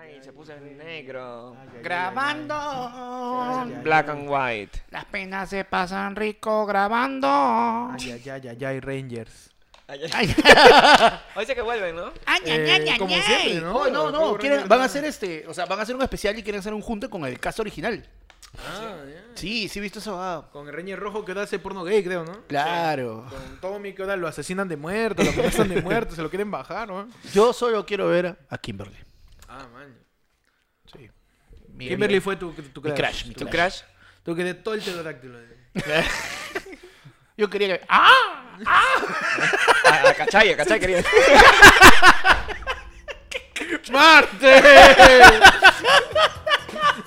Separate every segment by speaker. Speaker 1: Ay, se puso en negro.
Speaker 2: Grabando.
Speaker 1: Black and white.
Speaker 2: Las penas se pasan rico grabando.
Speaker 3: Ay, ay, ay, ay, ay, Rangers.
Speaker 2: Ay,
Speaker 1: Hoy sé que vuelven, ¿no?
Speaker 2: ay, ay, ay,
Speaker 3: Eh,
Speaker 2: ay,
Speaker 3: como
Speaker 2: ay.
Speaker 3: siempre, ¿no?
Speaker 2: Oh, no, no,
Speaker 3: Pobre
Speaker 2: quieren-
Speaker 3: Rangers.
Speaker 2: van a hacer este, o sea, van a hacer un especial y quieren hacer un junte con el caso original.
Speaker 3: Ah, ya.
Speaker 2: Sí, sí, he visto eso. ah,
Speaker 3: Con el Ranger Rojo que ahora hace porno gay, creo, ¿no?
Speaker 2: claro.
Speaker 3: Con Tommy que ahora lo asesinan de muerto, lo amenazan de muerto, se lo quieren bajar, ¿no?
Speaker 2: Yo solo quiero ver a Kimberly.
Speaker 3: Ah, man.
Speaker 2: Sí. Mi-
Speaker 3: Kimberly
Speaker 2: mi-
Speaker 3: fue tu, tu
Speaker 2: mi
Speaker 3: crash.
Speaker 2: crush, mi
Speaker 1: ¿Tu
Speaker 2: crush.
Speaker 1: crash?
Speaker 3: Tú que de todo el pterodáctilo.
Speaker 2: Yo quería que. ¡Ah!
Speaker 1: Ah, cachai, cachai, quería.
Speaker 2: ¡Ah!
Speaker 3: ¡Marte!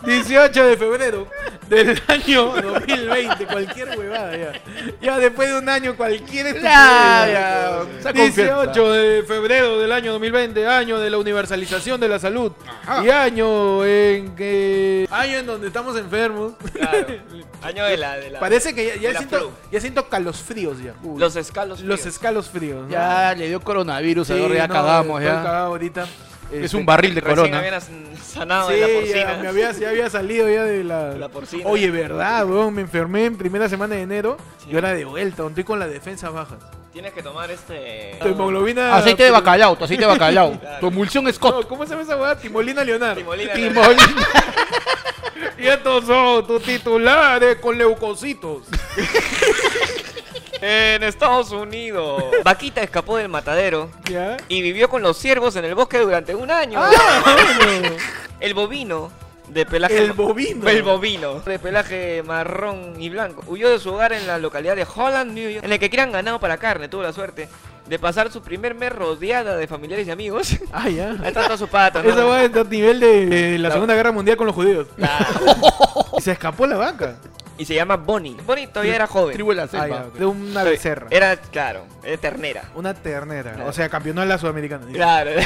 Speaker 3: 18 de febrero del año 2020, cualquier huevada ya. Ya después de un año cualquier este
Speaker 2: Ya, ya, esa confianza.
Speaker 3: 18 de febrero del año 2020, año de la universalización de la salud y año en que año en donde estamos enfermos.
Speaker 1: Claro. Año de la. De la
Speaker 3: Parece que ya, ya
Speaker 1: La
Speaker 3: siento
Speaker 1: flu.
Speaker 3: ya siento calos fríos ya. Uy.
Speaker 1: Los escalos.
Speaker 3: los
Speaker 1: fríos.
Speaker 3: escalos fríos. ¿no?
Speaker 2: Ya le dio coronavirus,
Speaker 3: Sí,
Speaker 2: ahora ya
Speaker 3: no,
Speaker 2: cagamos,
Speaker 3: estoy
Speaker 2: ya.
Speaker 3: cagado ahorita.
Speaker 2: Es
Speaker 3: Este,
Speaker 2: un barril de
Speaker 1: Recién
Speaker 2: corona.
Speaker 1: habías sanado
Speaker 3: Sí,
Speaker 1: de la
Speaker 3: ya,
Speaker 1: porcina.
Speaker 3: me había, ya había salido ya de la...
Speaker 1: La porcina.
Speaker 3: Oye, verdad, weón, me enfermé en primera semana de enero
Speaker 1: Sí. Ah.
Speaker 3: y ahora de vuelta, estoy con las defensas bajas.
Speaker 1: Tienes que tomar este.
Speaker 3: Tu hemoglobina...
Speaker 2: Ah, Aceite de bacalao, tu aceite de bacalao.
Speaker 1: Claro.
Speaker 2: Tu emulsión
Speaker 3: No,
Speaker 2: Scott.
Speaker 3: ¿cómo se llama esa weá? Timolina Leonardo.
Speaker 1: Timolina, ¿no?
Speaker 2: Timón.
Speaker 3: Y estos son tus titulares con leucocitos.
Speaker 1: En Estados Unidos. Vaquita escapó del matadero
Speaker 3: ¿Ya?
Speaker 1: y vivió con los ciervos en el bosque durante un año.
Speaker 2: Ah.
Speaker 3: Ah. Bueno,
Speaker 1: El bovino de pelaje.
Speaker 3: el
Speaker 1: ma-
Speaker 3: bovino.
Speaker 1: El bovino de pelaje marrón y blanco huyó de su hogar en la localidad de Holland, New York, en el que crían ganado para carne. Tuvo la suerte de pasar su primer mes rodeada de familiares y amigos.
Speaker 3: Ah, ya.
Speaker 1: Ahí tanto su pato, ¿no?
Speaker 3: Esa weá está a nivel de, de la
Speaker 1: La-
Speaker 3: Segunda Guerra Mundial con los judíos.
Speaker 1: Claro.
Speaker 3: Y se escapó la vaca.
Speaker 1: Y se llama Bonnie. Bonnie todavía era joven.
Speaker 2: Tribu de la
Speaker 3: Ah, ya,
Speaker 2: selva.
Speaker 3: de una
Speaker 1: Todavía-
Speaker 3: becerra.
Speaker 1: Era, claro, era ternera.
Speaker 3: Una ternera.
Speaker 1: Claro.
Speaker 3: O sea, campeonó a la sudamericana.
Speaker 1: Claro.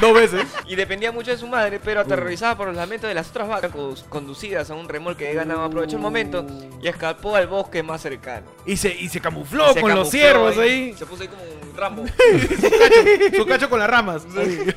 Speaker 3: Dos veces.
Speaker 1: Y dependía mucho de su madre, pero aterrorizada por los lamentos de las otras vacas cos- conducidas a un remolque de ganado, aprovechó el momento y escapó al bosque más cercano.
Speaker 3: Y se, y se camufló
Speaker 1: Se
Speaker 3: con los
Speaker 1: camufló
Speaker 3: ciervos ahí.
Speaker 1: Se puso ahí como un rambo.
Speaker 3: Su cacho con las ramas.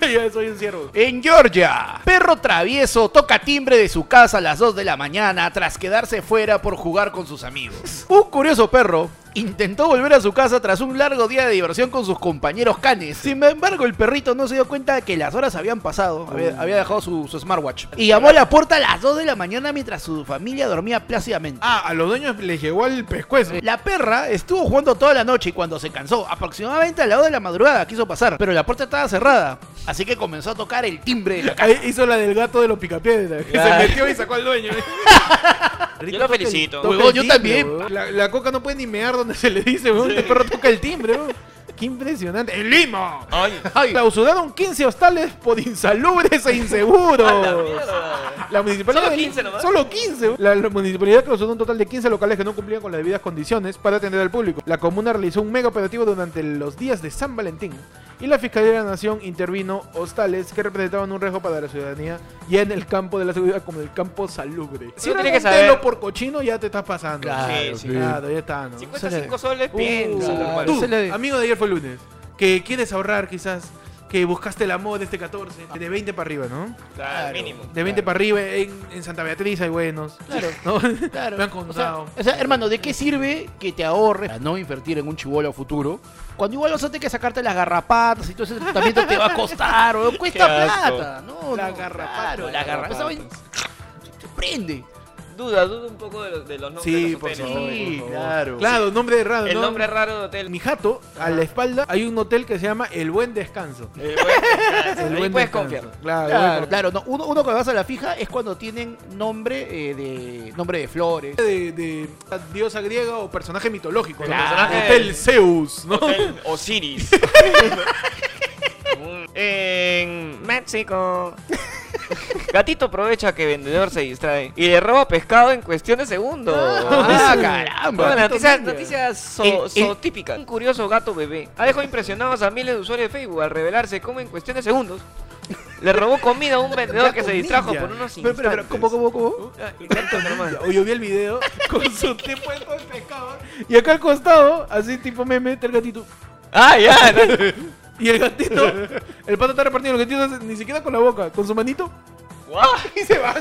Speaker 3: ya soy un ciervo.
Speaker 2: En Georgia, perro travieso toca timbre de su casa a las 2 de la mañana tras quedarse fuera por jugar con sus amigos. Un curioso perro intentó volver a su casa tras un largo día de diversión con sus compañeros canes. Sin embargo, el perrito no se dio cuenta de que las horas habían pasado. Había, había dejado su, su smartwatch. Uh. Y llamó a la puerta a las 2 de la mañana mientras su familia dormía plácidamente.
Speaker 3: Ah, a los dueños les llegó al pescuezo.
Speaker 2: La perra estuvo jugando toda la noche y cuando se cansó, aproximadamente a la hora de la madrugada, quiso pasar, pero la puerta estaba cerrada, así que comenzó a tocar el timbre de la casa.
Speaker 3: Ahí hizo la del gato de los picapiedras. que Se
Speaker 1: Claro.
Speaker 3: metió y sacó al dueño. Rico,
Speaker 1: Yo
Speaker 3: toca
Speaker 1: lo
Speaker 3: el-
Speaker 1: felicito.
Speaker 3: toca
Speaker 2: Huevón,
Speaker 3: el
Speaker 2: yo
Speaker 3: timbre,
Speaker 2: también.
Speaker 3: huevón. La, la coca no puede ni mear donde se le dice, weón. El perro toca el timbre, weón. Qué impresionante. ¡En Lima!
Speaker 1: Ay,
Speaker 2: Ay,
Speaker 3: Clausuraron 15 hostales por insalubres e
Speaker 1: a la
Speaker 3: inseguros.
Speaker 1: mierda.
Speaker 3: La municipalidad
Speaker 1: Solo
Speaker 3: de Lima-
Speaker 1: 15 nomás.
Speaker 3: Solo 15. La, la municipalidad clausuró un total de 15 locales que no cumplían con las debidas condiciones para atender al público. La comuna realizó un mega operativo durante los días de San Valentín. Y la Fiscalía de la Nación intervino hostales que representaban un riesgo para la ciudadanía y en el campo de la seguridad como en el campo salubre. Si
Speaker 1: tiene
Speaker 3: eres
Speaker 1: que
Speaker 3: un telo
Speaker 1: saber.
Speaker 3: por cochino ya te estás pasando.
Speaker 2: Claro,
Speaker 1: Sí, sí.
Speaker 3: Claro, ya está, ¿no?
Speaker 1: 55 soles,
Speaker 3: Uh,
Speaker 1: piensa.
Speaker 2: claro.
Speaker 1: normal.
Speaker 3: tú,
Speaker 2: Se le-
Speaker 3: amigo de ayer fue lunes, que quieres ahorrar quizás, que buscaste el amor este 14, de 20 para arriba, ¿no?
Speaker 1: Claro, mínimo.
Speaker 3: De 20 para arriba, en, en Santa Beatriz hay buenos.
Speaker 2: Claro.
Speaker 3: ¿no?
Speaker 2: claro.
Speaker 3: Me han
Speaker 2: O sea,
Speaker 3: contado.
Speaker 2: o sea, hermano, ¿de qué sirve que te ahorres para no invertir en un chivolo a futuro? Cuando igual vas a tener que sacarte las garrapatas y todo ese tratamiento te va a costar, o cuesta
Speaker 1: Qué asco.
Speaker 2: plata. No,
Speaker 3: La
Speaker 2: no,
Speaker 3: garrapata,
Speaker 2: Claro, la
Speaker 1: las
Speaker 2: garrapata.
Speaker 1: garrapatas.
Speaker 2: Te prende.
Speaker 1: Duda, duda un poco de los, de los nombres de
Speaker 3: Sí,
Speaker 1: los
Speaker 3: por
Speaker 1: hoteles.
Speaker 3: favor,
Speaker 2: Sí,
Speaker 3: por favor.
Speaker 2: claro.
Speaker 3: Claro, nombre raro.
Speaker 1: El
Speaker 3: ¿no?
Speaker 1: nombre raro de hotel. Eh,
Speaker 3: Mi jato, a la espalda, hay un hotel que se llama El Buen Descanso.
Speaker 1: El buen descanso.
Speaker 3: El
Speaker 1: Ahí
Speaker 3: Buen
Speaker 1: puedes
Speaker 3: Descanso.
Speaker 1: confiar.
Speaker 3: Claro, el
Speaker 2: Claro,
Speaker 3: Buen Descanso.
Speaker 2: claro, no, uno, uno que vas a la fija es cuando tienen nombre eh, de nombre de flores.
Speaker 3: De, de diosa griega o personaje mitológico. ¿no?
Speaker 1: Personaje-
Speaker 3: Hotel Zeus, ¿no?
Speaker 1: Hotel Osiris. Un- en México. Gatito aprovecha que vendedor se distrae y le roba pescado en cuestión de segundos.
Speaker 2: Ah,
Speaker 1: Bueno,
Speaker 2: caramba.
Speaker 1: noticias, noticias so-
Speaker 2: El- el-
Speaker 1: zootípicas. Un curioso gato bebé ha dejado impresionados a miles de usuarios de Facebook al revelarse cómo en cuestión de segundos le robó comida a un vendedor que se
Speaker 3: Gato
Speaker 1: distrajo
Speaker 3: ninja.
Speaker 1: por unos
Speaker 2: Pero,
Speaker 1: instantes.
Speaker 2: pero, pero, ¿cómo, cómo, cómo?
Speaker 1: Ah, gato normal.
Speaker 3: Hoy yo vi el video con su té puesto de pescado. Y acá al costado, así tipo meme, está el gatito.
Speaker 1: Ah, ya. no.
Speaker 3: Y el gatito, el pato está repartiendo los gatitos ni siquiera con la boca, con su manito. Y se va.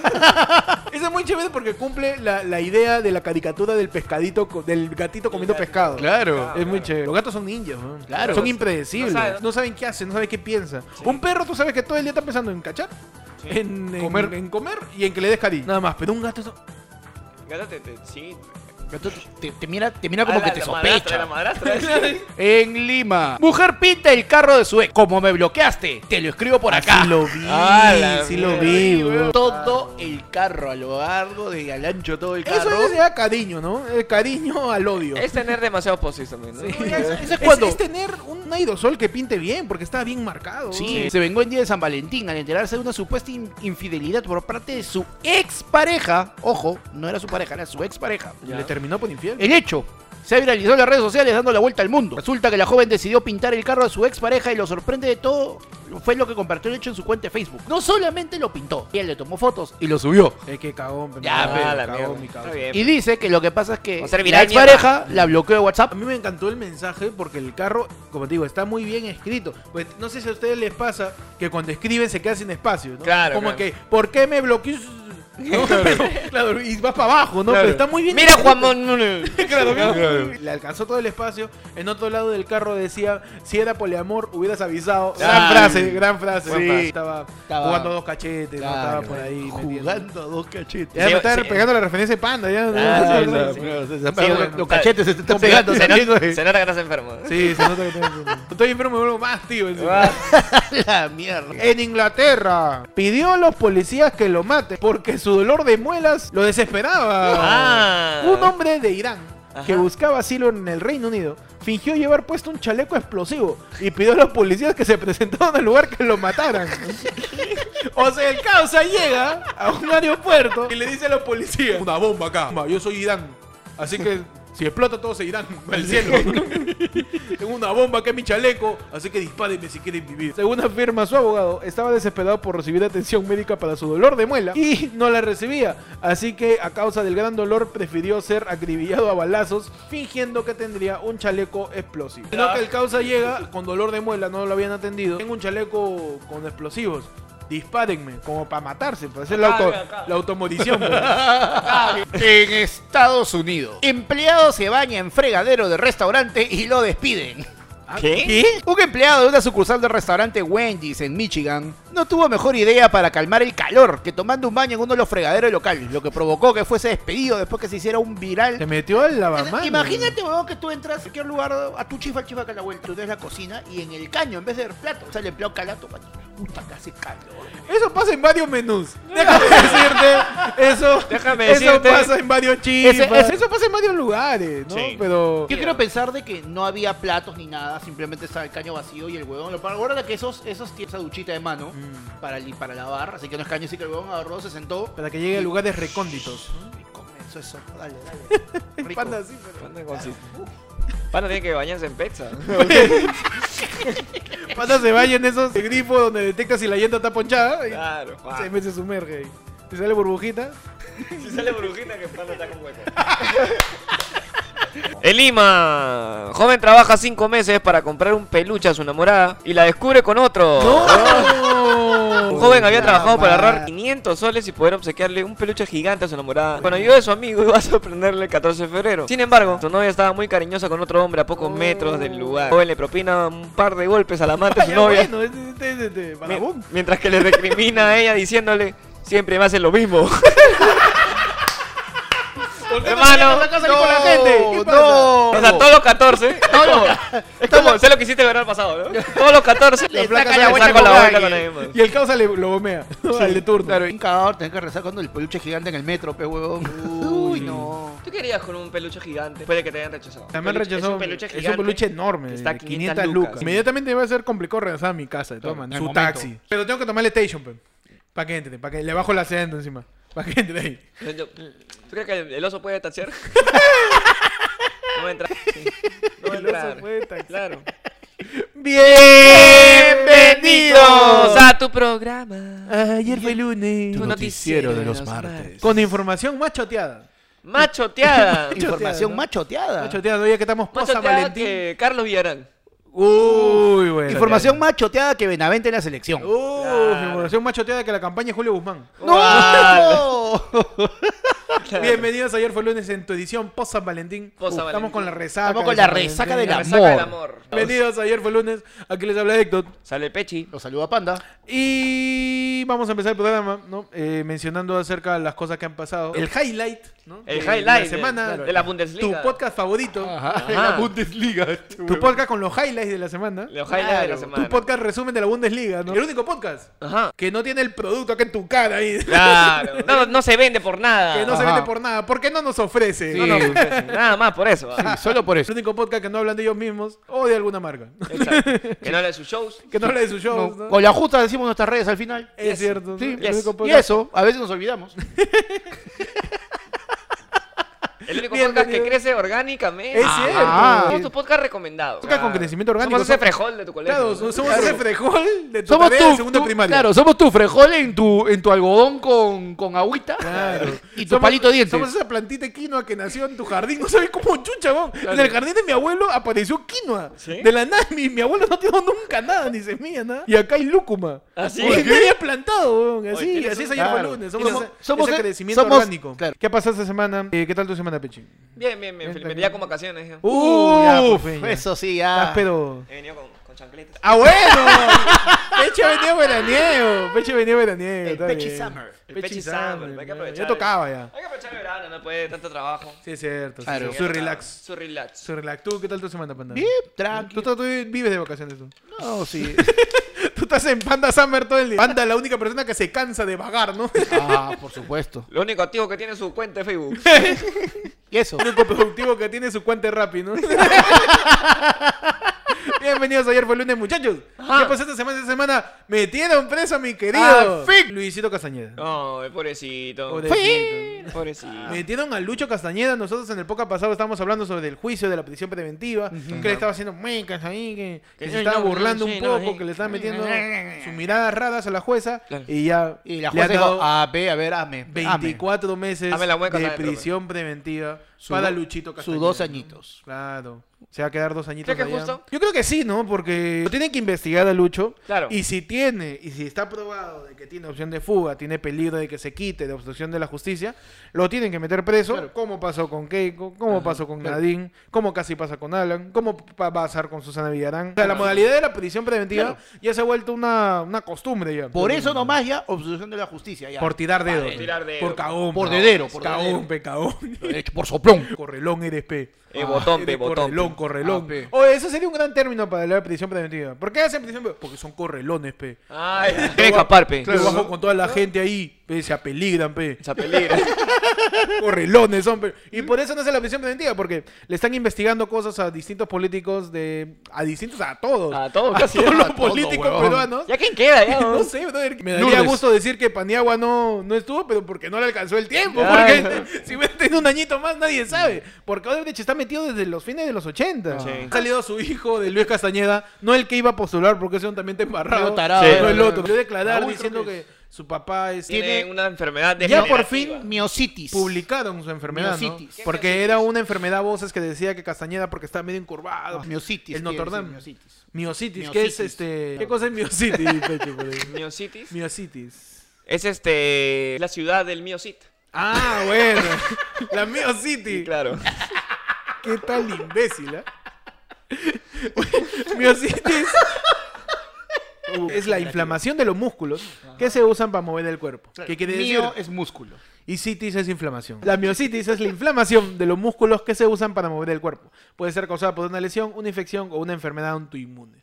Speaker 3: Eso es muy chévere porque cumple la, la idea de la caricatura del pescadito, co- del gatito comiendo pescado.
Speaker 2: Claro.
Speaker 3: Es muy chévere. Los gatos son ninjas, ¿no?
Speaker 2: Claro.
Speaker 3: Son impredecibles.
Speaker 1: No
Speaker 3: No
Speaker 1: saben,
Speaker 3: saben, qué hacen, no saben qué piensan. Un perro, tú sabes que todo el día está pensando en cachar, en, en-
Speaker 2: Comer.
Speaker 3: en comer y en que le des cariño. Nada más, pero un gato. eso-
Speaker 1: Gato te, te- sí.
Speaker 2: Gato, te, te mira, te mira como
Speaker 1: Ah,
Speaker 2: que
Speaker 1: la-
Speaker 2: te
Speaker 1: la madrastra,
Speaker 2: sospecha.
Speaker 1: la madrastra.
Speaker 2: En Lima. Mujer pinta el carro de su ex. Como me bloqueaste, te lo escribo por acá.
Speaker 3: Sí lo vi,
Speaker 1: Ah, la
Speaker 3: sí lo
Speaker 1: mierda.
Speaker 3: vi, weón.
Speaker 2: Todo el carro a lo largo de al ancho todo el
Speaker 3: Eso
Speaker 2: carro.
Speaker 3: es da cariño, ¿no? El cariño al odio.
Speaker 1: es tener demasiado posis también, ¿no?
Speaker 3: Oye, eso- eso es,
Speaker 2: cuando-
Speaker 3: es tener un aerosol que pinte bien, porque está bien marcado.
Speaker 2: Sí, se vengó en día de San Valentín al enterarse de una supuesta in- infidelidad por parte de su expareja. Ojo, no era su pareja, era su expareja.
Speaker 3: Y Le terminó por infiel.
Speaker 2: El hecho se ha viralizado en las redes sociales dando la vuelta al mundo. Resulta que la joven decidió pintar el carro de su expareja y lo sorprende de todo fue lo que compartió el hecho en su cuenta de Facebook. No solamente lo pintó, él le tomó fotos y lo subió.
Speaker 3: Es que cagón, pero
Speaker 2: Ya,
Speaker 3: no,
Speaker 2: pero,
Speaker 1: Ah, la
Speaker 3: cagón,
Speaker 1: mierda.
Speaker 3: mi causa.
Speaker 1: Está bien.
Speaker 2: Y dice que lo que pasa es
Speaker 1: Va
Speaker 2: que
Speaker 1: a ser
Speaker 2: la
Speaker 1: viral,
Speaker 2: expareja la bloqueó de
Speaker 3: A
Speaker 2: WhatsApp.
Speaker 3: mí me encantó el mensaje porque el carro, como te digo, está muy bien escrito. Pues, no sé si a ustedes les pasa que cuando escriben se queda sin espacio, ¿no?
Speaker 1: Claro,
Speaker 3: Como
Speaker 1: claro.
Speaker 3: que, ¿por qué me bloqueó? No, pero, claro, y vas para abajo, ¿no?
Speaker 1: Claro.
Speaker 3: Pero está muy bien.
Speaker 1: Mira,
Speaker 3: escrito.
Speaker 1: Juan Manuel.
Speaker 3: Claro, claro. Le alcanzó todo el espacio. En otro lado del carro decía, si era poliamor, hubieras avisado.
Speaker 1: Ah.
Speaker 3: Gran frase, gran frase.
Speaker 1: Sí.
Speaker 3: Estaba,
Speaker 2: Estaba-
Speaker 3: jugando a dos cachetes, ¿no?
Speaker 2: Claro,
Speaker 3: estaba por ahí. metiendo.
Speaker 2: a dos cachetes.
Speaker 3: Ya me
Speaker 1: Sí,
Speaker 3: estaba
Speaker 1: sí.
Speaker 3: pegando la referencia de panda. Ya,
Speaker 2: Ah,
Speaker 3: Sí,
Speaker 2: claro,
Speaker 3: sí.
Speaker 2: claro, sí, sí,
Speaker 3: Sí,
Speaker 2: pero
Speaker 3: bueno.
Speaker 2: Los cachetes se te están
Speaker 3: Con-
Speaker 2: pegando
Speaker 1: Se
Speaker 2: también,
Speaker 1: nota
Speaker 2: güey.
Speaker 1: se nota que estás enfermo. ¿eh?
Speaker 3: Sí, se nota que tengo enfermo. Estoy enfermo, me vuelvo más tío. encima.
Speaker 1: Ah,
Speaker 2: La mierda.
Speaker 3: En Inglaterra pidió a los policías que lo maten porque su dolor de muelas lo desesperaba.
Speaker 1: Ah.
Speaker 3: Un hombre de Irán que
Speaker 1: Ajá.
Speaker 3: buscaba asilo en el Reino Unido fingió llevar puesto un chaleco explosivo y pidió a los policías que se presentaron al lugar que lo mataran. o sea, el causa llega a un aeropuerto y le dice a los policías: Una bomba acá. Yo soy Irán. Así que si explota todo se irán al cielo. Tengo una bomba que es mi chaleco, así que dispárenme si quieren vivir. Según afirma su abogado, estaba desesperado por recibir atención médica para su dolor de muela y no la recibía. Así que a causa del gran dolor prefirió ser acribillado a balazos fingiendo que tendría un chaleco explosivo. Sino que el causa llega con dolor de muela, no lo habían atendido. Tengo un chaleco con explosivos. Dispárenme, como para matarse, para hacer la, auto,
Speaker 1: Acá, acá.
Speaker 3: la automorición. pues.
Speaker 2: En Estados Unidos, empleado se baña en fregadero de restaurante y lo despiden.
Speaker 1: ¿Qué?
Speaker 2: Un empleado de una sucursal del restaurante Wendy's en Michigan no tuvo mejor idea para calmar el calor que tomando un baño en uno de los fregaderos locales, lo que provocó que fuese despedido después que se hiciera un
Speaker 3: Se
Speaker 2: viral.
Speaker 3: metió al lavamanos.
Speaker 2: Imagínate, huevón, que tú entras a cualquier lugar a tu chifa, chifa que a la vuelta, tú ves la cocina y en el caño, en vez de ver plato, sale el empleado calato, puta que hace calor.
Speaker 3: Eso pasa en varios menús. Déjame decirte. Eso,
Speaker 1: Déjame
Speaker 3: eso
Speaker 1: decirte.
Speaker 3: pasa en varios chifas.
Speaker 2: Ese- ese-
Speaker 3: Eso pasa en varios lugares, ¿no?
Speaker 1: Sí.
Speaker 3: Pero.
Speaker 2: Yo quiero pensar de que no había platos ni nada, simplemente estaba el caño vacío y el huevón. Lo ahora que esos, esos tienen esa duchita de mano para, li- para lavar, así que no es caño, así que el huevón agarró, se sentó
Speaker 3: mm, Para que llegue a lugares recónditos.
Speaker 2: y comenzó eso. Dale, dale. Rico.
Speaker 3: Panda así, pero-
Speaker 1: Panda consiste. Panda tiene que bañarse en pizza.
Speaker 3: Panda se vaya en esos grifos donde detecta si la llanta está ponchada. Y
Speaker 1: Claro,
Speaker 3: se, me- se sumerge ahí. Si sale burbujita.
Speaker 1: Si sale brujita que panda está con hueco. En Lima, joven trabaja cinco meses para comprar un peluche a su enamorada y la descubre con otro.
Speaker 3: ¡No! Ah,
Speaker 1: Un joven había trabajado para ahorrar 500 soles y poder obsequiarle un peluche gigante a su enamorada. Con ayuda de su amigo iba a sorprenderle el 14 de febrero. Sin embargo, su novia estaba muy cariñosa con otro hombre a
Speaker 2: Oh.
Speaker 1: pocos metros del lugar. El joven le propina un par de golpes al amante de su
Speaker 3: Ya,
Speaker 1: novia.
Speaker 3: bueno, este- este- este- este, para
Speaker 1: Mi-
Speaker 3: boom.
Speaker 1: Mientras que le recrimina a ella diciéndole, siempre me haces lo mismo. Hermano,
Speaker 3: ¿Qué pasa aquí con la gente? ¿Qué pasa?
Speaker 1: o sea, todos los 14. es como- es como, sé lo que hiciste el verano pasado, ¿no? Todos los 14
Speaker 2: Le
Speaker 1: la flaca
Speaker 2: saca
Speaker 1: le
Speaker 2: la vuelta
Speaker 1: saca
Speaker 2: con
Speaker 1: la vuelta con
Speaker 2: alguien.
Speaker 1: alguien más.
Speaker 3: Y el causa le, lo bomea. Al de turno.
Speaker 2: Claro, un cagador tenés que rezar cuando el peluche gigante en el metro, pe huevón. Uy, no.
Speaker 1: ¿Tú querías con un peluche gigante? Puede que te hayan rechazado.
Speaker 3: También
Speaker 1: Peluche-
Speaker 3: rechazó.
Speaker 1: Es un peluche gigante.
Speaker 3: enorme.
Speaker 1: Está
Speaker 3: Está
Speaker 1: a
Speaker 3: 500,
Speaker 1: 500
Speaker 3: lucas.
Speaker 1: lucas.
Speaker 3: Inmediatamente me va a ser complicado regresar a mi casa, de todas
Speaker 2: Claro,
Speaker 3: maneras.
Speaker 2: en
Speaker 3: Su
Speaker 2: el momento.
Speaker 3: taxi. Pero tengo que tomar el station, pe. Pa' que entre, pa' que le bajo el acento encima. Pa' que entre ahí.
Speaker 1: Yo- yo- ¿Tú crees que el- el oso puede taxiar? no va a entrar. Sí. No va a
Speaker 3: El oso
Speaker 1: entrar.
Speaker 3: puede taxiar.
Speaker 1: Claro.
Speaker 3: ¡Bienvenidos!
Speaker 1: a tu programa.
Speaker 3: Ayer fue lunes.
Speaker 1: Tu noticiero de los martes.
Speaker 3: Con información más choteada.
Speaker 1: Machoteada.
Speaker 2: Información
Speaker 3: ¿no?
Speaker 2: machoteada.
Speaker 3: Más choteada, oye, que estamos posa
Speaker 1: Machoteada
Speaker 3: Valentín.
Speaker 1: que Carlos Villarán.
Speaker 3: Uy, bueno.
Speaker 2: Información más choteada que Benavente en la selección.
Speaker 3: Uf,
Speaker 1: Claro.
Speaker 3: información más choteada que la campaña de Julio Guzmán.
Speaker 2: ¡No!
Speaker 3: Bienvenidos, ayer fue lunes en tu edición post San Valentín.
Speaker 1: Post San
Speaker 3: Estamos
Speaker 1: Valentín.
Speaker 3: con la resaca.
Speaker 2: Estamos
Speaker 3: de
Speaker 2: con la
Speaker 3: San Valentín.
Speaker 2: resaca del
Speaker 1: La
Speaker 2: amor.
Speaker 1: resaca del amor.
Speaker 3: Bienvenidos, ayer fue lunes. Aquí les habla Héctor.
Speaker 1: Sale el Pechi.
Speaker 2: Los saluda Panda.
Speaker 3: Y vamos a empezar el programa, ¿no? Eh, mencionando acerca de las cosas que han pasado. El highlight, ¿no?
Speaker 1: El
Speaker 3: De
Speaker 1: highlight
Speaker 3: Eh, la
Speaker 1: de-
Speaker 3: semana.
Speaker 1: claro, de la Bundesliga.
Speaker 3: Tu podcast favorito.
Speaker 1: de la
Speaker 2: Bundesliga.
Speaker 3: Tu podcast con los highlights de la semana.
Speaker 1: Los highlights de la semana.
Speaker 3: Tu podcast resumen de la Bundesliga, ¿no? El único podcast
Speaker 1: Ajá.
Speaker 3: que no tiene el producto acá en tu cara ahí.
Speaker 1: Claro. No, no se vende por nada.
Speaker 3: Que no se
Speaker 2: Ajá.
Speaker 3: vende por nada. ¿Por qué no nos ofrece?
Speaker 2: Sí.
Speaker 1: No, no, pues, nada más por eso. ¿ah?
Speaker 2: Solo por
Speaker 3: El
Speaker 2: eso.
Speaker 3: único podcast que no hablan de ellos mismos o de alguna marca.
Speaker 1: Exacto. Que no habla de sus shows.
Speaker 3: que no habla de sus shows, ¿no?
Speaker 2: Con la justa decimos nuestras redes al final.
Speaker 3: Es cierto.
Speaker 2: Sí.
Speaker 3: ¿no?
Speaker 1: Yes.
Speaker 3: El único
Speaker 2: Y
Speaker 3: podcast-
Speaker 2: eso, a veces nos olvidamos.
Speaker 1: El único
Speaker 3: Bienvenido.
Speaker 1: podcast que crece orgánicamente.
Speaker 3: Es
Speaker 2: Ah.
Speaker 1: Somos
Speaker 3: cierto.
Speaker 1: tu podcast recomendado.
Speaker 3: Podcast con crecimiento orgánico.
Speaker 1: Somos ese frejol de tu colegio.
Speaker 3: Claro,
Speaker 1: ¿no?
Speaker 3: somos ese frejol de tu
Speaker 2: Somos
Speaker 3: tarea de
Speaker 2: tu,
Speaker 3: segunda
Speaker 2: tu-
Speaker 3: primaria.
Speaker 2: Claro, somos tu frejol en tu, en tu algodón con, con agüita.
Speaker 3: Claro.
Speaker 2: Y tu
Speaker 3: Somos-
Speaker 2: palito de dientes.
Speaker 3: Somos esa plantita de quinoa que nació en tu jardín. No sabes cómo chucha, weón. En el jardín de mi abuelo apareció quinoa.
Speaker 1: ¿Sí?
Speaker 3: De la nada, mi, mi abuelo no dio nunca nada, ni semilla, nada. Y acá hay lúcuma.
Speaker 1: ¿Ah, sí?
Speaker 3: Y nadie ha plantado, weón. Así,
Speaker 1: tienes
Speaker 3: así es
Speaker 1: un-
Speaker 3: ayer fue
Speaker 2: Claro.
Speaker 3: lunes. Somos,
Speaker 2: Somos-
Speaker 3: ese-
Speaker 2: somos-
Speaker 3: ese crecimiento
Speaker 2: somos-
Speaker 3: orgánico.
Speaker 2: claro.
Speaker 3: ¿Qué ha pasado esta semana? Eh, ¿Qué tal tu semana, Pechi?
Speaker 1: Bien, bien, bien, Felipe. Ya con vacaciones. ya.
Speaker 3: Uh, ya, por
Speaker 2: Uf,
Speaker 3: fin, ya.
Speaker 2: eso sí,
Speaker 3: Estás
Speaker 2: ya.
Speaker 3: pero...
Speaker 1: He venido con, con chancletas.
Speaker 3: ¡Ah, bueno! Peche venía veraniego. Peche venía veraniego.
Speaker 2: El
Speaker 3: está
Speaker 2: Pechi
Speaker 3: bien.
Speaker 2: Summer.
Speaker 1: El
Speaker 3: Pechi
Speaker 1: Pechi
Speaker 3: Summer,
Speaker 1: Summer, hay que
Speaker 3: ya-
Speaker 1: aprovechar
Speaker 3: Ya
Speaker 1: el-
Speaker 3: tocaba ya.
Speaker 1: Hay que aprovechar el verano, no puede tanto trabajo.
Speaker 3: Sí, es cierto. sí,
Speaker 2: Claro.
Speaker 3: sí. Su relax.
Speaker 1: Su relax.
Speaker 3: Su relax. ¿Tú qué tal tu semana, Panda?
Speaker 2: Bien,
Speaker 3: Tú,
Speaker 2: tranquilo.
Speaker 3: tú- tú vives de vacaciones tú.
Speaker 2: No, sí.
Speaker 3: Tú estás en Panda Summer todo el día. Panda es la única persona que se cansa de vagar, ¿no?
Speaker 2: Ah, por supuesto.
Speaker 1: Lo único activo que tiene es su cuenta de Facebook.
Speaker 2: Y eso.
Speaker 3: El único productivo que tiene su cuenta de Rappi, ¿no? Bienvenidos ayer fue lunes, muchachos.
Speaker 1: Ajá.
Speaker 3: ¿Qué pasó esta semana? Esta semana metieron preso a mi querido
Speaker 2: Al
Speaker 3: Luisito Castañeda.
Speaker 1: No, el pobrecito.
Speaker 3: Pobrecito.
Speaker 1: Pobrecito.
Speaker 3: Metieron a Lucho Castañeda. Nosotros en el podcast pasado estábamos hablando sobre el juicio de la prisión preventiva. Que le estaba haciendo muecas ahí, que, que
Speaker 1: Que
Speaker 3: se
Speaker 1: no,
Speaker 3: estaba
Speaker 1: no,
Speaker 3: burlando
Speaker 1: no,
Speaker 3: un
Speaker 1: sí, no,
Speaker 3: poco,
Speaker 1: sí.
Speaker 3: que le estaba metiendo sus miradas raras a la jueza.
Speaker 1: Claro.
Speaker 3: Y ya
Speaker 2: Y la
Speaker 3: le
Speaker 2: jueza
Speaker 3: han
Speaker 2: dijo, "Ah,
Speaker 3: dado
Speaker 2: a ver, a ver, ame. ame".
Speaker 3: 24 meses
Speaker 1: Dame la mueca,
Speaker 3: de
Speaker 1: dame, pero-
Speaker 3: prisión preventiva
Speaker 2: Su
Speaker 3: para
Speaker 2: do-
Speaker 3: Luchito
Speaker 2: su
Speaker 3: Castañeda.
Speaker 2: dos
Speaker 3: ¿no?
Speaker 2: añitos.
Speaker 3: Claro. Se va a quedar dos añitos
Speaker 1: ¿Crees que
Speaker 3: allá.
Speaker 1: justo?
Speaker 3: Yo creo que sí, ¿no? Porque lo tienen que investigar a Lucho.
Speaker 1: Claro.
Speaker 3: Y si tiene, y si está probado de que tiene opción de fuga, tiene peligro de que se quite, de obstrucción de la justicia, lo tienen que meter preso. Como pasó con Keiko, como pasó con Nadine, como casi pasa con Alan, como va a pasar con Susana Villarán. O sea, la modalidad de la prisión preventiva ya se ha vuelto una, una costumbre ya.
Speaker 2: Por eso nomás ya, obstrucción de la justicia. Ya.
Speaker 3: Por tirar dedos.
Speaker 1: Por tirar dedos.
Speaker 3: Por cagón.
Speaker 2: Por
Speaker 3: pe.
Speaker 2: dedero, por
Speaker 3: Cagón,
Speaker 2: dedero.
Speaker 3: pe, cagón.
Speaker 2: Lo he hecho por soplón.
Speaker 3: Correlón eres pe.
Speaker 1: Eh, botón, pe,
Speaker 3: eres
Speaker 1: botón,
Speaker 3: Ah, Correlón, correlón.
Speaker 2: Ah, pe.
Speaker 3: Oye, eso sería un gran término para la prisión preventiva. ¿Por qué hacen prisión preventiva? Porque son correlones, pe.
Speaker 1: Ay, quiere escapar, pe.
Speaker 3: Yo bajo con toda la gente ahí, pe, se apeligran, pe.
Speaker 1: Esa peligra.
Speaker 3: Correlones son, pe. Y por eso no hace la prisión preventiva, porque le están investigando cosas a distintos políticos de. a distintos, a todos.
Speaker 1: A todos, casi.
Speaker 3: todos los
Speaker 2: a todos,
Speaker 3: políticos
Speaker 2: huevón.
Speaker 3: peruanos.
Speaker 1: ¿Ya quién queda? Ya,
Speaker 3: No sé, brother. Me daría
Speaker 2: Lourdes.
Speaker 3: gusto decir que Paniagua no, no estuvo, pero porque no le alcanzó el tiempo.
Speaker 1: Ay,
Speaker 3: Porque si hubiera tenido un añito más, nadie sabe. Porque Odebrecht está metido desde los fines de los 80.
Speaker 1: Sí.
Speaker 3: Ha salido su hijo de Luis Castañeda, no el que iba a postular, porque ese también está embarrado.
Speaker 2: Medio tarado.
Speaker 1: Sí.
Speaker 3: No el otro. Yo declarar
Speaker 2: Raúl,
Speaker 3: diciendo
Speaker 2: creo que
Speaker 3: que su papá es.
Speaker 1: Tiene
Speaker 3: Tiene-
Speaker 1: una enfermedad de
Speaker 3: Ya por fin
Speaker 2: Miositis.
Speaker 3: Publicaron su enfermedad, ¿no?
Speaker 2: Miositis.
Speaker 3: Porque era una enfermedad voces que decía que Castañeda porque estaba medio encurvado.
Speaker 2: Miositis.
Speaker 3: El
Speaker 2: Ah, quiere
Speaker 3: Notre
Speaker 2: decir,
Speaker 3: Dame.
Speaker 2: miositis.
Speaker 3: Miositis, ¿qué es
Speaker 2: Miositis.
Speaker 3: este? ¿Qué cosa es miositis? Pecho, por ahí?
Speaker 1: Miositis.
Speaker 3: miositis.
Speaker 1: Es este. La ciudad del miosit.
Speaker 3: Ah, bueno. La Mio City.
Speaker 1: claro.
Speaker 3: Qué tal imbécil, ¿ah? Mio City es... es la inflamación de los músculos que se usan para mover el cuerpo. ¿Qué quiere decir?
Speaker 2: Mio es músculo.
Speaker 3: Y citis es inflamación. La miocitis es la inflamación de los músculos que se usan para mover el cuerpo. Puede ser causada por una lesión, una infección o una enfermedad autoinmune.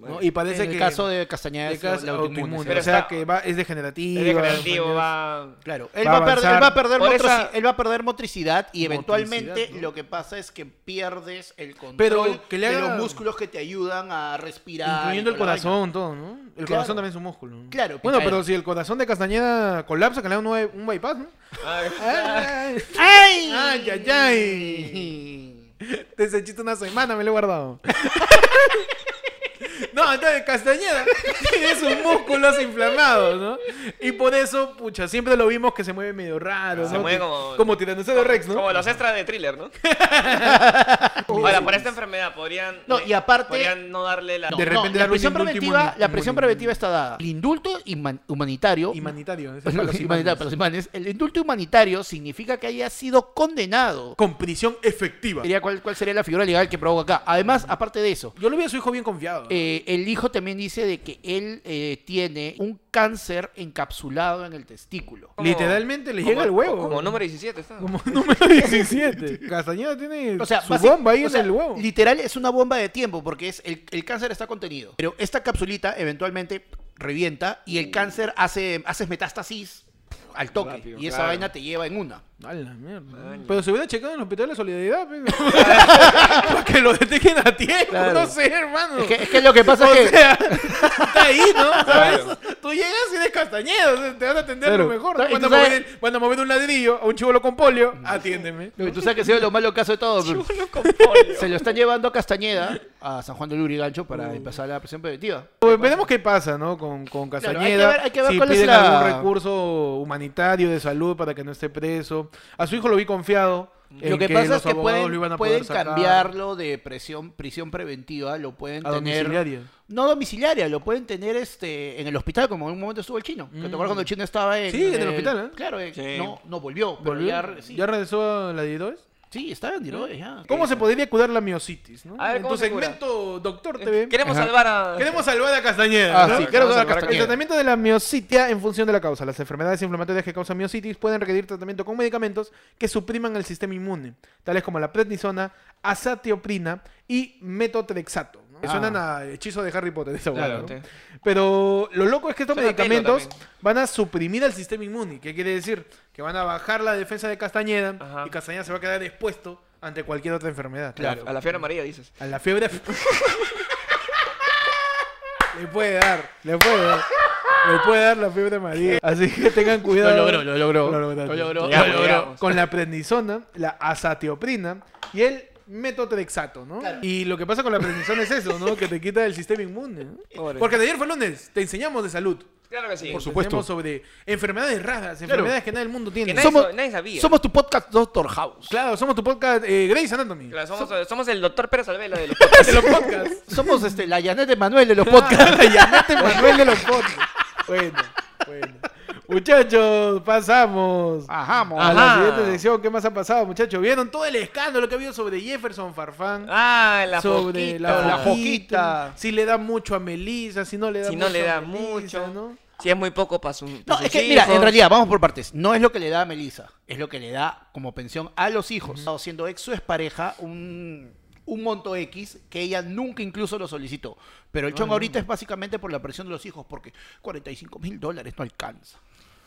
Speaker 3: ¿no? Y parece
Speaker 2: en
Speaker 3: que
Speaker 2: el caso de Castañeda
Speaker 3: de
Speaker 2: es la
Speaker 3: caso
Speaker 2: autoinmune.
Speaker 3: autoinmune,
Speaker 1: Pero
Speaker 3: o sea
Speaker 1: está-
Speaker 3: que va- es degenerativa.
Speaker 1: Es degenerativo, va.
Speaker 2: Claro, él
Speaker 3: Va a
Speaker 2: va, a perder,
Speaker 3: avanzar.
Speaker 2: él va a perder
Speaker 1: Por
Speaker 2: motrici-
Speaker 1: esa-
Speaker 2: él va a perder motricidad y eventualmente
Speaker 3: Motricidad, ¿no?
Speaker 2: lo que pasa es que pierdes el control
Speaker 3: Pero que le
Speaker 2: de
Speaker 3: haga-
Speaker 2: los músculos que te ayudan a respirar.
Speaker 3: Incluyendo
Speaker 2: y
Speaker 3: el
Speaker 2: toda la vaina.
Speaker 3: corazón, todo, ¿no? El
Speaker 2: Claro.
Speaker 3: corazón también es un músculo. ¿no?
Speaker 2: Claro,
Speaker 3: Bueno,
Speaker 2: picael.
Speaker 3: pero si el corazón de Castañeda colapsa, que le hagan un, un bypass, ¿no?
Speaker 1: Ah,
Speaker 3: Ay,
Speaker 2: ¡Ay!
Speaker 3: ay, ay, ay. Desde chiste una semana me lo he guardado. No, entonces Castañeda tiene sus músculos inflamados, ¿no? Y por eso, pucha, siempre lo vimos que se mueve medio raro,
Speaker 1: Se
Speaker 3: Pues ¿no?
Speaker 1: mueve
Speaker 3: Que-
Speaker 1: como-
Speaker 3: Como Tiranosaurio Rex, ¿no?
Speaker 1: Como los extras de thriller, ¿no? Ahora, por esta enfermedad podrían.
Speaker 2: No, y aparte-
Speaker 1: Podrían no darle la.
Speaker 2: No,
Speaker 3: De
Speaker 2: no, la
Speaker 3: repente darle un
Speaker 2: prisión
Speaker 3: indulto
Speaker 2: preventiva,
Speaker 3: inmuni-
Speaker 2: la presión
Speaker 3: inmuni-
Speaker 2: preventiva está dada. El indulto inman- humanitario.
Speaker 3: Humanitario. ese es para los
Speaker 2: Humanitario,
Speaker 3: imanes.
Speaker 2: para los imanes. El indulto humanitario significa que haya sido condenado.
Speaker 3: Con prisión efectiva.
Speaker 2: Diría cuál, cuál sería la figura legal que provoca acá. Además, aparte de eso,
Speaker 3: Yo lo vi a su hijo bien confiado.
Speaker 2: eh, el hijo también dice de que él eh, tiene un cáncer encapsulado en el testículo.
Speaker 1: como-
Speaker 3: Literalmente le
Speaker 1: como-
Speaker 3: llega el huevo.
Speaker 1: Como número 17 está.
Speaker 3: Como número 17. Castañeda tiene
Speaker 2: O sea,
Speaker 3: su
Speaker 2: básica-
Speaker 3: bomba ahí
Speaker 2: o
Speaker 3: en
Speaker 2: sea,
Speaker 3: el huevo.
Speaker 2: Literal es una bomba de tiempo porque es el, el cáncer está contenido. Pero esta capsulita eventualmente revienta y el cáncer hace haces metástasis al toque.
Speaker 1: Rápido,
Speaker 2: y esa
Speaker 1: claro.
Speaker 2: vaina te lleva en una.
Speaker 3: A la mierda.
Speaker 1: Ay.
Speaker 3: Pero se hubiera checado en el hospital de solidaridad, pe. Para que lo detecten a tiempo.
Speaker 2: Claro.
Speaker 3: No sé, hermano.
Speaker 2: Es que, es que lo que pasa
Speaker 3: O
Speaker 2: es que.
Speaker 3: sea, está ahí, ¿no? ¿Sabes? Tú llegas y eres castañedo, o sea, te van a atender
Speaker 2: Claro.
Speaker 3: lo mejor.
Speaker 2: No, y
Speaker 3: Cuando
Speaker 2: tú sabes- Mm.
Speaker 3: mueven, cuando mueven un ladrillo a un chivolo con polio, atiéndeme.
Speaker 2: Tú sabes que ha sido lo malo caso de todo. pero
Speaker 1: Uno con polio.
Speaker 2: Se lo están llevando a Castañeda, a San Juan del Lurigancho, para empezar la presión preventiva.
Speaker 3: Pues veremos qué pasa, ¿no? Con, con Castañeda.
Speaker 2: hay que ver- hay que ver
Speaker 3: si
Speaker 2: cuál es
Speaker 3: piden
Speaker 2: la-
Speaker 3: algún recurso humanitario de salud para que no esté preso. A su hijo lo vi confiado. en
Speaker 2: Lo que, pasa
Speaker 3: los
Speaker 2: es que
Speaker 3: abogados
Speaker 2: pueden,
Speaker 3: lo iban a poder
Speaker 2: pueden
Speaker 3: sacar
Speaker 2: cambiarlo de presión, prisión preventiva, lo pueden
Speaker 3: a
Speaker 2: tener.
Speaker 3: domiciliaria.
Speaker 2: No domiciliaria, lo pueden tener este en el hospital, como en un momento estuvo el chino. ¿Que ¿Te acuerdas cuando el chino estaba en.
Speaker 3: Mm. Sí, en el hospital, ¿eh?
Speaker 2: Claro, eh,
Speaker 1: Sí.
Speaker 2: no, no volvió, pero
Speaker 3: ¿Volvió?
Speaker 2: ya.
Speaker 3: ¿Ya,
Speaker 2: re- Sí,
Speaker 3: regresó a la Didoes?
Speaker 2: sí, estaba en Diroe, ya.
Speaker 3: ¿Cómo se podría curar la miositis? ¿no?
Speaker 1: A ver,
Speaker 3: en
Speaker 1: ¿cómo
Speaker 3: tu
Speaker 1: se cura?
Speaker 3: segmento, doctor
Speaker 2: Eh,
Speaker 3: TV.
Speaker 1: Queremos
Speaker 2: Ajá.
Speaker 1: salvar a.
Speaker 3: Queremos salvar a Castañeda.
Speaker 2: Ah,
Speaker 3: ¿no?
Speaker 2: sí, queremos salvar a
Speaker 3: El
Speaker 2: Castañeda.
Speaker 3: tratamiento de la miositia en función de la causa. Las enfermedades inflamatorias que causan miositis pueden requerir tratamiento con medicamentos que supriman el sistema inmune, tales como la prednisona, azatioprina y metotrexato. ¿no? Que
Speaker 2: Ah.
Speaker 3: Suenan a hechizo de Harry Potter, esa hueá,
Speaker 1: Claro,
Speaker 3: ¿no?
Speaker 1: te-
Speaker 3: Pero lo loco es que estos
Speaker 1: Suena a pelo
Speaker 3: medicamentos
Speaker 1: también.
Speaker 3: van a suprimir al sistema inmune. ¿Qué quiere decir? Que van a bajar la defensa de Castañeda
Speaker 1: Ajá.
Speaker 3: y Castañeda se va a quedar expuesto ante cualquier otra enfermedad.
Speaker 1: A la- A la fiebre amarilla dices.
Speaker 3: A la fiebre. le puede dar, le puede dar. Le puede dar la fiebre amarilla. Así que tengan cuidado.
Speaker 2: Lo logró, lo logró.
Speaker 3: Lo logró.
Speaker 2: Lo logró,
Speaker 1: Llegamos,
Speaker 2: lo logró.
Speaker 1: llegamos.
Speaker 3: Con la prednisona, la azatioprina y el metotrexato, ¿no? Y lo que pasa con la prednisona es eso, ¿no? Que te quita el sistema inmune. ¿no?
Speaker 1: Pobre.
Speaker 3: Porque ayer fue lunes, te enseñamos de salud.
Speaker 1: Claro que sí.
Speaker 3: Por
Speaker 2: supuesto.
Speaker 3: supuesto. sobre enfermedades raras, enfermedades que nadie del mundo
Speaker 1: Que
Speaker 3: tiene.
Speaker 1: nadie,
Speaker 2: Somos-
Speaker 1: so- nadie sabía.
Speaker 2: Somos tu podcast Doctor House.
Speaker 3: Claro, somos tu podcast eh, Grey's Anatomy.
Speaker 1: Claro, somos, somos el doctor Pérez Alvela de los podcasts.
Speaker 3: De los podcasts.
Speaker 2: Somos este, la Janet de Manuel de los podcasts.
Speaker 3: Llamate Manuel de los Potes. Bueno, bueno. Muchachos, pasamos.
Speaker 2: Ajá, mo.
Speaker 3: A
Speaker 1: Ajá.
Speaker 3: la siguiente sección, ¿qué más ha pasado, muchachos? ¿Vieron todo el escándalo que ha habido sobre Jefferson Farfán?
Speaker 1: Ah, la
Speaker 3: sobre
Speaker 1: foquita.
Speaker 3: la
Speaker 2: La
Speaker 3: foquita.
Speaker 2: foquita.
Speaker 3: Si le da mucho a Melissa, si no le da
Speaker 1: Si
Speaker 3: mucho.
Speaker 1: no le
Speaker 3: a
Speaker 1: da
Speaker 3: Melissa,
Speaker 1: mucho.
Speaker 3: ¿no?
Speaker 1: Si es muy poco para su. pa'
Speaker 2: No,
Speaker 1: sus
Speaker 2: es que, mira,
Speaker 1: hijos.
Speaker 2: en realidad, vamos por partes. No es lo que le da a Melissa, es lo que le da como pensión a los hijos. O Siendo ex su expareja, un, un monto X que ella nunca incluso lo solicitó. Pero el chon
Speaker 1: Ah.
Speaker 2: ahorita es básicamente por la presión de los hijos, porque 45 mil dólares no alcanza.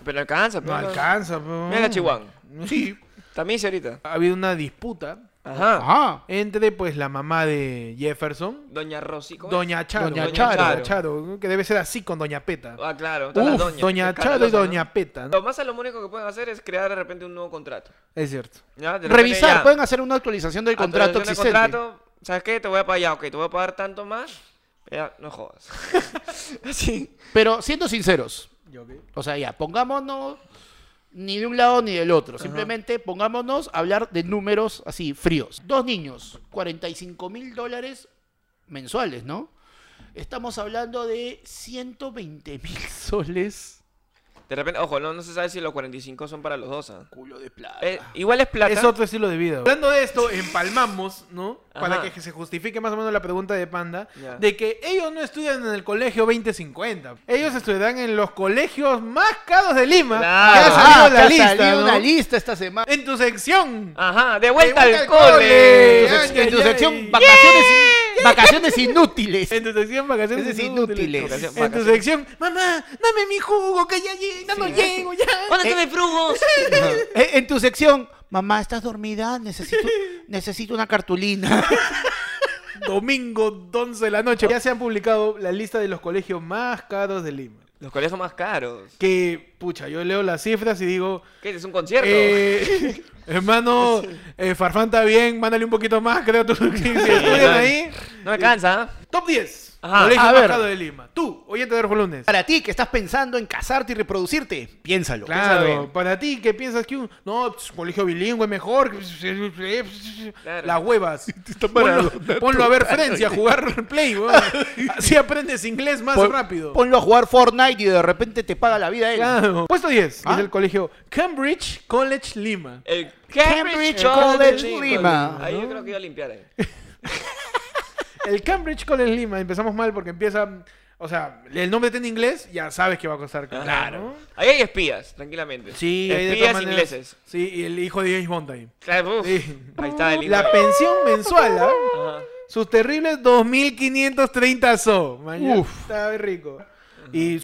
Speaker 1: Pero alcanza,
Speaker 3: No
Speaker 1: pero.
Speaker 3: alcanza, po.
Speaker 1: Mira la Chihuahua.
Speaker 2: Sí.
Speaker 1: También dice ahorita.
Speaker 3: Ha habido una disputa
Speaker 1: Ajá.
Speaker 2: Ajá.
Speaker 3: entre, pues, la mamá de Jefferson,
Speaker 1: Doña Rosy. ¿cómo es?
Speaker 3: Doña Charo.
Speaker 2: Doña
Speaker 1: Charo.
Speaker 3: Doña Charo, que debe ser así con Doña Peta.
Speaker 1: Ah, claro. todas las
Speaker 3: Uf,
Speaker 1: doñas.
Speaker 3: Doña Charo y
Speaker 1: Escandalosas,
Speaker 3: Doña
Speaker 1: ¿no?
Speaker 3: Peta,
Speaker 1: Lo
Speaker 3: ¿no?
Speaker 1: más a lo único que pueden hacer es crear de repente un nuevo contrato.
Speaker 3: Es cierto.
Speaker 1: ¿ya? De repente
Speaker 2: Revisar,
Speaker 1: ya, Ah,
Speaker 2: pueden hacer una actualización del contrato
Speaker 1: actualización
Speaker 2: existente.
Speaker 1: de contrato, ¿Sabes qué? Te voy a pagar ya, ok, te voy a pagar tanto más. Ya, no jodas. Así.
Speaker 2: Pero siendo sinceros,
Speaker 3: Yo qué.
Speaker 2: o sea, ya, pongámonos ni de un lado ni del otro. Simplemente pongámonos a hablar de números así, fríos. Dos niños, 45 mil dólares mensuales, ¿no? Estamos hablando de 120 mil soles.
Speaker 1: De repente, ojo, no, no se sabe si los 45 son para los dos. ¿ah?
Speaker 2: Culo de plata.
Speaker 1: Eh, igual es plata.
Speaker 3: Es otro estilo de vida. Hablando de esto, empalmamos, ¿no? Para
Speaker 1: Ajá.
Speaker 3: que se justifique más o menos la pregunta de Panda,
Speaker 1: Ya.
Speaker 3: de que ellos no estudian en el colegio 2050. Ellos estudiarán en los colegios más caros de Lima.
Speaker 1: Claro.
Speaker 3: Ya ha salido
Speaker 2: Ah,
Speaker 3: la
Speaker 2: que
Speaker 3: lista,
Speaker 2: ha salido
Speaker 3: ¿no?
Speaker 2: una lista esta semana.
Speaker 3: En tu sección.
Speaker 1: Ajá, de vuelta,
Speaker 3: De vuelta
Speaker 1: al
Speaker 3: al
Speaker 1: cole.
Speaker 3: cole.
Speaker 2: En tu sec- en tu
Speaker 3: Ay, ay,
Speaker 2: sección,
Speaker 3: ay.
Speaker 2: vacaciones, in- vacaciones inútiles.
Speaker 3: En tu sección vacaciones
Speaker 2: Es inútiles.
Speaker 3: inútiles.
Speaker 1: Vacaciones,
Speaker 3: En tu
Speaker 1: vacaciones.
Speaker 3: sección, mamá, dame mi jugo que ya, lle- ya no
Speaker 1: Sí.
Speaker 3: llego, ya.
Speaker 1: ¿Cuándo te me frugos?
Speaker 2: Eh, En tu sección, mamá, estás dormida, necesito, necesito una cartulina.
Speaker 3: Domingo 11 de la noche. Ya se han publicado la lista de los colegios más caros de Lima.
Speaker 1: Los colegios son más caros.
Speaker 3: Que, pucha, yo leo las cifras y digo,
Speaker 1: ¿Qué? ¿Es un concierto?
Speaker 3: Eh, hermano, eh, Farfán está bien, mándale un poquito más, creo tú. que se estudian
Speaker 1: claro.
Speaker 3: ahí.
Speaker 1: No me cansa.
Speaker 3: Top 10.
Speaker 1: Ajá.
Speaker 3: Colegio
Speaker 2: A ver.
Speaker 3: Embajado de Lima. Tú, oyente de Rojo Lunes.
Speaker 2: Para ti que estás pensando en casarte y reproducirte,
Speaker 1: piénsalo
Speaker 2: piénsalo.
Speaker 3: Claro,
Speaker 1: bien.
Speaker 3: para ti que piensas que un no, pues, colegio bilingüe mejor,
Speaker 1: Claro.
Speaker 3: las huevas.
Speaker 2: parado.
Speaker 3: Ponlo, ponlo a ver Francia, a jugar play, weón. Así aprendes inglés más
Speaker 2: Pon-
Speaker 3: rápido.
Speaker 2: Ponlo a jugar Fortnite y de repente te paga la vida él.
Speaker 3: Claro. Puesto 10
Speaker 2: ¿Ah?
Speaker 3: es el colegio Cambridge College Lima.
Speaker 1: El
Speaker 2: Cambridge College Lima.
Speaker 1: Ahí yo creo que iba a limpiar. eh. ahí.
Speaker 3: El Cambridge College Lima, empezamos mal porque empieza, o sea, el nombre está en inglés, ya sabes que va a costar caro. ¿no?
Speaker 1: Ahí hay espías, tranquilamente.
Speaker 3: Sí, hay de todas
Speaker 1: espías
Speaker 3: maneras-
Speaker 1: ingleses.
Speaker 3: Sí, y el hijo de James Bond ahí.
Speaker 1: Claro, uf.
Speaker 3: Sí.
Speaker 1: Ahí está el
Speaker 3: La pensión mensual, ¿ah?
Speaker 1: Ajá.
Speaker 3: Sus terribles 2530 so. Mañana
Speaker 2: Uf.
Speaker 3: Está bien rico. Y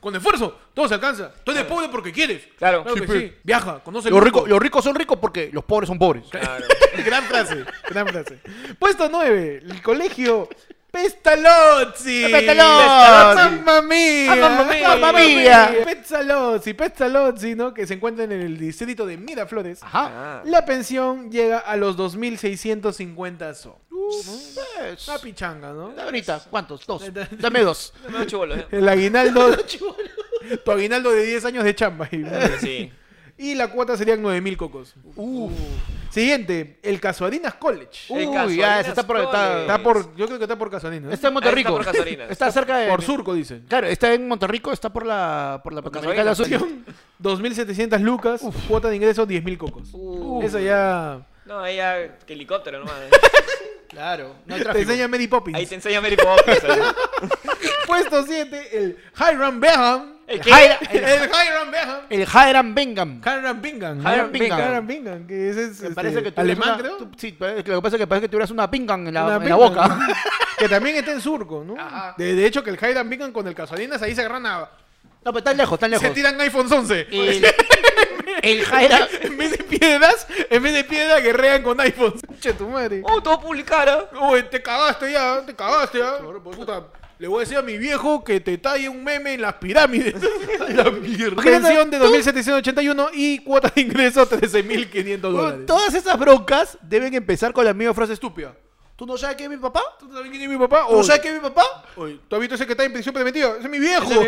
Speaker 3: con esfuerzo, todo se alcanza. Tú eres pobre porque quieres.
Speaker 1: Claro.
Speaker 3: que
Speaker 1: Sí,
Speaker 3: sí. Viaja, conoce el
Speaker 2: Los,
Speaker 3: mundo.
Speaker 2: ricos, los ricos son ricos porque los pobres son pobres.
Speaker 1: Claro.
Speaker 3: Gran frase, gran frase. Puesto 9, el colegio Pestalozzi.
Speaker 2: Pestalozzi.
Speaker 3: ¡Mamma mía!
Speaker 2: Mamma mía.
Speaker 3: Pestalozzi, Pestalozzi, ¿no? Que se encuentra en el distrito de Miraflores.
Speaker 2: Ajá.
Speaker 1: Ah.
Speaker 3: La pensión llega a los 2.650 so.
Speaker 2: Pues,
Speaker 3: Una pichanga, ¿no?
Speaker 2: ahorita, ¿cuántos? Dos. Dame dos.
Speaker 1: No, chubolos, ¿eh?
Speaker 3: El aguinaldo. tu aguinaldo de 10 años de chamba. Y,
Speaker 1: Sí.
Speaker 3: y la cuota serían 9.000 cocos.
Speaker 2: Uf.
Speaker 3: Siguiente, el Casuarinas College.
Speaker 2: Uy,
Speaker 1: El
Speaker 2: ya,
Speaker 1: Casuarinas
Speaker 2: ese está por- está-
Speaker 1: College.
Speaker 3: Está por, yo creo que está por Casuarinas. ¿no?
Speaker 2: Está en Monterrico.
Speaker 1: por Casarinas.
Speaker 2: Está cerca de.
Speaker 3: Por surco, dicen.
Speaker 2: Claro, está en Monterrico, está por la. Por la
Speaker 1: Por
Speaker 2: Panamericana
Speaker 1: Casuarinas.
Speaker 2: Sur.
Speaker 3: 2.700 lucas, cuota de ingreso 10.000 cocos.
Speaker 1: Uh.
Speaker 3: Eso ya
Speaker 1: No, ahí hay que helicóptero nomás.
Speaker 2: Claro, no hay
Speaker 3: te
Speaker 2: tráfico.
Speaker 3: enseña Mary
Speaker 1: Ahí
Speaker 3: Poppins.
Speaker 1: te enseña Mary Poppins. ¿eh?
Speaker 3: Puesto 7, el Hiram Bingham.
Speaker 1: ¿El qué?
Speaker 2: Jaira-
Speaker 3: El
Speaker 2: el,
Speaker 3: Hiram Bingham.
Speaker 2: el Hiram Bingham.
Speaker 3: Hiram Bingham.
Speaker 2: Hiram Bingham.
Speaker 3: Hiram Bingham, que ese es
Speaker 2: Me
Speaker 3: este,
Speaker 2: parece que tú eres
Speaker 3: alemán,
Speaker 2: una-
Speaker 3: creo.
Speaker 2: tú- sí, pero es que lo que pasa es que parece que tuvieras una pingan en la,
Speaker 3: Una
Speaker 2: en la
Speaker 3: Bingham.
Speaker 2: boca.
Speaker 3: que también está en surco, ¿no?
Speaker 2: Ajá.
Speaker 3: De, de hecho, que el Hiram Bingham con el Casalinas ahí se agarran a...
Speaker 2: No, pero están lejos, están lejos.
Speaker 3: Se tiran iPhones 11.
Speaker 2: El, el Hiram.
Speaker 3: en vez de piedras, en vez de piedras, guerrean con iPhones. Che, tu madre.
Speaker 1: Oh, todo publicara.
Speaker 3: Uy, te cagaste ya, te cagaste ya. Puta, le voy a decir a mi viejo que te talle un meme en las pirámides. la mierda. Pensión de 2.781 y cuota de ingreso 13.500 dólares.
Speaker 2: Todas esas broncas deben empezar con la misma frase estúpida. ¿Tú no sabes quién es mi papá?
Speaker 3: ¿Tú sabes quién es mi papá?
Speaker 2: ¿Tú no
Speaker 3: Oye,
Speaker 2: sabes quién es mi papá?
Speaker 3: oye, ¿Tú has visto ese que está en prisión preventivo? ¡Ese es mi viejo!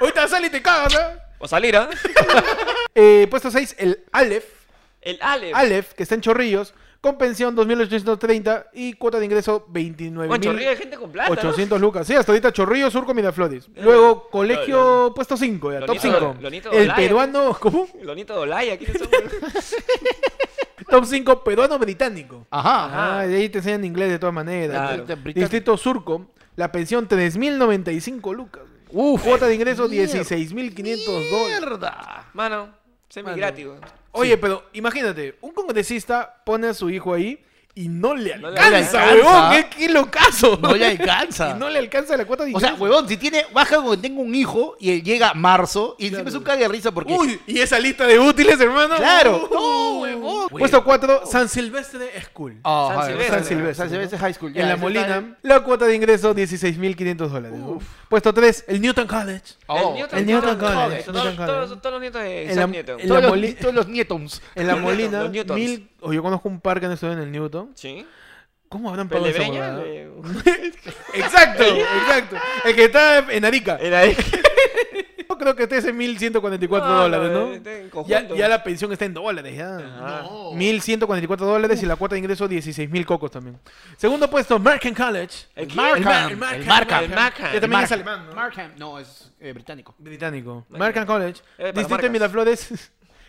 Speaker 3: Ahorita sale y te cagas, ¿ah?
Speaker 1: O salir, ¿ah?
Speaker 3: Eh, puesto 6, el Aleph.
Speaker 1: El Aleph.
Speaker 3: Aleph, que está en Chorrillos, con pensión 2.830 y cuota de ingreso 29.000.
Speaker 1: Bueno, chorrillo de gente con plata. ¿no?
Speaker 3: 800 lucas. Sí, hasta ahorita Chorrillo, Surco, Miraflores. Luego, colegio
Speaker 1: Eh, lo-
Speaker 3: puesto 5, ya,
Speaker 1: lo
Speaker 3: top
Speaker 1: nito-
Speaker 3: 5.
Speaker 1: lo nito
Speaker 3: El
Speaker 1: Olaya,
Speaker 3: peruano, ¿cómo?
Speaker 1: Lonito Dolaya, ¿quiénes son?
Speaker 3: Top 5 peruano-británico.
Speaker 2: Ajá.
Speaker 1: Ajá.
Speaker 3: Ah, y ahí te enseñan inglés de todas maneras.
Speaker 1: Claro.
Speaker 3: Este, británico. Distrito Surco, la pensión 3.095 lucas.
Speaker 2: Uf.
Speaker 3: Cuota de ingreso
Speaker 2: Mier-
Speaker 3: 16.500 dólares.
Speaker 2: Mierda.
Speaker 1: Mano, semigratis. weón.
Speaker 3: Oye, pero imagínate, un congresista pone a su hijo ahí y no le
Speaker 1: No le
Speaker 3: alcanza,
Speaker 2: alcanza.
Speaker 3: huevón. ¿Qué, qué locazo?
Speaker 2: No le alcanza.
Speaker 3: Y no le alcanza la cuota de
Speaker 2: O sea,
Speaker 3: ingreso.
Speaker 2: huevón, si tiene, baja cuando tengo un hijo y él llega a marzo y encima es un cague de risa porque.
Speaker 3: Uy, y esa lista de útiles, hermano.
Speaker 2: ¡Claro!
Speaker 3: Uh.
Speaker 2: ¡No, huevón!
Speaker 3: Puesto 4, San Silvestre School.
Speaker 2: Ah,
Speaker 1: San
Speaker 2: joder,
Speaker 1: Silvestre.
Speaker 2: San Silvestre, San Silvestre High School. ya,
Speaker 3: en La
Speaker 2: ese está bien.
Speaker 3: Molina, la cuota de ingreso 16.500 dólares. ¿no? Puesto 3, el Newton College.
Speaker 2: Oh.
Speaker 3: el Newton College,
Speaker 1: College. Todos-
Speaker 3: Newton
Speaker 1: todos-
Speaker 3: College.
Speaker 1: Todos los nietos de
Speaker 3: En
Speaker 1: Isaac
Speaker 3: la-
Speaker 1: Newton.
Speaker 3: en-
Speaker 2: Todos,
Speaker 3: La
Speaker 2: los,
Speaker 3: Moli-
Speaker 2: todos los nietons.
Speaker 3: En La
Speaker 1: Los
Speaker 3: Molina,
Speaker 1: Newtons, los
Speaker 3: mil... o yo conozco un par que han estudiado en el Newton.
Speaker 1: ¿Sí?
Speaker 3: ¿Cómo habrán
Speaker 1: ¿El
Speaker 3: pagado
Speaker 1: de
Speaker 3: esa
Speaker 1: Breña? Eh,
Speaker 3: huevada?
Speaker 1: De-
Speaker 3: Exacto, exacto. El que está en Arica.
Speaker 1: Era ahí.
Speaker 3: Yo creo que esté ese 1.144
Speaker 2: Ah,
Speaker 1: No,
Speaker 3: dólares,
Speaker 1: no, está este, en
Speaker 3: ¿no? Ya,
Speaker 1: conjunto.
Speaker 3: ya la pensión está en dólares, ya.
Speaker 1: Ajá.
Speaker 2: No.
Speaker 3: 1.144 dólares y la cuota de ingreso 16.000 cocos también. Segundo puesto, Merkin College.
Speaker 1: ¿El qué?
Speaker 2: Markham.
Speaker 3: El
Speaker 2: El
Speaker 3: Markham.
Speaker 2: Markham.
Speaker 1: El Markham.
Speaker 3: Ya también es
Speaker 2: Markham.
Speaker 3: alemán, ¿no?
Speaker 2: Markham. No, es eh, británico.
Speaker 3: Británico.
Speaker 1: Vale.
Speaker 3: Markham College.
Speaker 1: Eh, para
Speaker 3: Distrito de
Speaker 1: marcas.
Speaker 3: Miraflores.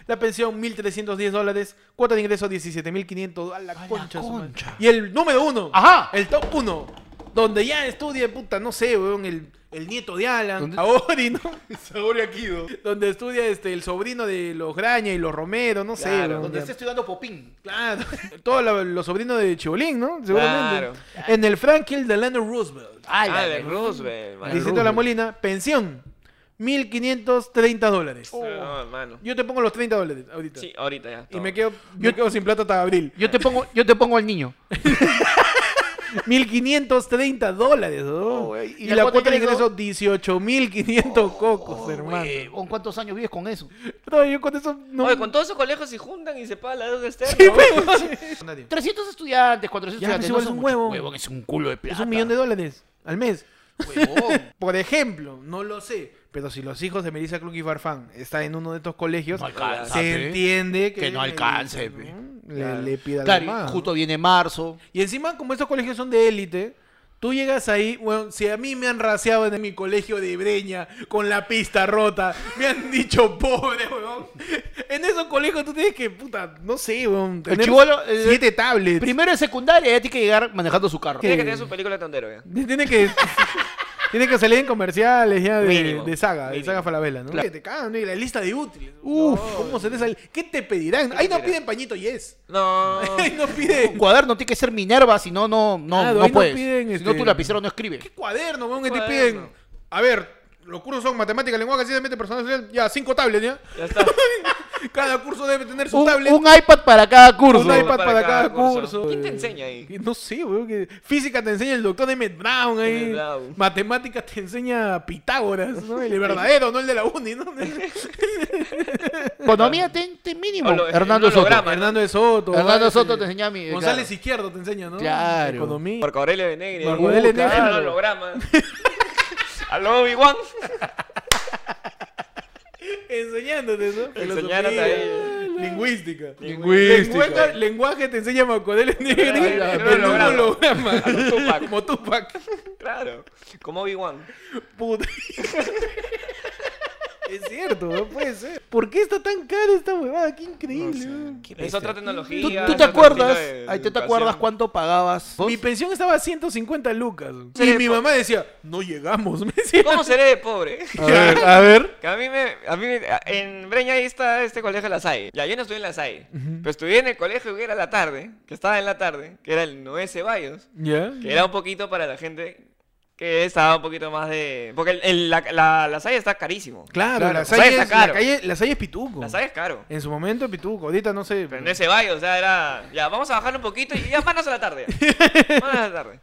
Speaker 3: La pensión 1.310 dólares. Cuota de ingreso 17.500. A la
Speaker 2: la
Speaker 3: concha. de su madre.
Speaker 2: concha.
Speaker 3: Y el número uno.
Speaker 2: Ajá.
Speaker 3: El top uno. Donde ya estudia, puta, no sé, weón, el, el nieto de Alan.
Speaker 2: ¿Dónde?
Speaker 3: Saori, ¿no? Saori Akido. Donde estudia este, el sobrino de los Graña y los Romero, no sé,
Speaker 1: Claro,
Speaker 3: weón,
Speaker 2: Donde
Speaker 3: ya.
Speaker 2: está estudiando Popín.
Speaker 3: Claro. Todos la- los sobrinos de Chibolín, ¿no? Seguramente.
Speaker 1: Claro.
Speaker 3: En el Franklin de Delano Roosevelt.
Speaker 2: Ah,
Speaker 1: Ah, de Roosevelt.
Speaker 3: El
Speaker 1: mano.
Speaker 3: Distrito de la Molina, pensión, 1530 dólares.
Speaker 1: No, hermano.
Speaker 3: Yo te pongo los 30 dólares ahorita.
Speaker 1: Oh, Sí, ahorita ya.
Speaker 3: "Oh". Y
Speaker 1: todo.
Speaker 3: me quedo, yo quedo sin plata hasta abril.
Speaker 2: Yo te pongo, yo te pongo al niño.
Speaker 3: 1530 dólares, ¿no?
Speaker 2: Oh, güey.
Speaker 3: y, la, cuota de ingreso,
Speaker 2: Oh,
Speaker 3: 18500 cocos, Oh, hermano.
Speaker 2: ¿Con cuántos años vives con eso?
Speaker 3: No, yo con eso no.
Speaker 1: Oye, con todos esos colegios se juntan y se paga la deuda externa.
Speaker 3: Sí,
Speaker 1: ¿no?
Speaker 3: pero- Nadie.
Speaker 2: 300 estudiantes, 400
Speaker 3: Ya,
Speaker 2: estudiantes.
Speaker 3: pues
Speaker 2: son
Speaker 3: igual es un
Speaker 2: muchos.
Speaker 3: huevo.
Speaker 2: es un culo de plata.
Speaker 3: Es un millón de dólares. al mes.
Speaker 2: Huevón.
Speaker 3: Por ejemplo, no lo sé, pero si los hijos de Melissa Cluck y Farfán están en uno de estos colegios,
Speaker 2: No alcanza,
Speaker 3: se
Speaker 2: pe.
Speaker 3: entiende que,
Speaker 2: Que no alcance,
Speaker 3: Melissa,
Speaker 2: pe.
Speaker 3: ¿no? Le, le pida
Speaker 2: Claro,
Speaker 3: algo
Speaker 2: y
Speaker 3: más.
Speaker 2: justo viene marzo.
Speaker 3: Y encima, como estos colegios son de élite, tú llegas ahí, bueno, si a mí me han raseado en mi colegio de Breña con la pista rota, me han dicho pobre, weón. En esos colegios tú tienes que, puta, no sé, weón, tener
Speaker 2: chibolo, eh,
Speaker 3: siete tablets.
Speaker 2: Primero es secundaria, ya tiene que llegar manejando su carro.
Speaker 1: Tiene que tener su película de tondero, ya.
Speaker 3: Tiene que, tiene que salir en comerciales ya de,
Speaker 1: Mínimo,
Speaker 3: de saga, de
Speaker 1: mínimo.
Speaker 3: saga Falabella, ¿no?
Speaker 1: Claro.
Speaker 3: Que te cagan, ¿no? Y la lista de útiles. Uf, ¿cómo se te sale? ¿Qué te pedirán? Ahí no
Speaker 1: pedirán?
Speaker 3: piden pañito yes.
Speaker 1: No.
Speaker 3: Ahí no piden...
Speaker 2: Eh, Un cuaderno tiene que ser Minerva, si no, no, no,
Speaker 3: Claro, Ah, ahí
Speaker 2: no
Speaker 3: no
Speaker 2: puedes.
Speaker 3: piden,
Speaker 2: Si no,
Speaker 3: este-
Speaker 2: tu lapicero no escribe.
Speaker 3: ¿Qué cuaderno, weón, que te
Speaker 1: Cuaderno.
Speaker 3: piden? A ver, los cursos son matemática, lenguaje, ciencia, mente, personal, social, ya, cinco tablets, ¿ya?
Speaker 1: Ya está.
Speaker 3: Cada curso debe tener su
Speaker 2: Un,
Speaker 3: tablet,
Speaker 2: un iPad para cada curso.
Speaker 3: un iPad para cada curso.
Speaker 1: ¿Quién te
Speaker 3: eh.
Speaker 1: enseña ahí?
Speaker 3: Que No sé, weón, que física te enseña el doctor Emmett Brown ahí.
Speaker 1: Emmett Brown.
Speaker 3: Matemáticas te enseña Pitágoras, ¿no? El verdadero, no el de la uni, ¿no?
Speaker 2: Economía, ten, ten mínimo.
Speaker 1: O lo-
Speaker 2: Hernando
Speaker 1: un
Speaker 2: Soto.
Speaker 1: eh, holograma.
Speaker 3: Hernando de Soto.
Speaker 2: Hernando
Speaker 3: ¿vale?
Speaker 2: Soto te enseña mi.
Speaker 3: González
Speaker 2: claro.
Speaker 3: Izquierdo te enseña, ¿no?
Speaker 2: Claro.
Speaker 3: Economía.
Speaker 1: Marco Aurelio Benegri.
Speaker 3: Marco Aurelio
Speaker 1: Claro,
Speaker 3: Benegri.
Speaker 1: el holograma. Aló, Obi-Wan.
Speaker 3: Enseñándote, ¿no?
Speaker 1: Enseñándote ahí.
Speaker 3: Lingüística.
Speaker 2: Lingüística.
Speaker 3: Lenguaje, lenguaje te enseña Macodelio Negri
Speaker 1: Claro,
Speaker 3: en
Speaker 1: claro,
Speaker 3: un
Speaker 1: holograma.
Speaker 3: holograma.
Speaker 1: A lo Tupac.
Speaker 3: Como Tupac.
Speaker 1: Claro. Como Obi-Wan.
Speaker 3: Puta. es cierto, no puede ser. ¿Por qué está tan cara esta huevada? Qué increíble. weón.
Speaker 1: Es otra
Speaker 3: este?
Speaker 1: tecnología.
Speaker 2: ¿Tú, tú
Speaker 1: es
Speaker 2: te
Speaker 1: otro
Speaker 2: acuerdas?
Speaker 1: estilo de
Speaker 2: Ahí tú te
Speaker 1: educación.
Speaker 2: acuerdas cuánto pagabas.
Speaker 3: Mi pensión estaba a 150 lucas. Y
Speaker 1: Sí,
Speaker 3: mi
Speaker 1: po-
Speaker 3: mamá decía, no llegamos. Me decía.
Speaker 1: ¿Cómo seré de pobre?
Speaker 2: A ver, a ver.
Speaker 1: Que a mí me, a mí me- en Breña ahí está este colegio de la SAE. Ya yo no estudié en la SAE, pero estudié en el colegio que era la tarde, que estaba en la tarde, que era el Noé Ceballos,
Speaker 3: ¿Ya?
Speaker 1: que era un poquito para la gente que estaba un poquito más de... Porque el- el- la, la, la SAE está carísimo.
Speaker 3: Claro,
Speaker 1: Claro,
Speaker 3: la
Speaker 1: o sea,
Speaker 3: salle
Speaker 2: E
Speaker 3: es,
Speaker 1: E está
Speaker 3: la
Speaker 1: caro.
Speaker 3: calle- la salle es pituco.
Speaker 1: La SAE es caro.
Speaker 3: En su momento es pituco. Ahorita no sé.
Speaker 1: Pero en Ceballos, o sea, era... Ya, vamos a bajar un poquito y ya manos a la tarde. Manos a la tarde.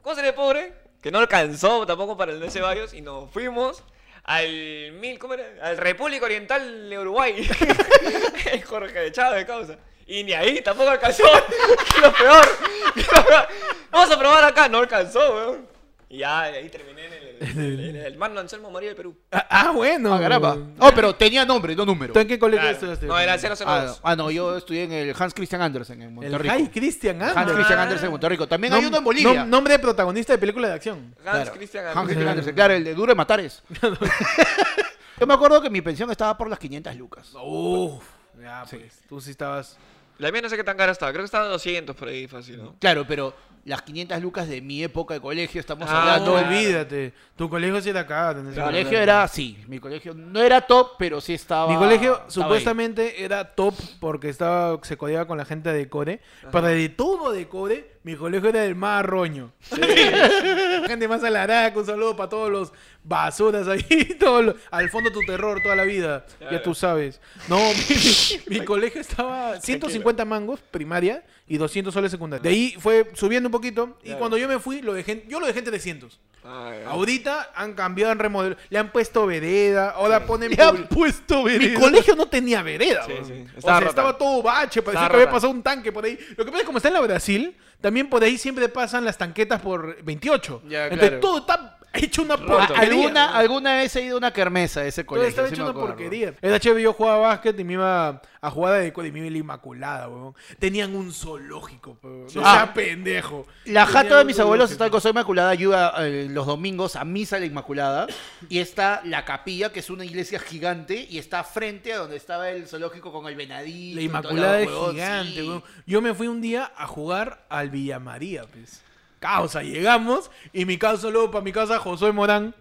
Speaker 1: ¿Cómo seré de pobre? Que no alcanzó tampoco para el Noé Ceballos y nos fuimos... Al mil, ¿cómo era? Al República Oriental de Uruguay. El Jorge de Chávez, causa. Y ni ahí tampoco alcanzó. lo peor. lo peor. Vamos a probar acá. No alcanzó, weón. Y ya, ahí terminé en el, en el, en el Mano Anselmo María del Perú.
Speaker 3: Ah, ah, bueno.
Speaker 2: Ah, caramba. Oh, pero tenía nombre, no número.
Speaker 3: ¿Tú en qué colegio
Speaker 1: Claro.
Speaker 3: estudiaste?
Speaker 1: No, era el
Speaker 2: Ah, no.
Speaker 1: 002.
Speaker 2: Ah, no, yo estudié en el Hans Christian Andersen en
Speaker 3: El
Speaker 2: Monterrico.
Speaker 3: High Christian
Speaker 2: Hans
Speaker 3: Andersen.
Speaker 2: Christian
Speaker 1: Ah.
Speaker 2: Andersen en Monterrico. También
Speaker 3: Nom-
Speaker 2: hay uno en Bolivia.
Speaker 3: nom- nombre de protagonista de película de acción.
Speaker 1: Hans
Speaker 2: Claro.
Speaker 1: Christian
Speaker 2: Hans
Speaker 1: Andersen.
Speaker 2: Christian Andersen, claro, el de Duro de Matares. Yo me acuerdo que mi pensión estaba por las 500 lucas.
Speaker 3: Uf. Ya, pues. Tú sí estabas.
Speaker 1: La mía no sé qué tan cara estaba. Creo que estaba 200 por ahí, fácil, ¿no?
Speaker 2: Claro, pero las 500 lucas de mi época de colegio, estamos
Speaker 1: Ah,
Speaker 2: hablando.
Speaker 3: no,
Speaker 1: claro.
Speaker 3: olvídate. Tu colegio sí era acá. tenés
Speaker 2: Mi
Speaker 3: que
Speaker 2: colegio
Speaker 3: hablar.
Speaker 2: era así. Mi colegio no era top, pero sí estaba.
Speaker 3: Mi colegio
Speaker 2: estaba ahí.
Speaker 3: supuestamente era top porque estaba se codeaba con la gente de Core. Para de todo de Core, mi colegio era el más roño. la gente más alaraca, un saludo para todos los basuras ahí. Todos los- al fondo tu terror toda la vida. Ya
Speaker 1: Claro.
Speaker 3: tú sabes. No, mi, mi colegio estaba 150 mangos primaria y 200 soles secundaria. De ahí fue subiendo un poquito y
Speaker 1: Claro.
Speaker 3: cuando yo me fui, lo dejé, yo lo dejé en 300.
Speaker 1: Ay, ay.
Speaker 3: Ahorita han cambiado, han remodelado, le han puesto vereda, ahora ponen...
Speaker 2: Le han
Speaker 3: puesto vereda. Mi colegio no tenía vereda,
Speaker 1: Sí,
Speaker 3: weón.
Speaker 1: sí,
Speaker 3: O
Speaker 1: estaba
Speaker 3: sea,
Speaker 1: rota.
Speaker 3: estaba todo bache, parecía
Speaker 1: Estaba
Speaker 3: que había
Speaker 1: rota.
Speaker 3: pasado un tanque por ahí. Lo que pasa es que como está en la Brasil, también por ahí siempre pasan las tanquetas por 28.
Speaker 2: Ya,
Speaker 3: Entonces
Speaker 2: claro.
Speaker 3: todo está hecho una
Speaker 1: Roto.
Speaker 3: porquería.
Speaker 2: Alguna, alguna vez he ido a una kermesa de ese
Speaker 3: Todo
Speaker 2: colegio.
Speaker 3: estaba
Speaker 2: sí
Speaker 3: hecho
Speaker 2: me
Speaker 3: una
Speaker 2: acuerdo.
Speaker 3: porquería. Era chévere, yo jugaba básquet y me iba a jugar de código y me iba a la Inmaculada, weón. Tenían un zoológico, weón. No
Speaker 2: Ah.
Speaker 3: sea pendejo.
Speaker 2: La jata
Speaker 3: Tenían
Speaker 2: de
Speaker 3: un
Speaker 2: mis abuelos está
Speaker 3: zoológico.
Speaker 2: el Coso Inmaculada, ayuda eh, los domingos a Misa de la Inmaculada. Y está la capilla, que es una iglesia gigante, y está frente a donde estaba el zoológico con el venadito.
Speaker 3: La
Speaker 2: y todo
Speaker 3: Inmaculada
Speaker 2: el
Speaker 3: es
Speaker 2: huevón,
Speaker 3: gigante,
Speaker 2: sí.
Speaker 3: weón. Yo me fui un día a jugar al Villa María, pues. Causa, llegamos y mi causa luego para mi casa, José Morán.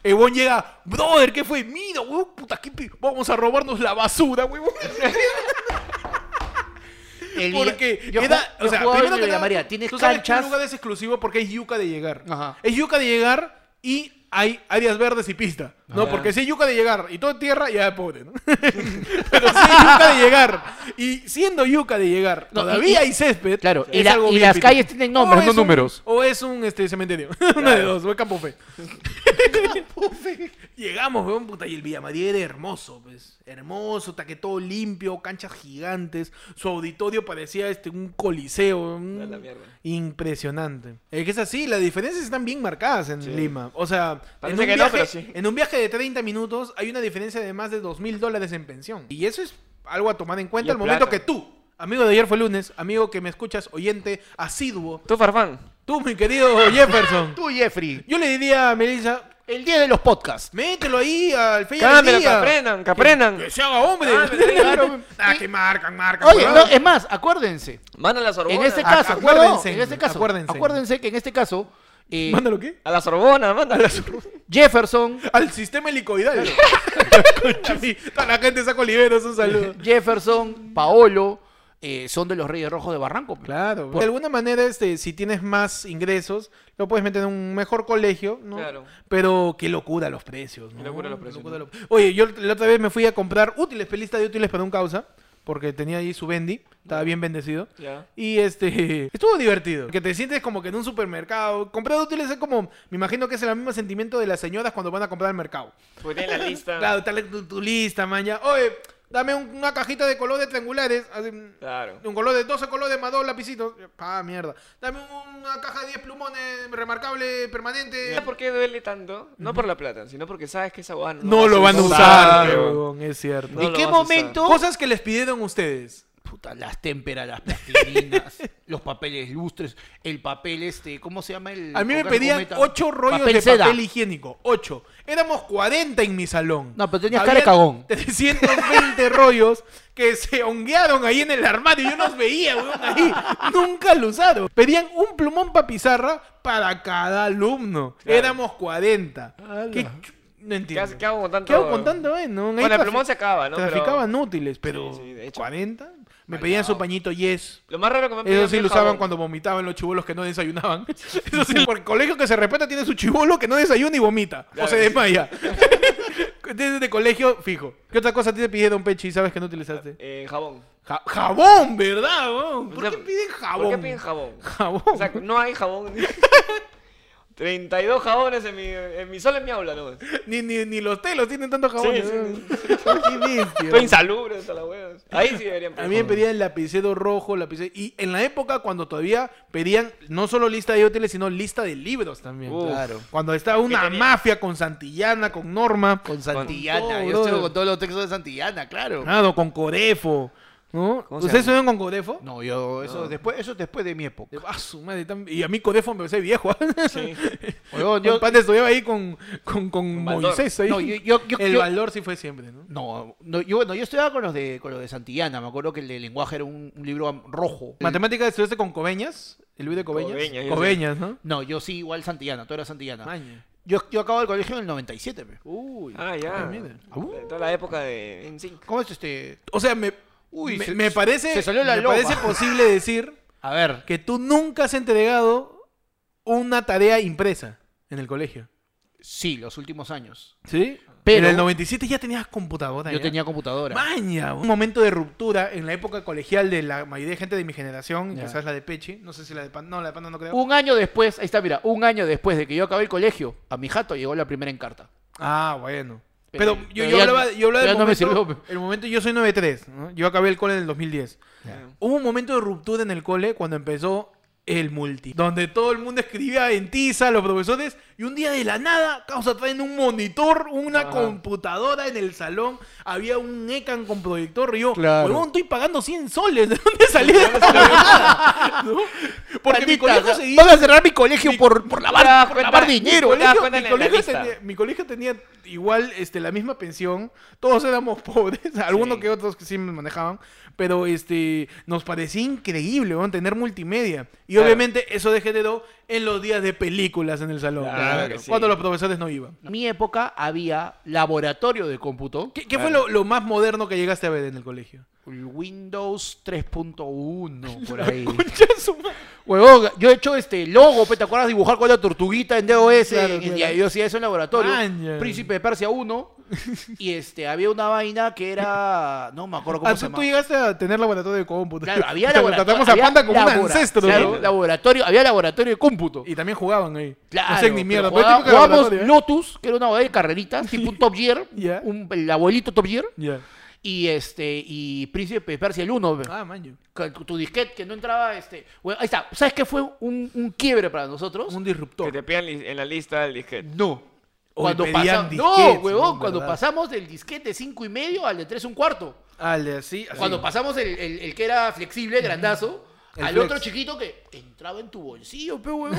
Speaker 3: El weón llega, brother, ¿qué fue? Mira, weón, puta, ¿qué pi- Vamos a robarnos la basura, weón.
Speaker 2: El día-
Speaker 3: Porque
Speaker 2: yo
Speaker 3: era,
Speaker 2: ju-
Speaker 3: o
Speaker 2: yo
Speaker 3: sea,
Speaker 2: jugaba en
Speaker 3: primero
Speaker 2: el
Speaker 3: que
Speaker 2: Villa
Speaker 3: nada,
Speaker 2: María, tienes
Speaker 3: tú sabes que
Speaker 2: canchas.
Speaker 3: un lugar es exclusivo porque es yuca de llegar.
Speaker 2: Ajá.
Speaker 3: Es yuca de llegar y hay áreas verdes y pista. No,
Speaker 2: Ah,
Speaker 1: Ya.
Speaker 3: porque si hay yuca de llegar y todo en tierra, ya pobre, ¿no? Pero si hay yuca de llegar y siendo yuca de llegar,
Speaker 2: No,
Speaker 3: todavía
Speaker 2: y-
Speaker 3: hay césped.
Speaker 2: Claro, y,
Speaker 3: es
Speaker 2: la-
Speaker 3: algo
Speaker 2: y
Speaker 3: bien
Speaker 2: las
Speaker 3: pituco.
Speaker 2: calles tienen nombres,
Speaker 3: O
Speaker 2: no
Speaker 3: es un-
Speaker 2: números.
Speaker 3: O es un este, cementerio. Una de dos, o es Campo Fe. Llegamos, weón, puta, y el Villamadrid era hermoso, pues. Hermoso, está que todo limpio, canchas gigantes. Su auditorio parecía este, un coliseo. un-
Speaker 1: A la mierda.
Speaker 3: Impresionante. Es que es así, las diferencias están bien marcadas en
Speaker 1: Sí.
Speaker 3: Lima. O sea, en
Speaker 1: Parece
Speaker 3: un,
Speaker 1: que no,
Speaker 3: viaje,
Speaker 1: pero sí.
Speaker 3: en un viaje de 30 minutos hay una diferencia de más de 2 mil dólares en pensión. Y eso es algo a tomar en
Speaker 1: Y
Speaker 3: cuenta
Speaker 1: es
Speaker 3: al momento
Speaker 1: plata.
Speaker 3: que tú, amigo de ayer fue lunes, amigo que me escuchas, oyente, asiduo,
Speaker 1: Tú, Farfán.
Speaker 3: tú, mi querido Jefferson.
Speaker 2: Tú, Jeffrey,
Speaker 3: Yo le diría a Melissa,
Speaker 2: el día de los podcasts.
Speaker 3: mételo ahí al Feya del
Speaker 1: Cámbialo, que
Speaker 3: Día.
Speaker 1: aprendan, que aprendan.
Speaker 3: Que se haga hombre.
Speaker 1: Ah, me traigo.
Speaker 3: Claro. Ah, que marcan, marcan.
Speaker 2: Oye,
Speaker 3: huevón.
Speaker 2: no, es más, acuérdense.
Speaker 1: Manda a la Sorbona.
Speaker 2: En este
Speaker 1: A-
Speaker 2: caso,
Speaker 3: acuérdense,
Speaker 2: no, no, en este caso, acuérdense.
Speaker 3: acuérdense.
Speaker 2: que en este caso, eh,
Speaker 3: ¿Mándalo qué?
Speaker 1: A la Sorbona, manda.
Speaker 2: Jefferson,
Speaker 3: Al sistema helicoidal. Concha, sí. Toda la gente saca oliveros, un saludo.
Speaker 2: Jefferson, Paolo, eh, son de los Reyes Rojos de Barranco. pues.
Speaker 3: Claro.
Speaker 2: Por-
Speaker 3: De alguna manera, este, si tienes más ingresos, lo puedes meter en un mejor colegio, ¿no?
Speaker 1: Claro.
Speaker 3: Pero qué locura los precios, ¿no?
Speaker 1: Qué locura los precios,
Speaker 3: Locura
Speaker 1: ¿no?
Speaker 3: lo- Oye, yo la otra vez me fui a comprar útiles, pelista de útiles para un causa, porque tenía ahí su bendy, estaba bien bendecido.
Speaker 1: Ya.
Speaker 3: Y este, estuvo divertido. Que te sientes como que en un supermercado. Comprar útiles es como, me imagino que es el mismo sentimiento de las señoras cuando van a comprar al mercado.
Speaker 1: Pues tiene la lista.
Speaker 3: Claro, tal tu, tu lista, man. ya. Oye, dame un- una cajita de colores triangulares. así,
Speaker 1: Claro.
Speaker 3: un color de 12 colores más dos lapicitos. Pa, mierda. Dame un- una caja de 10 plumones remarcable permanente.
Speaker 1: ¿Sabes por qué duele tanto? No por la plata, sino porque sabes que esa guana
Speaker 3: No lo van a usar, huevón, es
Speaker 1: No
Speaker 3: cierto.
Speaker 2: ¿En
Speaker 1: lo
Speaker 2: qué
Speaker 1: vas a usar.
Speaker 2: momento?
Speaker 3: Cosas que les pidieron ustedes.
Speaker 2: Puta, las témperas, las plastilinas, los papeles lustres, el papel este, ¿cómo se llama el?
Speaker 3: A mí me
Speaker 2: con
Speaker 3: pedían
Speaker 2: cargometa?
Speaker 3: 8 rollos
Speaker 2: Papel
Speaker 3: de
Speaker 2: seda.
Speaker 3: papel higiénico. 8. Éramos 40 en mi salón.
Speaker 2: No, pero tenías cara
Speaker 3: Había
Speaker 2: de cagón.
Speaker 3: 320 rollos que se honguearon ahí en el armario. Yo los veía, weón, ahí. Nunca lo usaron. Pedían un plumón para pizarra para cada alumno.
Speaker 1: Claro.
Speaker 3: Éramos 40. ¿Qué chu- no
Speaker 1: ¿Qué,
Speaker 3: entiendo.
Speaker 1: hace- qué hago con tanto?
Speaker 3: ¿Qué hago con tanto, eh? No, ahí
Speaker 1: Bueno, el
Speaker 3: trafi-
Speaker 1: plumón se acaba, ¿no? Pero
Speaker 3: Traficaban útiles, pero
Speaker 1: Sí, sí, de hecho.
Speaker 3: 40. Me pedían su pañito yes.
Speaker 1: Lo más raro que me han pedido a
Speaker 3: Eso
Speaker 1: mí
Speaker 3: sí
Speaker 1: es
Speaker 3: lo usaban
Speaker 1: jabón.
Speaker 3: cuando vomitaban los chibolos que no desayunaban. Eso sí, porque el colegio que se respeta tiene su chibolo que no desayuna y vomita. O
Speaker 1: Claro.
Speaker 3: se desmaya. Desde de colegio, fijo. ¿Qué otra cosa a ti te pidieron, Pechi, y sabes que no utilizaste?
Speaker 1: Eh, jabón.
Speaker 3: Ja- jabón, ¿verdad? weón?
Speaker 1: O
Speaker 3: ¿Por
Speaker 1: sea,
Speaker 3: qué piden jabón?
Speaker 1: ¿Por qué piden jabón?
Speaker 3: jabón?
Speaker 1: O sea, no hay jabón. 32 jabones en mi, en mi solo en mi aula, ¿no?
Speaker 3: ni, ni, ni los telos tienen tanto jabón.
Speaker 1: Sí, sí,
Speaker 3: weón.
Speaker 1: sí.
Speaker 3: Qué bestia.
Speaker 1: Estoy insalubre hasta la hueva. Ahí sí deberían
Speaker 3: A
Speaker 1: pedir
Speaker 3: mí me
Speaker 1: jabón.
Speaker 3: pedían lapicero rojo, lapicero... Y en la época cuando todavía pedían no solo lista de útiles, sino lista de libros también.
Speaker 1: Uf.
Speaker 2: Claro.
Speaker 3: Cuando estaba una
Speaker 1: tenía?
Speaker 3: mafia con Santillana, con Norma.
Speaker 2: Con Santillana,
Speaker 3: Con todo, Ah.
Speaker 2: yo estoy
Speaker 3: brother.
Speaker 2: con todos los textos de Santillana, claro.
Speaker 3: Claro, con Corefo. ¿no?
Speaker 1: ¿Cómo se
Speaker 3: ¿Ustedes
Speaker 1: llama?
Speaker 3: estuvieron con Corefo?
Speaker 2: No, yo eso
Speaker 1: No.
Speaker 2: después, eso es después de mi época.
Speaker 3: Ah, su madre, tan- Y a mí Corefo me parece viejo.
Speaker 1: Sí.
Speaker 2: Oye,
Speaker 3: Yo
Speaker 2: yo-
Speaker 3: padre estudiaba ahí con, con, con
Speaker 1: Con Baldor.
Speaker 3: Moisés. Ahí.
Speaker 2: no, yo, yo- yo-
Speaker 3: El
Speaker 2: yo-
Speaker 3: valor sí fue siempre, ¿no?
Speaker 2: no, no, yo, bueno, yo estudiaba con los de con los de Santillana, me acuerdo que el de lenguaje era un, un libro am- rojo.
Speaker 3: ¿Matemáticas estudiaste con Cobeñas? ¿El Luis de Cobeñas?
Speaker 1: Cobeñas, yo sé.
Speaker 3: Cobeñas, ¿no?
Speaker 2: No, yo sí igual Santillana, todo era Santillana.
Speaker 3: Maña.
Speaker 2: Yo, yo acabo el colegio en el 97. pe. Uh,
Speaker 3: Uy.
Speaker 1: Ah, ya.
Speaker 3: Ay, mira.
Speaker 1: De Toda la época de NSYNC.
Speaker 2: ¿Cómo es este?
Speaker 3: O sea, me,
Speaker 2: Uy,
Speaker 3: me,
Speaker 2: se-
Speaker 3: me parece,
Speaker 2: se salió la
Speaker 3: me
Speaker 2: loba.
Speaker 3: parece posible decir
Speaker 2: A ver,
Speaker 3: que tú nunca has entregado una tarea impresa en el colegio.
Speaker 2: sí, los últimos años.
Speaker 3: ¿Sí?
Speaker 2: Pero-
Speaker 3: en el 97 ya tenías computadora.
Speaker 2: Yo
Speaker 3: ya.
Speaker 2: tenía computadora.
Speaker 3: Maña, un momento de ruptura en la época colegial de la mayoría de gente de mi generación,
Speaker 2: Ya. Uh.
Speaker 3: quizás la de Pechi, no sé si la de Panda, no, la de Panda no creo.
Speaker 2: Un año después, ahí está, mira, un año después de que yo acabé el colegio, a mi jato llegó la primera encarta.
Speaker 3: Ah, bueno.
Speaker 2: Pero-
Speaker 3: Pero,
Speaker 2: pero
Speaker 3: yo, yo
Speaker 2: ya-
Speaker 3: hablaba, yo hablaba
Speaker 2: ya
Speaker 3: del
Speaker 2: Eh, no me
Speaker 3: momento,
Speaker 2: sirvió, pe.
Speaker 3: el momento, yo soy 9-3, ¿no? yo acabé el cole en el 2010.
Speaker 1: Ah.
Speaker 3: Hubo un momento de ruptura en el cole cuando empezó el multi, donde todo el mundo escribía en tiza, los profesores, y un día de la nada, causa, traen un monitor, una
Speaker 1: Ajá.
Speaker 3: computadora en el salón, había un ECAN con proyector, y yo,
Speaker 2: Claro.
Speaker 3: huevón, estoy pagando 100 soles, ¿de dónde salió esta huevada? ¿No? Porque mi
Speaker 2: Maldita,
Speaker 3: colegio
Speaker 2: o sea,
Speaker 3: seguía...
Speaker 2: Van a cerrar mi colegio por, por lavar,
Speaker 1: Ya,
Speaker 2: por
Speaker 1: cuenta-
Speaker 2: lavar dinero.
Speaker 1: Te das
Speaker 3: colegio-
Speaker 1: cuenta
Speaker 3: mi,
Speaker 1: en la
Speaker 3: colegio
Speaker 1: lista.
Speaker 3: tenía, mi colegio tenía igual este, la misma pensión, todos éramos pobres, algunos
Speaker 1: Sí.
Speaker 3: que otros que sí me manejaban, pero este, nos parecía increíble weón, tener multimedia. Y
Speaker 1: Claro.
Speaker 3: obviamente eso degeneró en los días de películas en el salón.
Speaker 4: Claro que sí.
Speaker 3: Cuando los profesores no iban.
Speaker 2: En mi época había laboratorio de cómputo,
Speaker 3: ¿Qué, qué fue lo, lo más moderno que llegaste a ver en el colegio?
Speaker 2: el Windows 3.1 por ahí.
Speaker 3: Concha su madre.
Speaker 2: Huevón, yo he hecho este logo, pe, ¿te acuerdas dibujar con la tortuguita en DOS?
Speaker 3: Claro,
Speaker 2: En-
Speaker 3: claro.
Speaker 2: y yo hacía eso en laboratorio.
Speaker 3: Maña.
Speaker 2: Príncipe de Persia 1. y este, había una vaina que era. No me acuerdo cómo
Speaker 3: Ah,
Speaker 2: se
Speaker 3: tú,
Speaker 2: llama.
Speaker 3: tú llegaste a tener laboratorio de cómputo.
Speaker 2: Claro, había
Speaker 3: Pero
Speaker 2: laboratorio.
Speaker 3: Tratamos a
Speaker 2: había
Speaker 3: Panda como
Speaker 2: labora-
Speaker 3: un ancestro.
Speaker 2: claro,
Speaker 3: ¿no?
Speaker 2: laboratorio, había laboratorio de cómputo.
Speaker 3: Y también jugaban ahí.
Speaker 2: Claro,
Speaker 3: No sé ni mierda.
Speaker 2: pero
Speaker 3: pero
Speaker 2: jugaba-
Speaker 3: época de
Speaker 2: jugábamos
Speaker 3: laboratorio, ¿eh?
Speaker 2: Lotus, que era una bodega de carreritas, tipo un Top Gear,
Speaker 3: Ya.
Speaker 2: un, el abuelito Top Gear,
Speaker 3: Ya.
Speaker 2: y este, y Príncipe de Persia el 1. pe.
Speaker 3: Ah, man, yo.
Speaker 2: Con tu tu disquete que no entraba, este. Bueno, ahí está. ¿Sabes qué fue un, un quiebre para nosotros?
Speaker 3: Un
Speaker 1: Que
Speaker 3: disruptor.
Speaker 1: te pidan li- en la lista del disquete.
Speaker 2: No.
Speaker 3: Hoy
Speaker 2: Cuando
Speaker 3: pedían
Speaker 2: pasamos. No,
Speaker 3: disquetes,
Speaker 2: huevón,
Speaker 3: ¿no?
Speaker 2: cuando
Speaker 3: ¿Verdad?
Speaker 2: pasamos del disquete de 5 y medio al de 3 un cuarto.
Speaker 3: Al Ah, de así, así.
Speaker 2: Cuando pasamos el, el- el que era flexible, grandazo,
Speaker 3: El
Speaker 2: al
Speaker 3: flex.
Speaker 2: otro chiquito que entraba en tu bolsillo, pe huevón.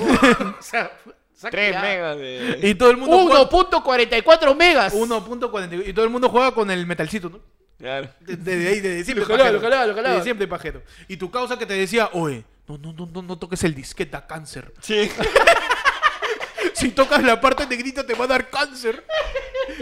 Speaker 2: o sea, esa
Speaker 1: 3
Speaker 2: cagada.
Speaker 1: megas de.
Speaker 3: Y todo el mundo. jugaba-
Speaker 2: 1.44 megas.
Speaker 3: 1.42. Y todo el mundo juega con el metalcito, ¿no?
Speaker 1: Claro.
Speaker 3: De, de- de ahí, de, de siempre.
Speaker 2: jalaba,
Speaker 3: pajero.
Speaker 2: lo jalaba, lo jalaba.
Speaker 3: De siempre pajero. Y tu causa que te decía, oye, no, no, no, no, no toques el disquete, da cáncer.
Speaker 1: Sí.
Speaker 3: Si tocas la parte negrita te va a dar cáncer.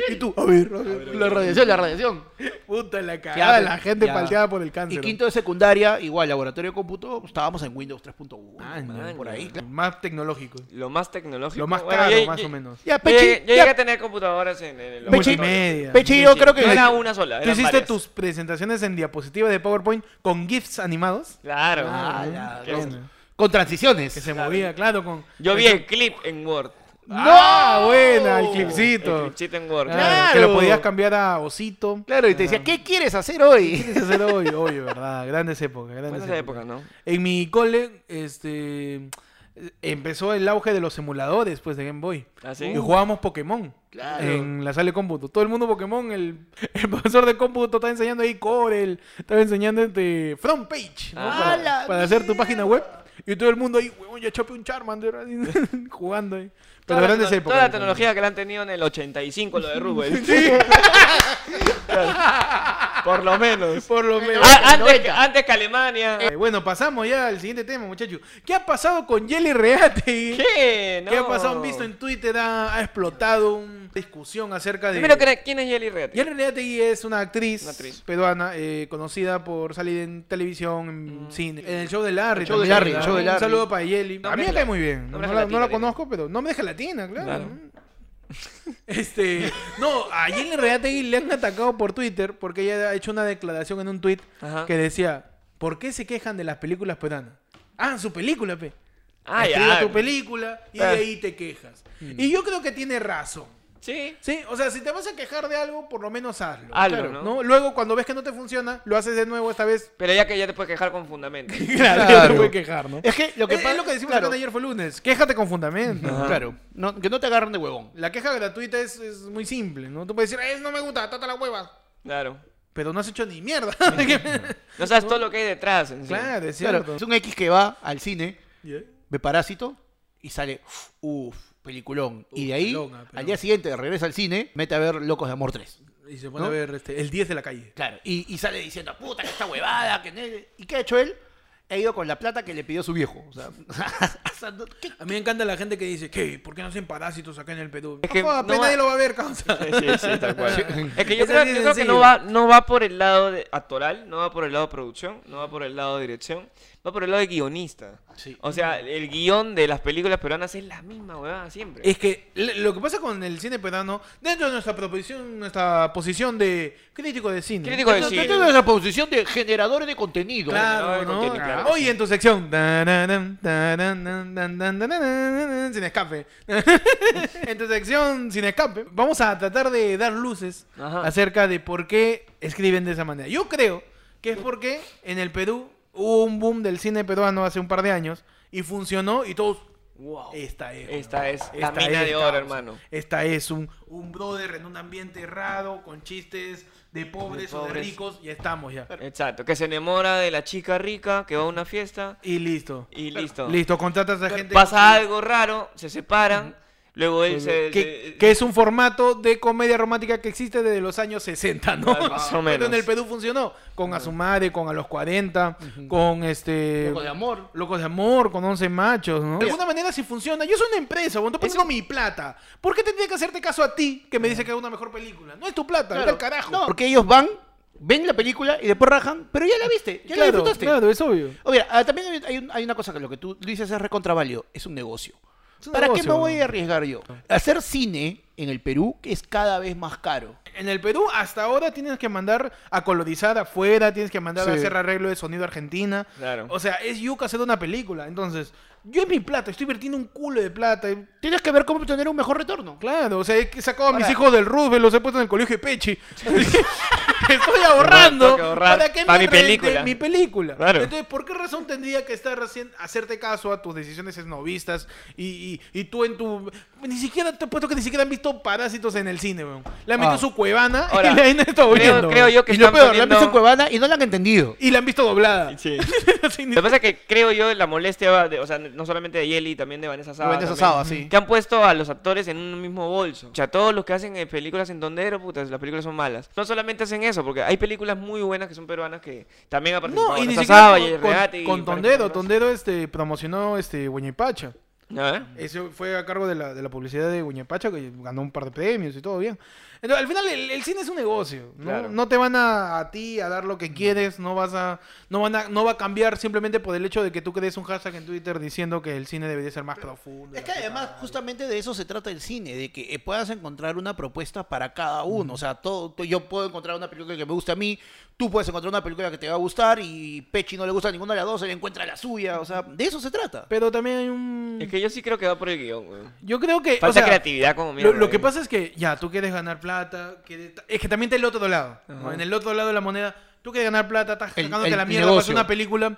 Speaker 3: Y tú, a ver, a ver.
Speaker 2: La radiación, la radiación.
Speaker 3: Puta la
Speaker 2: Ya,
Speaker 3: cagada,
Speaker 2: pero-
Speaker 3: la gente
Speaker 2: ya.
Speaker 3: palteada por el cáncer.
Speaker 2: Y quinto de secundaria, igual, laboratorio de cómputo, estábamos en Windows 3.1.
Speaker 3: Maña,
Speaker 1: por ahí, claro.
Speaker 3: Más tecnológico.
Speaker 1: Lo más tecnológico.
Speaker 3: Lo más
Speaker 1: Bueno,
Speaker 3: caro,
Speaker 1: yo-
Speaker 3: más
Speaker 1: yo-
Speaker 3: o menos.
Speaker 2: Ya,
Speaker 1: Yo, llegué-
Speaker 2: Pechi,
Speaker 1: yo llegué
Speaker 2: ya,
Speaker 1: a tener computadoras en, en el
Speaker 2: Pechi-
Speaker 1: laboratorio.
Speaker 3: Multimedia.
Speaker 2: Pechi, yo
Speaker 1: Sí,
Speaker 2: creo
Speaker 1: sí.
Speaker 2: que...
Speaker 1: No era una sola.
Speaker 3: Tú
Speaker 1: eran
Speaker 3: hiciste
Speaker 1: varias.
Speaker 3: tus presentaciones en diapositivas de PowerPoint con GIFs animados.
Speaker 1: Claro.
Speaker 2: Ah, la-
Speaker 1: Qué
Speaker 2: con-
Speaker 1: bueno.
Speaker 2: Con transiciones.
Speaker 3: ¿eh? Que se movía, claro, con.
Speaker 1: Yo vi el clip en Word.
Speaker 2: ¡No!
Speaker 3: ¡Ah, buena! El clipcito.
Speaker 1: El clipcito en Word.
Speaker 3: Claro,
Speaker 2: Claro.
Speaker 3: Que lo podías cambiar a osito. Ah.
Speaker 2: Claro, y te decía, ¿qué quieres hacer hoy?
Speaker 3: Tienes que hacer hoy, hoy, ¿verdad? Grandes épocas, grandes
Speaker 1: Buenas épocas,
Speaker 3: épocas.
Speaker 1: ¿no?
Speaker 3: En mi cole, este. Empezó el auge de los emuladores, pues, de Game Boy.
Speaker 1: ¿Ah, sí?
Speaker 3: Y jugábamos Pokémon.
Speaker 2: Claro.
Speaker 3: En la sala de cómputo. Todo el mundo Pokémon. El, el profesor de cómputo estaba enseñando ahí Corel. Estaba enseñando este Front Page. ¿no?
Speaker 1: Ah,
Speaker 2: la
Speaker 3: para para hacer tu
Speaker 2: mierda.
Speaker 3: página web. Y todo el mundo ahí, huevón, ya chopé un Charmander. así, jugando ahí. Pero
Speaker 1: Toda la
Speaker 3: grandes
Speaker 1: tecno-
Speaker 3: épocas.
Speaker 1: Toda la tecnología que la han tenido en el 85, lo de Rubén. Por lo menos.
Speaker 3: Por lo menos.
Speaker 1: Ah, antes, que- antes que Alemania.
Speaker 3: Eh, Bueno, pasamos ya al siguiente tema, muchachos. ¿Qué ha pasado con Jelly Reate?
Speaker 1: ¿Qué? No.
Speaker 3: ¿Qué ha pasado? Han visto en Twitter, ha, ha explotado una discusión acerca de...
Speaker 1: Primero, que- ¿quién es Jelly Red?
Speaker 3: Jelly Reategui es una actriz,
Speaker 1: Una actriz.
Speaker 3: peruana eh, conocida por salir en televisión,
Speaker 1: Mm.
Speaker 3: en cine, en el show de Larry.
Speaker 2: El show de
Speaker 3: también,
Speaker 2: Larry,
Speaker 3: ¿verdad?
Speaker 2: el show de
Speaker 3: Un
Speaker 2: Larry.
Speaker 3: saludo para Jelly.
Speaker 1: Nombre
Speaker 3: a mí me
Speaker 1: es
Speaker 3: cae
Speaker 1: la-
Speaker 3: muy bien. No,
Speaker 1: nombre es
Speaker 3: la,
Speaker 1: latina,
Speaker 3: no la
Speaker 1: Jelly.
Speaker 3: conozco, pero no me deja latina, claro.
Speaker 1: Claro.
Speaker 3: Este, no, a Jelly Reategui le han atacado por Twitter porque ella ha hecho una declaración en un tweet
Speaker 1: Ajá.
Speaker 3: que decía, ¿por qué se quejan de las películas peruanas? Ah, su película, pe.
Speaker 1: Ah,
Speaker 3: Escriba
Speaker 1: ya.
Speaker 3: tu película y de
Speaker 1: Ah.
Speaker 3: ahí te quejas. Y yo creo que tiene razón.
Speaker 1: Sí.
Speaker 3: Sí, o sea, si te vas a quejar de algo, por lo menos hazlo.
Speaker 1: Hazlo,
Speaker 3: Claro,
Speaker 1: ¿no?
Speaker 3: Luego, cuando ves que no te funciona, lo haces de nuevo esta vez.
Speaker 1: Pero ya que ya te puedes quejar con fundamento.
Speaker 3: Claro,
Speaker 2: Claro.
Speaker 3: no te puedes quejar, ¿no?
Speaker 2: Es que lo que
Speaker 3: Eh, Es- es
Speaker 2: pasa-
Speaker 3: lo que decimos
Speaker 2: claro.
Speaker 3: acá de ayer fue lunes. Quéjate con fundamento.
Speaker 2: Claro, no- que no te agarren de huevón.
Speaker 3: La queja gratuita es, es muy simple, ¿no? Tú puedes decir, "Eh, no me gusta, trata la hueva.
Speaker 1: Claro.
Speaker 3: Pero no has hecho ni mierda.
Speaker 1: No sabes todo lo que hay detrás. en sí.
Speaker 3: claro, es
Speaker 2: Claro,
Speaker 3: cierto.
Speaker 2: es un X que va al cine,
Speaker 3: Yeah.
Speaker 2: ve Parásito y sale, uff, peliculón. y de ahí,
Speaker 3: pelón, ah,
Speaker 2: al
Speaker 3: pelón.
Speaker 2: día siguiente regresa al cine, mete a ver Locos de Amor 3.
Speaker 3: Y se pone
Speaker 2: ¿No?
Speaker 3: a ver este, el 10 de la calle.
Speaker 2: Claro, y, y sale diciendo, puta, que esta huevada, que... ne-". ¿Y qué ha hecho él? Ha ido con la plata que le pidió su viejo. O sea, o sea, no- ¿qué?
Speaker 3: A mí me encanta la gente que dice, ¿qué? ¿Por qué no hacen parásitos acá en el Perú?
Speaker 1: Es que
Speaker 3: no, joda,
Speaker 1: no
Speaker 3: pe,
Speaker 1: ha-
Speaker 3: nadie lo va a ver, causa.
Speaker 1: Sí, sí, tal cual. Es que yo
Speaker 3: Es
Speaker 1: creo,
Speaker 3: así
Speaker 1: yo
Speaker 3: de
Speaker 1: creo que
Speaker 3: sencillo.
Speaker 1: no va, no va por el lado de actoral, no va por el lado de producción, no va por el lado de dirección, va por el lado de guionista.
Speaker 2: Sí.
Speaker 1: O sea, el guión de las películas peruanas es la misma, huevada, siempre.
Speaker 3: Es que l- lo que pasa con el cine peruano, dentro de nuestra proposición, nuestra posición de crítico de cine.
Speaker 1: Crítico de
Speaker 2: No,
Speaker 1: cine.
Speaker 2: no, no, es la posición de generadores de contenido.
Speaker 3: Claro,
Speaker 1: Generador de
Speaker 3: ¿no?
Speaker 1: contenido, claro.
Speaker 3: Hoy en tu sección. tararán, tararán, tan, tan, tan, tan, Sin escape. en tu sección sin escape. Vamos a tratar de dar luces
Speaker 1: Ajá.
Speaker 3: acerca de por qué escriben de esa manera. Yo creo que es porque en el Perú hubo un boom del cine peruano hace un par de años y funcionó y todos.
Speaker 1: Wow.
Speaker 3: Esta es.
Speaker 1: Esta es la
Speaker 3: Esta
Speaker 1: mina
Speaker 3: es,
Speaker 1: de
Speaker 3: causa.
Speaker 1: oro, hermano.
Speaker 3: Esta es un, un brother en un ambiente errado, con chistes de pobres, o de
Speaker 1: pobres.
Speaker 3: ricos, y estamos ya.
Speaker 1: Exacto, que se enamora de la chica rica, que va a una fiesta
Speaker 3: Y listo.
Speaker 1: y listo.
Speaker 3: Listo, contratas a gente.
Speaker 1: Pasa algo raro, se separan Luego él se...
Speaker 3: Que,
Speaker 1: se-
Speaker 3: que es un formato de comedia romántica que existe desde los años 60, ¿no?
Speaker 1: Ah, más o
Speaker 3: Pero
Speaker 1: menos.
Speaker 3: en el Perú funcionó. Con A su madre, con A los 40, con este...
Speaker 2: Loco de amor.
Speaker 3: Locos de amor, con 11 machos, ¿no? De alguna manera sí funciona. Yo soy una empresa, bueno, estoy poniendo mi plata. ¿Por qué tendría que hacerte caso a ti que me dice que haga una mejor película? No es tu plata, vete
Speaker 2: Claro.
Speaker 3: al carajo.
Speaker 2: No, porque ellos van, ven la película y después rajan, pero ya la viste, ya la
Speaker 3: Claro,
Speaker 2: disfrutaste.
Speaker 3: Claro, es obvio.
Speaker 2: O mira, ah, también hay- hay, un- hay una cosa que lo que tú dices es recontravalio, es un negocio.
Speaker 3: Es un
Speaker 2: ¿Para qué
Speaker 3: negocio, Ah.
Speaker 2: me voy
Speaker 3: weón.
Speaker 2: a arriesgar yo? Hacer cine en el Perú es cada vez más caro.
Speaker 3: En el Perú hasta ahora tienes que mandar a colorizar afuera, tienes que mandar a
Speaker 2: Sí.
Speaker 3: hacer arreglo de sonido a Argentina.
Speaker 1: Claro.
Speaker 3: O sea, es yuca hacer una película. Entonces, yo es mi plata, estoy invirtiendo un culo de plata. y-
Speaker 2: Tienes que ver cómo obtener un mejor retorno.
Speaker 3: Claro, o sea, he sacado a mis
Speaker 2: Ahora-
Speaker 3: hijos del Roosevelt, los he puesto en el colegio de Pechi. Estoy ahorrando
Speaker 1: Tengo que ahorrar
Speaker 3: para que
Speaker 1: pa' mi
Speaker 3: me rente
Speaker 1: película.
Speaker 3: mi película.
Speaker 1: Claro.
Speaker 3: Entonces, ¿por qué razón tendría que estar recién hacerte caso a tus decisiones esnovistas y, y- y tú en tu ni siquiera te he puesto que ni siquiera han visto parásitos en el cine, weón. Le han visto
Speaker 2: Ah.
Speaker 3: su cuevana
Speaker 1: Ahora,
Speaker 3: y la han estado
Speaker 1: creo-
Speaker 3: viendo,
Speaker 1: creo
Speaker 3: weón.
Speaker 1: yo que
Speaker 2: y lo
Speaker 1: están
Speaker 2: peor, la han
Speaker 1: poniendo-
Speaker 2: visto en Cuevana y no la han entendido.
Speaker 3: y la han visto doblada.
Speaker 1: Sí.
Speaker 3: Así ni-
Speaker 1: Lo que pasa es que creo yo la molestia, va de- o sea, no solamente de Yeli, también de Vanessa Saba.
Speaker 2: Vanessa
Speaker 1: también,
Speaker 2: Saba, sí.
Speaker 1: Que han puesto a los actores en un mismo bolso. O sea, todos los que hacen eh, películas en tondero, putas, las películas son malas. No solamente hacen eso, porque hay películas muy buenas que son peruanas que también ha participado
Speaker 3: no, y ni
Speaker 1: Vanessa
Speaker 3: siquiera
Speaker 1: Saba,
Speaker 3: con-
Speaker 1: Yael
Speaker 3: con,
Speaker 1: Reate y
Speaker 3: con
Speaker 1: para-
Speaker 3: Tondero. Tondero este, promocionó este, Huañaypacha.
Speaker 1: A ver.
Speaker 3: Eso fue a cargo de la, de la publicidad de Guñapacha, que ganó un par de premios y todo bien. Entonces, al final, el, el cine es un negocio. ¿no?
Speaker 1: Claro.
Speaker 3: No te van a, a ti a dar lo que quieres, no vas a no, van a- no va a cambiar simplemente por el hecho de que tú crees un hashtag en Twitter diciendo que el cine debería ser más profundo.
Speaker 2: Es que además justamente de eso se trata el cine, de que eh, puedas encontrar una propuesta para
Speaker 3: Mm.
Speaker 2: cada uno. O sea, todo, to- yo puedo encontrar una película que me gusta a mí, tú puedes encontrar una película que te va a gustar y Pechi no le gusta ninguna de las dos, él encuentra la suya. O sea, de eso se trata.
Speaker 3: Pero también hay un...
Speaker 1: Es que yo sí creo que va por el guión, güey.
Speaker 3: Yo creo que... Eh, o
Speaker 1: Falta
Speaker 3: sea,
Speaker 1: creatividad como mierda.
Speaker 3: Lo, lo que
Speaker 1: güey.
Speaker 3: pasa es que ya, tú quieres ganar plata, quieres- es que también está el otro lado, ¿no? en el otro lado de la moneda, tú quieres ganar plata, estás
Speaker 2: El-
Speaker 3: sacándote
Speaker 2: el
Speaker 3: la mierda,
Speaker 2: negocio.
Speaker 3: pasa una película,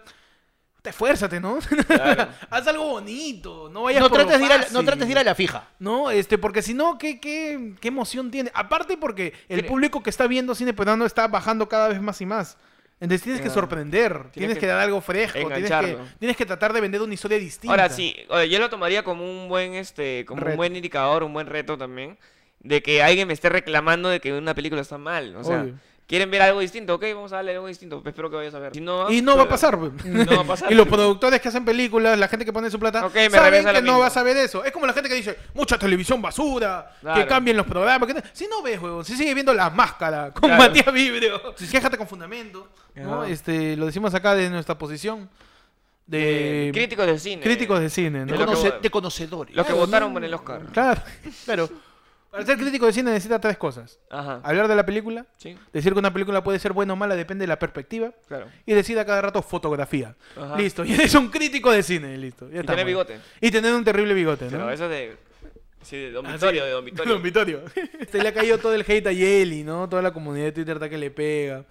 Speaker 3: te esfuérzate, ¿no?
Speaker 1: Claro.
Speaker 3: Haz algo bonito, no vayas
Speaker 2: No
Speaker 3: por lo
Speaker 2: trates, de ir a, la- no
Speaker 3: fácil.
Speaker 2: trates de ir a la fija.
Speaker 3: No, este, porque si no, ¿qué, qué, qué emoción tiene? Aparte porque el
Speaker 1: Tiene-
Speaker 3: público que está viendo cine peruano está bajando cada vez más y más. Entonces tienes que
Speaker 1: Claro.
Speaker 3: sorprender, tienes, que,
Speaker 1: que
Speaker 3: dar algo fresco, tienes que,
Speaker 1: engancharlo.
Speaker 3: tienes que tratar de vender una historia distinta.
Speaker 1: Ahora sí, oye, yo lo tomaría como un buen este, como
Speaker 3: Reto.
Speaker 1: un buen indicador, un buen reto también, de que alguien me esté reclamando de que una película está mal. O sea,
Speaker 3: Obvio.
Speaker 1: quieren ver algo distinto, ok, vamos a darle algo distinto, pues espero que vayas a ver. Si no,
Speaker 3: Y no va a
Speaker 1: chuta.
Speaker 3: pasar. pues.
Speaker 1: No va a pasar.
Speaker 3: y los productores que hacen películas, la gente que pone su plata,
Speaker 1: Ok, me
Speaker 3: saben
Speaker 1: regresa lo
Speaker 3: que no
Speaker 1: mismo.
Speaker 3: vas a ver eso. Es como la gente que dice, mucha televisión basura, que
Speaker 1: Claro.
Speaker 3: cambien los programas. que no- Si no ves, huevón, si sigues viendo La Máscara con
Speaker 1: Claro.
Speaker 3: Matías Vibrio, si quéjate con fundamento. ¿no?
Speaker 1: Ajá.
Speaker 3: Este, lo decimos acá de nuestra posición de
Speaker 1: Eh, críticos de cine.
Speaker 3: críticos de cine.
Speaker 1: Es
Speaker 2: De,
Speaker 1: lo
Speaker 3: ¿no?
Speaker 1: que
Speaker 2: conoce-
Speaker 1: voy-
Speaker 2: de conocedores.
Speaker 1: Los que
Speaker 3: Claro,
Speaker 1: votaron
Speaker 3: no.
Speaker 1: por el Oscar.
Speaker 3: Claro.
Speaker 2: Claro.
Speaker 3: Para ser crítico de cine necesita tres cosas.
Speaker 1: Ajá.
Speaker 3: Hablar de la película,
Speaker 1: Sí,
Speaker 3: decir que una película puede ser buena o mala depende de la perspectiva.
Speaker 1: claro.
Speaker 3: Y decida cada rato fotografía.
Speaker 1: Ajá.
Speaker 3: Listo. Y eres un crítico de cine. Listo. Ya
Speaker 1: Y
Speaker 3: está,
Speaker 1: tener
Speaker 3: bueno.
Speaker 1: bigote.
Speaker 3: Y tener un terrible bigote, ¿no?
Speaker 1: Pero eso de. Sí, de Don Vittorio, de Don Vittorio.
Speaker 3: Ah, Don Vittorio. Este le ha caído todo el hate a Yeli, ¿no? Toda la comunidad de Twitter está que le pega.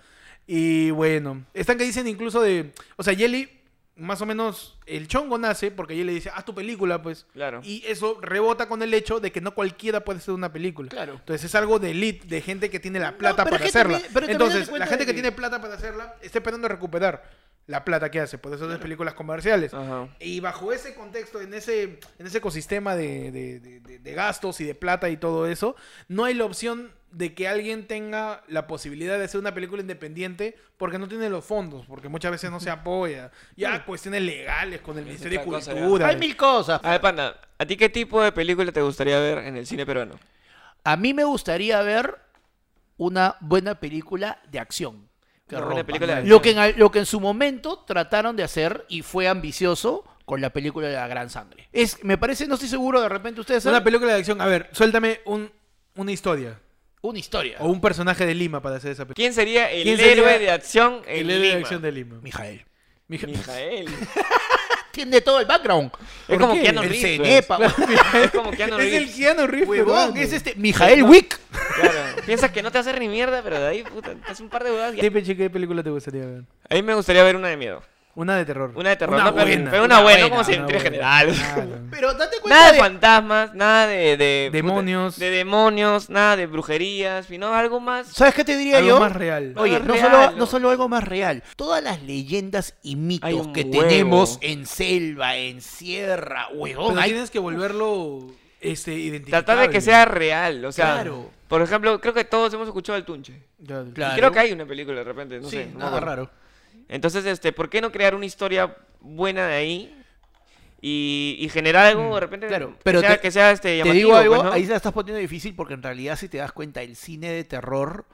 Speaker 3: Y bueno, están que dicen incluso de. O sea, Yeli, más o menos, el chongo nace porque Yeli dice, haz tu película, pues.
Speaker 1: Claro.
Speaker 3: Y eso rebota con el hecho de que no cualquiera puede hacer una película.
Speaker 2: Claro.
Speaker 3: Entonces es algo de elite, de gente que tiene la plata
Speaker 2: pero
Speaker 3: para
Speaker 2: es que también-
Speaker 3: hacerla.
Speaker 2: pero también date
Speaker 3: Entonces, la
Speaker 2: cuenta
Speaker 3: gente
Speaker 2: de
Speaker 3: que...
Speaker 2: que-
Speaker 3: tiene plata para hacerla está esperando recuperar la plata que hace. Por eso hace películas comerciales.
Speaker 1: Ajá.
Speaker 3: Y bajo ese contexto, en ese, en ese ecosistema de, de- de- de- de gastos y de plata y todo eso, no hay la opción de que alguien tenga la posibilidad de hacer una película independiente porque no tiene los fondos, porque muchas veces no se apoya. Ya cuestiones legales con el Ministerio de
Speaker 1: otra cosa, ya.
Speaker 3: Cultura.
Speaker 2: Hay mil cosas.
Speaker 1: A ver, Panda, ¿a ti qué tipo de película te gustaría ver en el cine peruano?
Speaker 2: A mí me gustaría ver una buena película de acción. que
Speaker 1: Una buena
Speaker 2: rompa.
Speaker 1: película de
Speaker 2: lo, que en, al- lo que en su momento trataron de hacer y fue ambicioso con la película de la gran sangre. Es, me parece, no estoy seguro, de repente ustedes saben,
Speaker 3: Una película de acción. A ver, suéltame un- una historia
Speaker 2: una historia.
Speaker 3: o un personaje de Lima para hacer esa película.
Speaker 1: ¿Quién sería el
Speaker 3: ¿Quién
Speaker 1: héroe
Speaker 3: sería
Speaker 1: de acción en
Speaker 3: El héroe de
Speaker 1: Lima?
Speaker 3: acción de Lima.
Speaker 2: Mijael.
Speaker 3: Mija-
Speaker 1: Mijael.
Speaker 2: Tiene todo el background.
Speaker 1: Es
Speaker 3: ¿Por
Speaker 1: como
Speaker 3: qué?
Speaker 1: Keanu
Speaker 2: el
Speaker 1: Reeves.
Speaker 2: cenepa.
Speaker 1: pues. Es como Keanu
Speaker 3: Es el
Speaker 1: Reeves.
Speaker 3: Keanu Reeves.
Speaker 2: Huevón,
Speaker 3: peruano.
Speaker 2: es este Mijael Wick.
Speaker 1: Claro. Piensas que no te hace ni mierda, pero de ahí, puta, te hace un par de dudas.
Speaker 3: ¿Qué pinche- qué película te gustaría ver?
Speaker 1: A mí me gustaría ver una de miedo.
Speaker 3: Una de terror.
Speaker 1: Una de terror.
Speaker 2: Una
Speaker 1: no, pero-
Speaker 2: buena,
Speaker 1: pero
Speaker 2: una
Speaker 1: una buena, no
Speaker 2: buena,
Speaker 1: como
Speaker 3: una
Speaker 1: sentido
Speaker 3: buena.
Speaker 1: general.
Speaker 3: Claro.
Speaker 2: Pero date cuenta
Speaker 1: Nada de
Speaker 2: de-
Speaker 1: fantasmas, nada de, de- puta,
Speaker 3: Demonios.
Speaker 1: de demonios, nada de brujerías, sino algo más.
Speaker 2: ¿Sabes qué te diría
Speaker 3: Algo
Speaker 2: yo?
Speaker 3: más real.
Speaker 2: Oye,
Speaker 1: Algo
Speaker 2: no,
Speaker 1: real,
Speaker 2: solo,
Speaker 1: ¿no?
Speaker 2: no solo algo más real. Todas las leyendas y
Speaker 1: Hay
Speaker 2: mitos
Speaker 1: un
Speaker 2: que
Speaker 1: huevo.
Speaker 2: tenemos en selva, en sierra, huevón.
Speaker 3: Pero
Speaker 2: hay-
Speaker 3: tienes que volverlo este, identificable.
Speaker 1: Tratar de que sea real, o sea.
Speaker 2: Claro.
Speaker 1: Por ejemplo, creo que todos hemos escuchado el Tunche.
Speaker 3: Claro.
Speaker 1: Y
Speaker 2: Claro.
Speaker 1: Creo que hay una película de repente, no
Speaker 2: sí,
Speaker 1: sé. no me
Speaker 2: nada
Speaker 1: acuerdo.
Speaker 2: raro.
Speaker 1: Entonces, este, ¿por qué no crear una historia buena de ahí? Y, y generar algo de repente
Speaker 2: Claro,
Speaker 1: que
Speaker 2: pero
Speaker 1: sea,
Speaker 2: te-
Speaker 1: que sea este,
Speaker 2: Te
Speaker 1: llamativo.
Speaker 2: digo algo,
Speaker 1: pues, ¿no?
Speaker 2: ahí se la estás poniendo difícil porque en realidad si te das cuenta el cine de terror,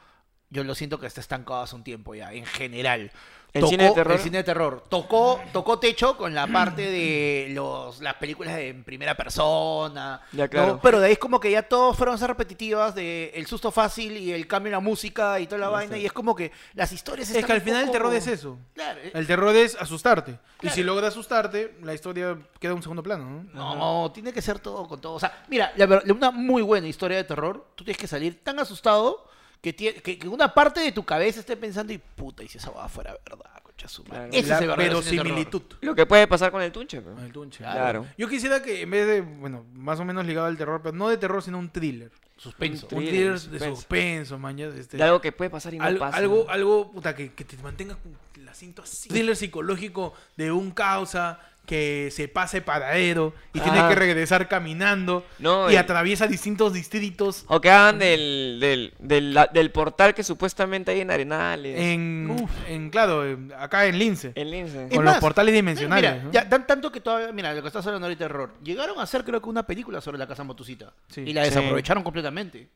Speaker 2: yo lo siento que está estancado hace un tiempo ya, en general.
Speaker 1: ¿El cine de terror?
Speaker 2: El cine de terror. Tocó, tocó techo con la parte de los, las películas en primera persona.
Speaker 1: Ya,
Speaker 2: ¿no?
Speaker 1: claro.
Speaker 2: Pero de ahí es como que ya todos fueron a ser repetitivas de el susto fácil y el cambio en la música y toda la vaina. Y es como que las historias
Speaker 3: Es
Speaker 2: están
Speaker 3: que al
Speaker 2: un
Speaker 3: final el
Speaker 2: poco-
Speaker 3: terror es eso.
Speaker 2: Claro, eh,
Speaker 3: El terror es asustarte. Y
Speaker 2: Claro.
Speaker 3: si logra asustarte, la historia queda en un segundo plano, ¿no?
Speaker 2: No, tiene que ser todo con todo. O sea, mira, la ver- una muy buena historia de terror, tú tienes que salir tan asustado que, tie- que, que una parte de tu cabeza esté pensando y puta, y si esa va fuera verdad, concha su madre.
Speaker 1: Claro.
Speaker 2: Ese es el
Speaker 3: la
Speaker 2: verdadero cine de
Speaker 3: verosimilitud.
Speaker 1: Lo que puede pasar con el Tunche. pues.
Speaker 3: El Tunche.
Speaker 1: Claro.
Speaker 3: Yo quisiera que en vez de, bueno, más o menos ligado al terror, pero no de terror, sino un thriller.
Speaker 2: terror. Suspenso.
Speaker 1: Thriller,
Speaker 3: un thriller de
Speaker 1: suspenso.
Speaker 3: suspenso, maña. Este,
Speaker 1: De algo que puede pasar y no
Speaker 3: al-
Speaker 1: pasa.
Speaker 3: algo, algo, puta, que, que te mantenga con la cinta así. Thriller psicológico de un causa que se pase paradero y tiene
Speaker 1: Ah.
Speaker 3: que regresar caminando
Speaker 1: No, eh.
Speaker 3: y
Speaker 1: el-
Speaker 3: atraviesa distintos distritos
Speaker 1: O que hagan del, del, del, la- del portal que supuestamente hay en Arenales.
Speaker 2: Eh,
Speaker 3: en, en, claro, en- acá en Lince.
Speaker 1: En Lince.
Speaker 2: Es
Speaker 3: con
Speaker 2: más,
Speaker 3: los portales
Speaker 2: Mira,
Speaker 3: dimensionales.
Speaker 2: mira,
Speaker 3: ¿no?
Speaker 2: ya, tan tanto que todavía, mira, lo que estás hablando ahorita de terror. Llegaron a hacer creo que una película sobre la casa motucita.
Speaker 3: Sí.
Speaker 2: Y la
Speaker 1: Sí.
Speaker 2: desaprovecharon completamente.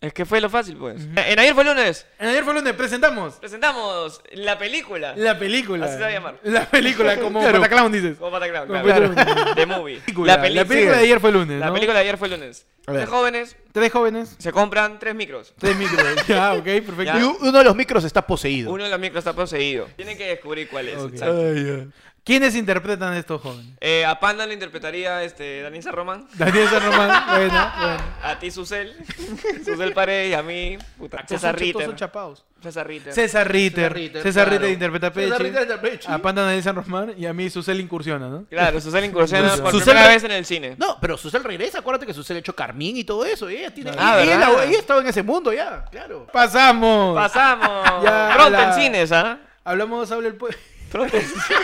Speaker 1: Es que fue lo fácil, pues. En ayer fue lunes.
Speaker 3: En ayer fue donde presentamos
Speaker 1: Presentamos la película.
Speaker 3: la película.
Speaker 1: Así se va a llamar.
Speaker 3: La película, como
Speaker 2: Claro.
Speaker 3: Pataclown dices.
Speaker 1: Como para claro,
Speaker 3: Como
Speaker 1: claro.
Speaker 3: para-
Speaker 1: The movie.
Speaker 3: La película, de ayer fue lunes.
Speaker 1: La
Speaker 3: ¿no?
Speaker 1: película de ayer fue lunes.
Speaker 3: A ver.
Speaker 1: Tres jóvenes
Speaker 3: Tres jóvenes.
Speaker 1: se compran tres micros.
Speaker 3: Tres micros. ya, ok, perfecto.
Speaker 1: Ya.
Speaker 2: Y u- uno de los micros está poseído.
Speaker 1: Uno de los micros está poseído. Tienen que descubrir cuál es.
Speaker 3: Ok.
Speaker 1: exacto.
Speaker 3: ¿Quiénes interpretan a estos jóvenes?
Speaker 1: Eh, a Panda lo interpretaría este, Danisa Román.
Speaker 3: Daniel San Román, bueno, bueno.
Speaker 1: A ti, Susel. Susel Paredes. Y a mí, puta. César
Speaker 3: Todos son- todos
Speaker 1: Ritter.
Speaker 3: son chapados.
Speaker 1: César Ritter.
Speaker 3: César Ritter. César
Speaker 2: Ritter,
Speaker 3: Ritter,
Speaker 2: claro.
Speaker 3: interpreta Ah,
Speaker 2: César
Speaker 3: a Pechi,
Speaker 2: Ritter interpreta a Pechi.
Speaker 3: A Panda Daniel San Román y a mí Susel incursiona, ¿no?
Speaker 1: Claro, Susel incursiona por
Speaker 3: Susel
Speaker 1: primera
Speaker 2: re-
Speaker 1: vez en el cine.
Speaker 2: No, pero Susel regresa, acuérdate que Susel ha hecho Carmín y todo eso, y ella tiene
Speaker 1: Ah,
Speaker 2: y- y
Speaker 1: ¿verdad?
Speaker 2: ella- ella estaba en ese mundo ya, claro.
Speaker 3: ¡Pasamos!
Speaker 1: Pasamos.
Speaker 3: Ya,
Speaker 1: Pronto
Speaker 3: la-
Speaker 1: en cines, ¿ah?
Speaker 3: Hablamos, habla el pueblo.
Speaker 1: Pronto en cines.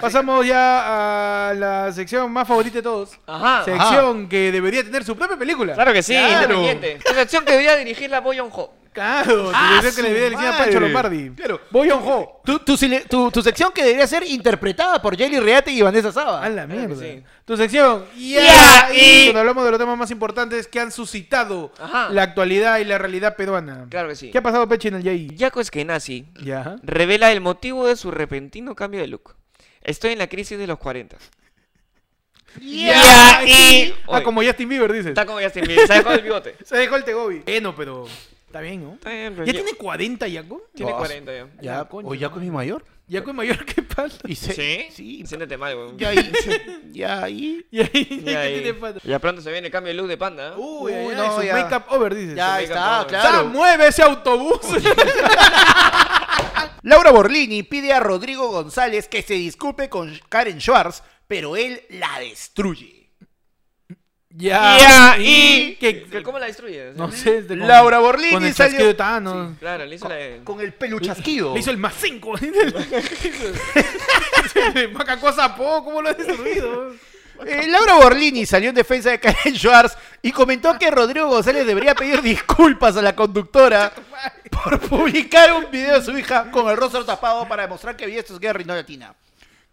Speaker 3: Pasamos ya a la sección más favorita de todos.
Speaker 1: Ajá.
Speaker 3: sección que debería tener su propia película.
Speaker 1: Claro que sí,
Speaker 3: Claro.
Speaker 1: independiente. La sección que debería dirigir la Boyon Ho.
Speaker 3: Claro,
Speaker 2: ¡Ah,
Speaker 3: sección que
Speaker 2: su
Speaker 3: le debería decir a Pancho
Speaker 2: madre!
Speaker 3: Lombardi.
Speaker 2: Claro.
Speaker 3: Voy on ho.
Speaker 2: Tu, tu sile- tu- tu sección que debería ser interpretada por Jelly Reate y Vanessa Saba.
Speaker 3: A la mierda.
Speaker 1: sí.
Speaker 3: Tu sección.
Speaker 1: Ya, y-
Speaker 3: Cuando hablamos de los temas más importantes que han suscitado
Speaker 1: Ajá.
Speaker 3: la actualidad y la realidad peruana.
Speaker 1: Claro que sí.
Speaker 3: ¿Qué ha pasado, Pechi, en el Yay?
Speaker 1: Jaco Eskenazi
Speaker 3: Ya.
Speaker 1: revela el motivo de su repentino cambio de look. Estoy en la crisis de los 40. Ya, y-
Speaker 3: Ah, como Justin Bieber, dices.
Speaker 1: Está como Justin Bieber, se dejó el bigote.
Speaker 3: Se dejó el Tegobi. Eh, no, pero... Está bien, ¿no?
Speaker 1: Está bien, pero
Speaker 3: ¿Ya
Speaker 1: ya-
Speaker 3: tiene 40, Yaco?
Speaker 1: Tiene
Speaker 2: Vas.
Speaker 1: 40 ya.
Speaker 2: Ya,
Speaker 3: Ah, coño.
Speaker 2: o Jaco es mi mayor.
Speaker 3: Yaco es mayor que Panda.
Speaker 2: Y se-
Speaker 1: ¿Sí?
Speaker 2: Sí.
Speaker 1: Siéntete mal, weón.
Speaker 2: Y ahí, y ahí.
Speaker 3: Y ahí,
Speaker 1: Ya,
Speaker 3: ¿qué
Speaker 1: ahí.
Speaker 3: tiene Uh, Panda?
Speaker 1: Ya pronto se viene el cambio de look de panda. ¿eh?
Speaker 3: Uy,
Speaker 2: Uy,
Speaker 3: ay, ay,
Speaker 2: no,
Speaker 3: su
Speaker 2: ya.
Speaker 3: make-up over, dices.
Speaker 2: Ya
Speaker 1: me
Speaker 2: está,
Speaker 1: encantó.
Speaker 3: ¡Sara,
Speaker 2: claro.
Speaker 3: mueve ese autobús!
Speaker 2: Laura Borlini pide a Rodrigo González que se disculpe con Karen Schwartz, pero él la destruye.
Speaker 1: Ya,
Speaker 3: y... que-
Speaker 1: ¿Pero ¿Cómo la destruyes?
Speaker 3: No sé, este, con-
Speaker 2: Laura Borlini
Speaker 3: Con el
Speaker 2: salió-
Speaker 3: chasquido de Thanos.
Speaker 1: Claro, le hizo la de...
Speaker 2: Con el peluchasquido.
Speaker 3: Le hizo el más 5. Maca cosa po, ¿cómo lo has destruido?
Speaker 2: Eh, Laura Borlini salió en defensa de Karen Schwartz y comentó que Rodrigo González debería pedir disculpas a la conductora por publicar un video de su hija con el rostro tapado para demostrar que había esto es guerra y no latina.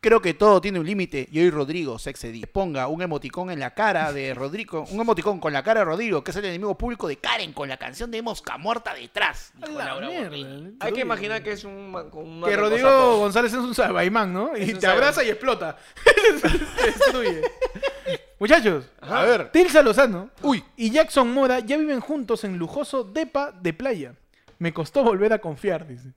Speaker 2: Creo que todo tiene un límite y hoy Rodrigo se excedió. Ponga un emoticón en la cara de Rodrigo, un emoticón con la cara de Rodrigo, que es el enemigo público de Karen, con la canción de Mosca Muerta detrás. dijo Laura Borlini.
Speaker 1: Hay que imaginar que es un... man- con una
Speaker 3: Que
Speaker 1: cosa,
Speaker 3: Rodrigo
Speaker 1: pues.
Speaker 3: González es un sabaimán, ¿no? Y
Speaker 1: Es un
Speaker 3: te abraza
Speaker 1: sabaimán.
Speaker 3: y explota. Te destruye. Muchachos,
Speaker 2: A ver.
Speaker 3: Tilsa Lozano
Speaker 2: Uy.
Speaker 3: y Jackson Mora ya viven juntos en lujoso depa de playa. Me costó volver a confiar, dice.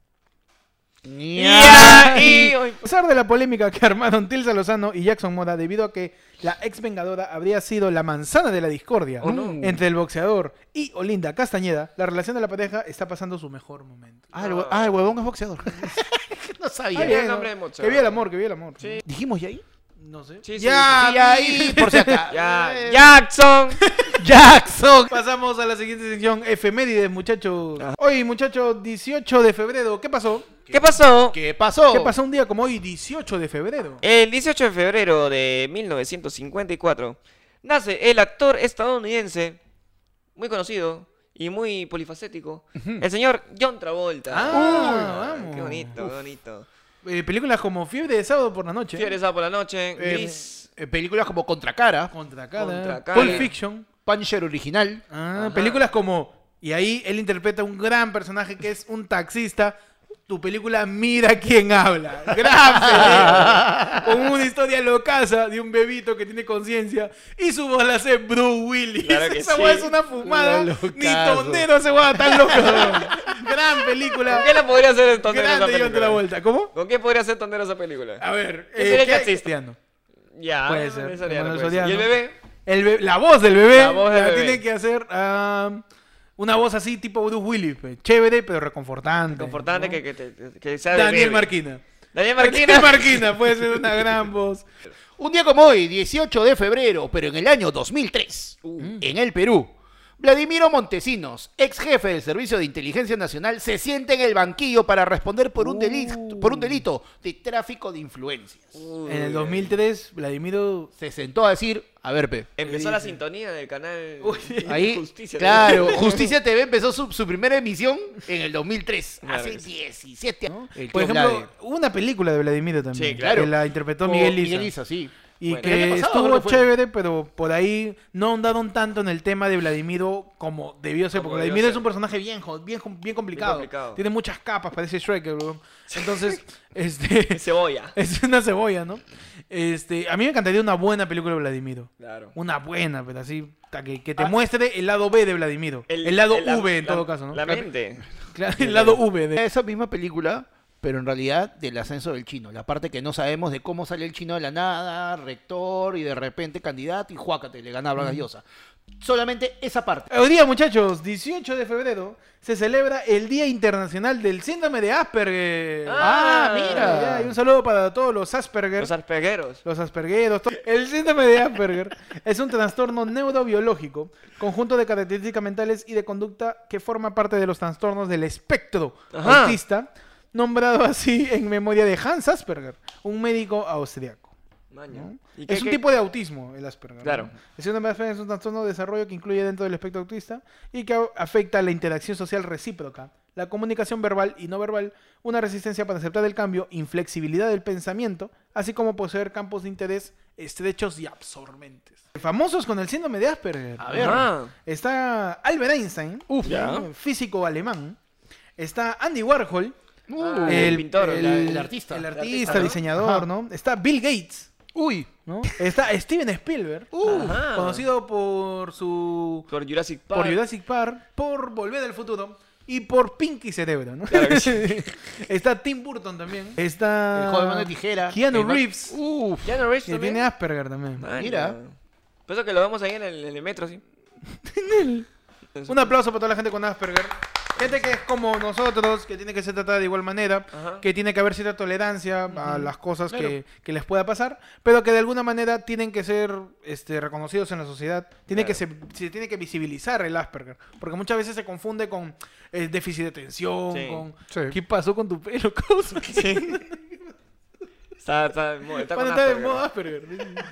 Speaker 1: Ya, y...
Speaker 3: A pesar de la polémica que armaron Tilsa Lozano y Jackson Moda debido a que la ex vengadora habría sido la manzana de la discordia
Speaker 1: Oh, no.
Speaker 3: entre el boxeador y Olinda Castañeda, la relación de la pareja está pasando su mejor momento.
Speaker 2: Ah, el, hue- ah, el huevón es boxeador. no sabía.
Speaker 3: Ah, bien,
Speaker 1: el
Speaker 3: ¿no?
Speaker 1: nombre de Mozart.
Speaker 3: Que viva el amor, que viva el amor.
Speaker 1: Sí.
Speaker 2: ¿Dijimos ya ahí?
Speaker 3: No sé.
Speaker 1: Sí, sí,
Speaker 3: ya,
Speaker 2: Y ahí,
Speaker 3: ahí.
Speaker 2: por si acaso.
Speaker 1: Ya, Jackson.
Speaker 2: Jackson.
Speaker 3: Pasamos a la siguiente sección, efemérides, muchachos. Hoy, muchachos, 18 de febrero. ¿Qué pasó?
Speaker 1: ¿Qué pasó?
Speaker 2: ¿Qué
Speaker 1: Oh.
Speaker 2: pasó?
Speaker 3: ¿Qué pasó un día
Speaker 1: Eh.
Speaker 3: como hoy, 18 de febrero?
Speaker 1: El 18 de febrero de 1954 Nace el actor estadounidense, muy conocido y muy polifacético, el señor John Travolta.
Speaker 3: Ah,
Speaker 1: Uy,
Speaker 3: vamos.
Speaker 1: Qué bonito,
Speaker 3: Uf.
Speaker 1: qué bonito.
Speaker 3: Eh, películas como Fiebre de sábado por la noche.
Speaker 1: Fiebre sábado por la noche,
Speaker 2: Eh,
Speaker 1: Gris,
Speaker 2: eh, películas como Contracara,
Speaker 3: Contra cara.
Speaker 1: Contra cara.
Speaker 3: Pulp Fiction.
Speaker 2: Punisher original.
Speaker 3: Ah,
Speaker 1: Ajá.
Speaker 3: películas como. Y ahí él interpreta un gran personaje que es un taxista. Tu película Mira quién habla. Gran película, Con una historia locaza de un bebito que tiene conciencia. Y su voz la hace Bruce Willis.
Speaker 1: Claro que
Speaker 3: Esa
Speaker 1: sí.
Speaker 3: hueá es una fumada.
Speaker 2: Una
Speaker 3: Ni
Speaker 2: locazo.
Speaker 3: tondero se hueá tan loco. gran película.
Speaker 1: ¿Con qué la podría hacer entonces esa
Speaker 3: Grande John
Speaker 1: película?
Speaker 3: Travolta. ¿Cómo?
Speaker 1: ¿Con qué podría hacer tondero esa película?
Speaker 3: A ver.
Speaker 1: ¿Qué sería el
Speaker 3: hay-
Speaker 1: taxista?
Speaker 3: Cristiano.
Speaker 1: Ya,
Speaker 3: Puede ser,
Speaker 1: el Soriano,
Speaker 3: Manuel
Speaker 1: puede ser. ¿Y el
Speaker 3: Soriano.
Speaker 1: bebé?
Speaker 3: El be- la voz del bebé
Speaker 1: La
Speaker 3: la,
Speaker 1: voz del bebé.
Speaker 3: tiene que hacer ah, una voz así tipo Bruce Willis, pe. chévere pero reconfortante.
Speaker 1: Confortante
Speaker 3: ¿no?
Speaker 1: que, que, te- que sea
Speaker 3: Daniel
Speaker 1: bebé.
Speaker 3: Marquina.
Speaker 1: Daniel
Speaker 3: Daniel
Speaker 1: Marquina.
Speaker 3: Marquina puede ser una gran voz.
Speaker 2: Un día como hoy, 18 de febrero, pero en el año 2003, en el Perú, Vladimiro Montesinos, ex jefe del Servicio de Inteligencia Nacional, se sienta en el banquillo para responder por un, delito, por un delito de tráfico de influencias.
Speaker 1: Uy.
Speaker 3: En el 2003 Vladimiro
Speaker 2: Se sentó a decir, a ver, Pe.
Speaker 1: Empezó la sintonía del canal
Speaker 2: Ahí,
Speaker 1: Justicia.
Speaker 2: claro, Justicia TV empezó su, su primera emisión en el 2003,
Speaker 1: Claro
Speaker 2: hace
Speaker 1: que sí.
Speaker 2: 17 años. El
Speaker 3: por
Speaker 2: tío
Speaker 3: ejemplo,
Speaker 2: Vlade.
Speaker 3: hubo una película de Vladimiro también.
Speaker 1: Sí, claro.
Speaker 3: Que la interpretó
Speaker 2: Con
Speaker 3: Miguel Isa.
Speaker 2: sí.
Speaker 3: Y
Speaker 1: Bueno,
Speaker 2: el
Speaker 3: que
Speaker 2: año pasado,
Speaker 3: estuvo
Speaker 2: creo que fue.
Speaker 3: chévere, pero por ahí no ahondaron tanto en el tema de Vladimiro como debió ser,
Speaker 1: Como
Speaker 3: porque
Speaker 1: debió
Speaker 3: Vladimiro
Speaker 1: ser.
Speaker 3: es un personaje bien, jo- bien, com- bien, complicado.
Speaker 1: complicado.
Speaker 3: Tiene muchas capas, parece Shrek, weón. Entonces, este,
Speaker 1: Cebolla.
Speaker 3: es una cebolla, ¿no? Este, a mí me encantaría una buena película de Vladimiro.
Speaker 1: Claro.
Speaker 3: Una buena, pero así, ta- que, que te muestre el lado B de Vladimiro. El, lado
Speaker 1: Ah. el- la-
Speaker 3: V, en
Speaker 1: la-
Speaker 3: todo caso, ¿no?
Speaker 1: La mente.
Speaker 3: Claro, el lado V de...
Speaker 2: Esa misma película, pero en realidad del ascenso del chino. La parte que no sabemos de cómo sale el chino de la nada, rector y de repente candidato y juácate, le gana a Vargas Llosa. Solamente esa parte.
Speaker 3: Hoy día, muchachos, 18 de febrero, se celebra el Día Internacional del Síndrome de Asperger.
Speaker 1: Ah,
Speaker 3: mira. Ya, y un saludo para todos los Asperger.
Speaker 1: Los arpegueros.
Speaker 3: Los aspergueros. to- El síndrome de Asperger es un trastorno neurobiológico, conjunto de características mentales y de conducta que forma parte de los trastornos del espectro
Speaker 1: Ajá.
Speaker 3: autista, nombrado así en memoria de Hans Asperger, un médico austriaco.
Speaker 1: Maña.
Speaker 3: ¿no?
Speaker 1: ¿Y qué-
Speaker 3: Es un
Speaker 1: qué-
Speaker 3: tipo de autismo el Asperger. ¿no?
Speaker 1: Claro.
Speaker 3: El síndrome de Asperger es un trastorno de desarrollo que incluye dentro del espectro autista y que a- afecta a la interacción social recíproca, la comunicación verbal y no verbal, una resistencia para aceptar el cambio, inflexibilidad del pensamiento, así como poseer campos de interés estrechos y absorbentes. Famosos con el síndrome de Asperger.
Speaker 2: A ver.
Speaker 1: Ah,
Speaker 3: Está Albert Einstein,
Speaker 1: Ya.
Speaker 3: ¿no? físico alemán. Está Andy Warhol,
Speaker 1: Ah, el pintor,
Speaker 2: el artista.
Speaker 3: el
Speaker 2: El
Speaker 3: artista,
Speaker 1: artista, ¿no?
Speaker 3: diseñador, ¿no? Está Bill Gates.
Speaker 2: Uy.
Speaker 3: ¿no? Está Steven Spielberg,
Speaker 1: Uh, Ajá.
Speaker 3: conocido por su
Speaker 1: Por Jurassic Park.
Speaker 3: por Jurassic Park, por Volver al Futuro y por Pinky Cerebro, ¿no?
Speaker 1: Claro que sí.
Speaker 3: Está Tim Burton también. Está
Speaker 2: El joven mano de tijera.
Speaker 3: ah, Keanu
Speaker 2: El ma-
Speaker 3: Reeves,
Speaker 2: Uf.
Speaker 1: Ya no Reeves
Speaker 3: que
Speaker 1: también.
Speaker 3: tiene Asperger también.
Speaker 1: Maña.
Speaker 2: Mira.
Speaker 1: Por eso que lo vemos ahí en el, en el metro, sí. En su-
Speaker 3: Un aplauso para toda la gente con Asperger. Gente que es como nosotros, que tiene que ser tratada de igual manera,
Speaker 1: Ajá.
Speaker 3: que tiene que haber cierta tolerancia a las cosas que, que les pueda pasar, pero que de alguna manera tienen que ser este, reconocidos en la sociedad. Tiene que se, se tiene que visibilizar el Asperger, porque muchas veces se confunde con eh, déficit de atención,
Speaker 1: Sí.
Speaker 3: con
Speaker 2: Sí.
Speaker 3: ¿qué pasó con tu pelo? Cosa?
Speaker 1: Está, está de moda. Está
Speaker 3: Bueno,
Speaker 1: con
Speaker 3: está de
Speaker 1: Asperger.
Speaker 3: moda Asperger.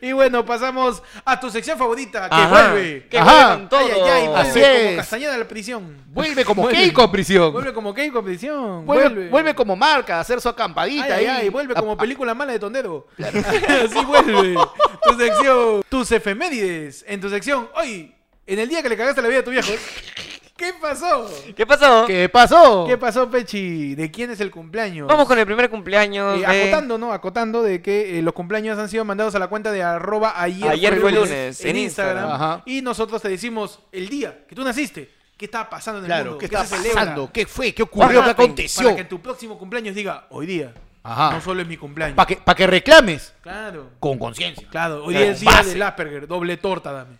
Speaker 3: y bueno, pasamos a tu sección favorita, que
Speaker 1: Ajá.
Speaker 3: vuelve.
Speaker 1: Que
Speaker 2: Ajá.
Speaker 1: vuelve con todo.
Speaker 3: Ay, ay, ay, vuelve
Speaker 2: Así
Speaker 3: como
Speaker 2: es.
Speaker 3: Castañeda a la prisión.
Speaker 2: Vuelve como
Speaker 3: Vuelve.
Speaker 2: Keiko a prisión. Vuelve,
Speaker 3: Vuelve como Keiko prisión.
Speaker 2: vuelve. como marca a hacer su acampadita.
Speaker 3: Ay, ay,
Speaker 2: ahí.
Speaker 3: ay, vuelve
Speaker 2: A-
Speaker 3: como película mala de Tondero. Así vuelve. Tu sección. Tus efemérides. En tu sección, hoy, en el día que le cagaste la vida a tu viejo. ¿Qué pasó?
Speaker 1: ¿Qué pasó?
Speaker 2: ¿Qué pasó?
Speaker 3: ¿Qué pasó, Pechi? ¿De quién es el cumpleaños?
Speaker 1: Vamos con el primer cumpleaños.
Speaker 3: Eh,
Speaker 1: de-
Speaker 3: acotando, ¿no? Acotando de que eh, los cumpleaños han sido mandados a la cuenta de arroba ayer,
Speaker 1: Ayer fue lunes, en
Speaker 3: en Instagram.
Speaker 2: Instagram. Ajá.
Speaker 3: Y nosotros te decimos el día que tú naciste. ¿Qué está pasando en el
Speaker 2: Claro,
Speaker 3: mundo?
Speaker 2: ¿qué
Speaker 3: ¿Qué
Speaker 2: está
Speaker 3: se celebra?
Speaker 2: pasando? ¿Qué fue? ¿Qué ocurrió? ¿Qué
Speaker 1: Para que-
Speaker 2: aconteció?
Speaker 3: Para que en tu próximo cumpleaños diga, hoy día.
Speaker 2: Ajá.
Speaker 3: No solo es mi cumpleaños.
Speaker 2: Para que, pa' que reclames
Speaker 3: Claro.
Speaker 2: con conciencia.
Speaker 3: Claro, hoy
Speaker 1: Claro,
Speaker 3: día es día
Speaker 2: base.
Speaker 3: del Asperger. Doble torta, dame.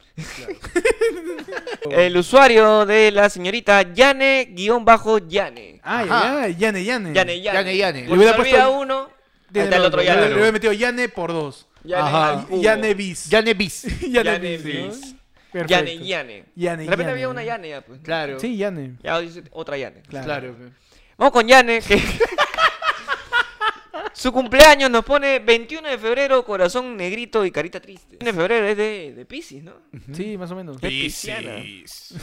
Speaker 1: El usuario de la señorita Yane-Yane.
Speaker 3: Ay,
Speaker 2: Ajá.
Speaker 3: ay, Yane, Yane.
Speaker 1: Yane, Yane.
Speaker 2: Yane, Yane.
Speaker 1: Por
Speaker 3: Mm. Le hubiera
Speaker 1: si se
Speaker 3: puesto Ah,
Speaker 1: olvida
Speaker 3: el-
Speaker 1: uno, ahí
Speaker 3: Tiene
Speaker 1: está el otro
Speaker 3: Le- Le
Speaker 1: Yane.
Speaker 3: hubiera metido Yane por dos.
Speaker 1: Yane
Speaker 2: Ajá.
Speaker 1: al cubo.
Speaker 3: Yane bis.
Speaker 2: Yane Bis.
Speaker 1: Yane bis.
Speaker 3: ¿no? Perfecto.
Speaker 1: Yane, Yane.
Speaker 3: Yane,
Speaker 1: De repente
Speaker 3: Yane.
Speaker 1: había una Yane ya, pues.
Speaker 2: Claro.
Speaker 3: Sí, Yane.
Speaker 1: Ya dice otra Yane.
Speaker 3: Claro.
Speaker 2: Claro.
Speaker 1: Vamos con Yane, que Su cumpleaños nos pone 21 de febrero, corazón negrito y carita triste. 21 de febrero es de, de Pisces, ¿no?
Speaker 3: Sí, más o menos.
Speaker 1: Es pisciana.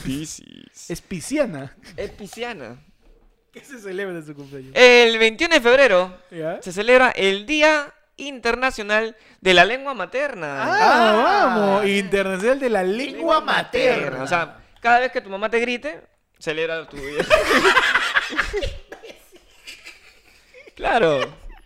Speaker 1: Pisces.
Speaker 3: Es pisciana.
Speaker 1: Es pisciana.
Speaker 3: ¿Qué se celebra en su cumpleaños?
Speaker 1: El 21 de febrero
Speaker 3: ¿Ya?
Speaker 1: se celebra el Día Internacional de la Lengua Materna.
Speaker 3: Ah, vamos. Internacional de la
Speaker 2: Lengua
Speaker 3: lengua
Speaker 2: materna.
Speaker 1: O sea, cada vez que tu mamá te grite, celebra tu día. claro.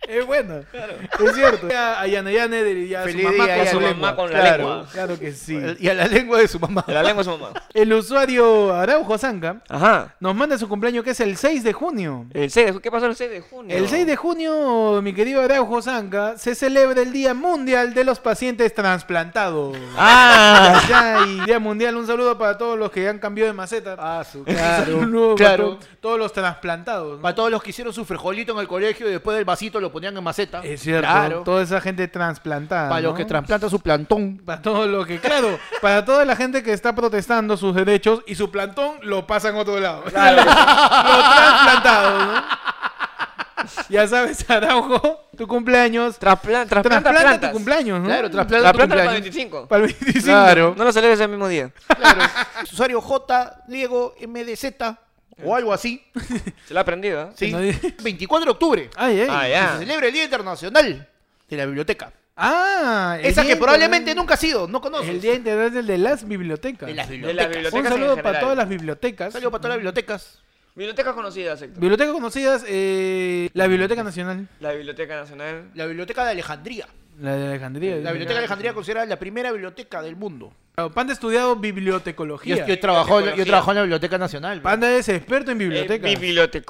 Speaker 3: Es bueno. Es cierto. A a Yanayane de ya
Speaker 2: Feliz
Speaker 3: su mamá
Speaker 2: día,
Speaker 3: con su
Speaker 1: Yanayane.
Speaker 3: lengua.
Speaker 1: mamá con la
Speaker 2: Claro.
Speaker 1: lengua. Pues,
Speaker 3: Claro que sí.
Speaker 2: Y a la lengua de su mamá.
Speaker 1: La lengua es su mamá.
Speaker 3: El usuario Araujo Zanca
Speaker 1: Ajá.
Speaker 3: nos manda su cumpleaños que es el 6 de junio.
Speaker 1: El 6 de ju- ¿Qué pasó el 6 de junio?
Speaker 3: El 6 de junio, mi querido Araujo Zanca, se celebra el Día Mundial de los Pacientes Transplantados.
Speaker 1: ¡Ah!
Speaker 3: Ya, y Día Mundial, un saludo para todos los que han cambiado de maceta.
Speaker 2: Ah, su
Speaker 3: Un saludo
Speaker 2: claro. claro.
Speaker 3: para to- todos los transplantados. ¿no?
Speaker 2: Para todos los que hicieron su frejolito en el colegio y después del vasito lo ponían en maceta.
Speaker 3: Es cierto,
Speaker 2: Claro.
Speaker 3: toda esa gente transplantada.
Speaker 2: Para los
Speaker 3: ¿no?
Speaker 2: que trasplantan su plantón.
Speaker 3: Para todo lo que, claro, para toda la gente que está protestando sus derechos y su plantón lo pasan a otro lado.
Speaker 1: Claro.
Speaker 3: Lo trasplantado, ¿no? Ya sabes, Araujo, tu cumpleaños.
Speaker 1: Traspla- trasplanta
Speaker 3: Trasplanta
Speaker 1: plantas.
Speaker 3: tu cumpleaños, ¿no?
Speaker 2: Claro, trasplantan tu
Speaker 1: Trasplanta para el 25.
Speaker 2: cumpleaños.
Speaker 3: Para el 25.
Speaker 2: Claro.
Speaker 1: No lo celebres el mismo día.
Speaker 2: Claro. Usuario J, Diego, MDZ o algo así.
Speaker 1: Se lo ha aprendido, ¿eh?
Speaker 2: ¿sí?
Speaker 3: no di-
Speaker 2: 24 de octubre.
Speaker 3: Ay, ay.
Speaker 1: Ah,
Speaker 2: Se
Speaker 1: ya.
Speaker 2: celebra el Día Internacional de la Biblioteca.
Speaker 3: Ah, el
Speaker 2: Esa
Speaker 3: Día
Speaker 2: que probablemente
Speaker 3: Internacional-
Speaker 2: nunca ha sido, no conoces.
Speaker 3: El Día Internacional de las Bibliotecas.
Speaker 2: de las
Speaker 1: De
Speaker 2: bibliotecas.
Speaker 1: las bibliotecas.
Speaker 3: Un
Speaker 1: en
Speaker 3: saludo para
Speaker 1: general.
Speaker 3: todas las bibliotecas.
Speaker 2: Salió para todas las bibliotecas.
Speaker 1: Bibliotecas conocidas, Héctor.
Speaker 3: Bibliotecas conocidas, eh, la Biblioteca Nacional,
Speaker 1: La Biblioteca Nacional.
Speaker 2: La Biblioteca de Alejandría.
Speaker 3: la de Alejandría.
Speaker 2: La Biblioteca de Alejandría considerada la primera biblioteca del mundo.
Speaker 3: Panda ha estudiado
Speaker 2: Yo,
Speaker 3: bibliotecología.
Speaker 2: yo trabajo, yo
Speaker 1: Bibliotecología.
Speaker 2: trabajo en la Biblioteca Nacional.
Speaker 3: Panda es experto en
Speaker 1: Biblioteca.
Speaker 3: bibliotecas.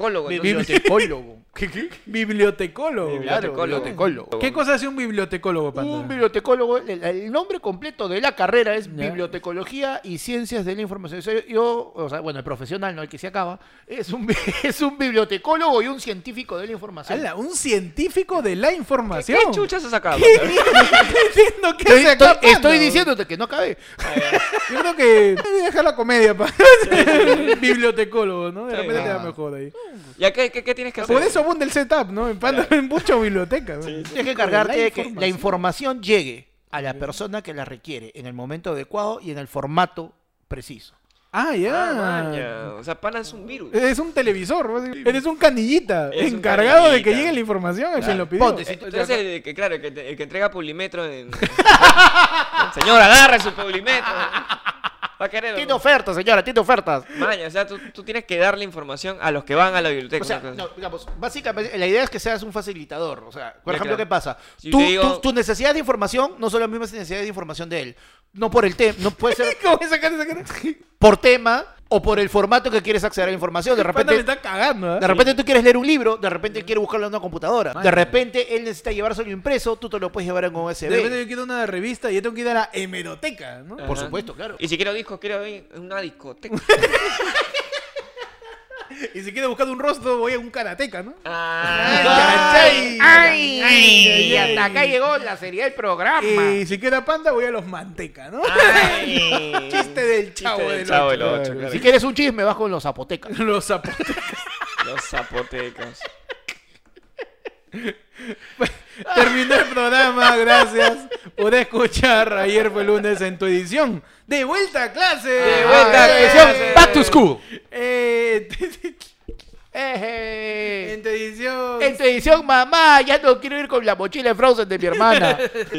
Speaker 1: Eh, bibliotecólogo. entonces.
Speaker 2: Bibliotecólogo.
Speaker 3: Bibliotecólogo.
Speaker 1: Bibli- Bibliotecólogo.
Speaker 2: bibliotecólogo.
Speaker 3: ¿Qué cosa hace un bibliotecólogo, Panda?
Speaker 2: Un bibliotecólogo, el, el nombre completo de la carrera es Bibliotecología y Ciencias de la Información. O sea, Yo, o sea, bueno, el profesional, no el que se acaba, es un, bi- es un bibliotecólogo y un científico de la información.
Speaker 3: Ala, un científico de la información.
Speaker 1: ¿Qué chuchas has sacado?
Speaker 3: ¿Qué diciendo que
Speaker 2: Estoy,
Speaker 3: se
Speaker 2: estoy-
Speaker 3: acá, Panda?
Speaker 2: estoy diciéndote que no acabé.
Speaker 3: Yo creo que voy a dejar la comedia para bibliotecólogo, ¿no? De
Speaker 1: Sí,
Speaker 3: repente te
Speaker 2: ah.
Speaker 3: va mejor ahí.
Speaker 1: ¿Ya qué, qué, qué tienes que hacer?
Speaker 3: Por eso abunda el setup, ¿no? En Panda en mucho biblioteca. ¿no?
Speaker 2: Tienes que encargarte de que la información llegue a la persona que la requiere en el momento adecuado y en el formato preciso.
Speaker 3: Ah,
Speaker 1: Ah,
Speaker 3: ya.
Speaker 1: maña. O sea, pana es un virus.
Speaker 3: Eres un televisor, ¿no? eres un canillita
Speaker 1: Eres un
Speaker 3: encargado de
Speaker 1: canillita.
Speaker 3: que llegue la información a quien lo pidió.
Speaker 2: Ponte, si tú-
Speaker 1: Tú eres Eh, el que, claro, el que, te- el que entrega Publimetro en... Señor, agarre su Publimetro. Va a querer.
Speaker 2: Tiene ofertas, señora, tiene ofertas.
Speaker 1: Maña, o sea, tú, tú tienes que darle información a los que van a la biblioteca.
Speaker 2: O sea,
Speaker 1: una cosa
Speaker 2: no,
Speaker 1: así.
Speaker 2: digamos, básicamente la idea es que seas un facilitador. O sea, por
Speaker 1: Ya,
Speaker 2: ejemplo,
Speaker 1: claro.
Speaker 2: ¿qué pasa?
Speaker 1: Si
Speaker 2: Tú-
Speaker 1: te digo-
Speaker 2: tú- Tus necesidades de información no son las mismas necesidades de información de él. No por el tema, no puede ser
Speaker 3: ¿Cómo esa cara, esa cara?
Speaker 2: por tema o por el formato que quieres acceder a la información. De
Speaker 3: Panda me
Speaker 2: repente,
Speaker 3: está cagando, ¿eh?
Speaker 2: de repente tú quieres leer un libro, de repente él quiere buscarlo en una computadora. De repente él necesita llevárselo impreso, tú te lo puedes llevar en un
Speaker 3: De repente
Speaker 2: USB.
Speaker 3: yo quiero una revista y yo tengo que ir a la hemeroteca, ¿no?
Speaker 2: Por
Speaker 1: Ajá.
Speaker 2: supuesto, claro.
Speaker 1: Y si quiero discos, quiero ir a una discoteca.
Speaker 3: Y si quiero buscar un rostro, voy a un karateca, ¿no?
Speaker 1: Ah,
Speaker 3: ay, ay, ay,
Speaker 2: hasta
Speaker 3: ay.
Speaker 2: acá llegó la serie del programa.
Speaker 3: Y si quiero a panda, voy a los manteca, ¿no?
Speaker 1: Ah. ay.
Speaker 3: Chiste del chavo
Speaker 1: Chiste
Speaker 3: del
Speaker 1: chavo
Speaker 3: ocho,
Speaker 1: del ocho,
Speaker 3: claro.
Speaker 1: claro.
Speaker 2: Si quieres un chisme, vas con los zapotecas.
Speaker 3: Los zapotecas.
Speaker 1: Los zapotecas.
Speaker 3: Terminó el programa, gracias por escuchar. Ayer fue lunes en tu edición. ¡De vuelta a clase! ¡De
Speaker 1: vuelta a clase.
Speaker 2: Ah, Back to school.
Speaker 3: Eh,
Speaker 2: Eje.
Speaker 3: en tu edición.
Speaker 2: En tu edición, mamá, ya no quiero ir con la mochila Frozen de mi hermana.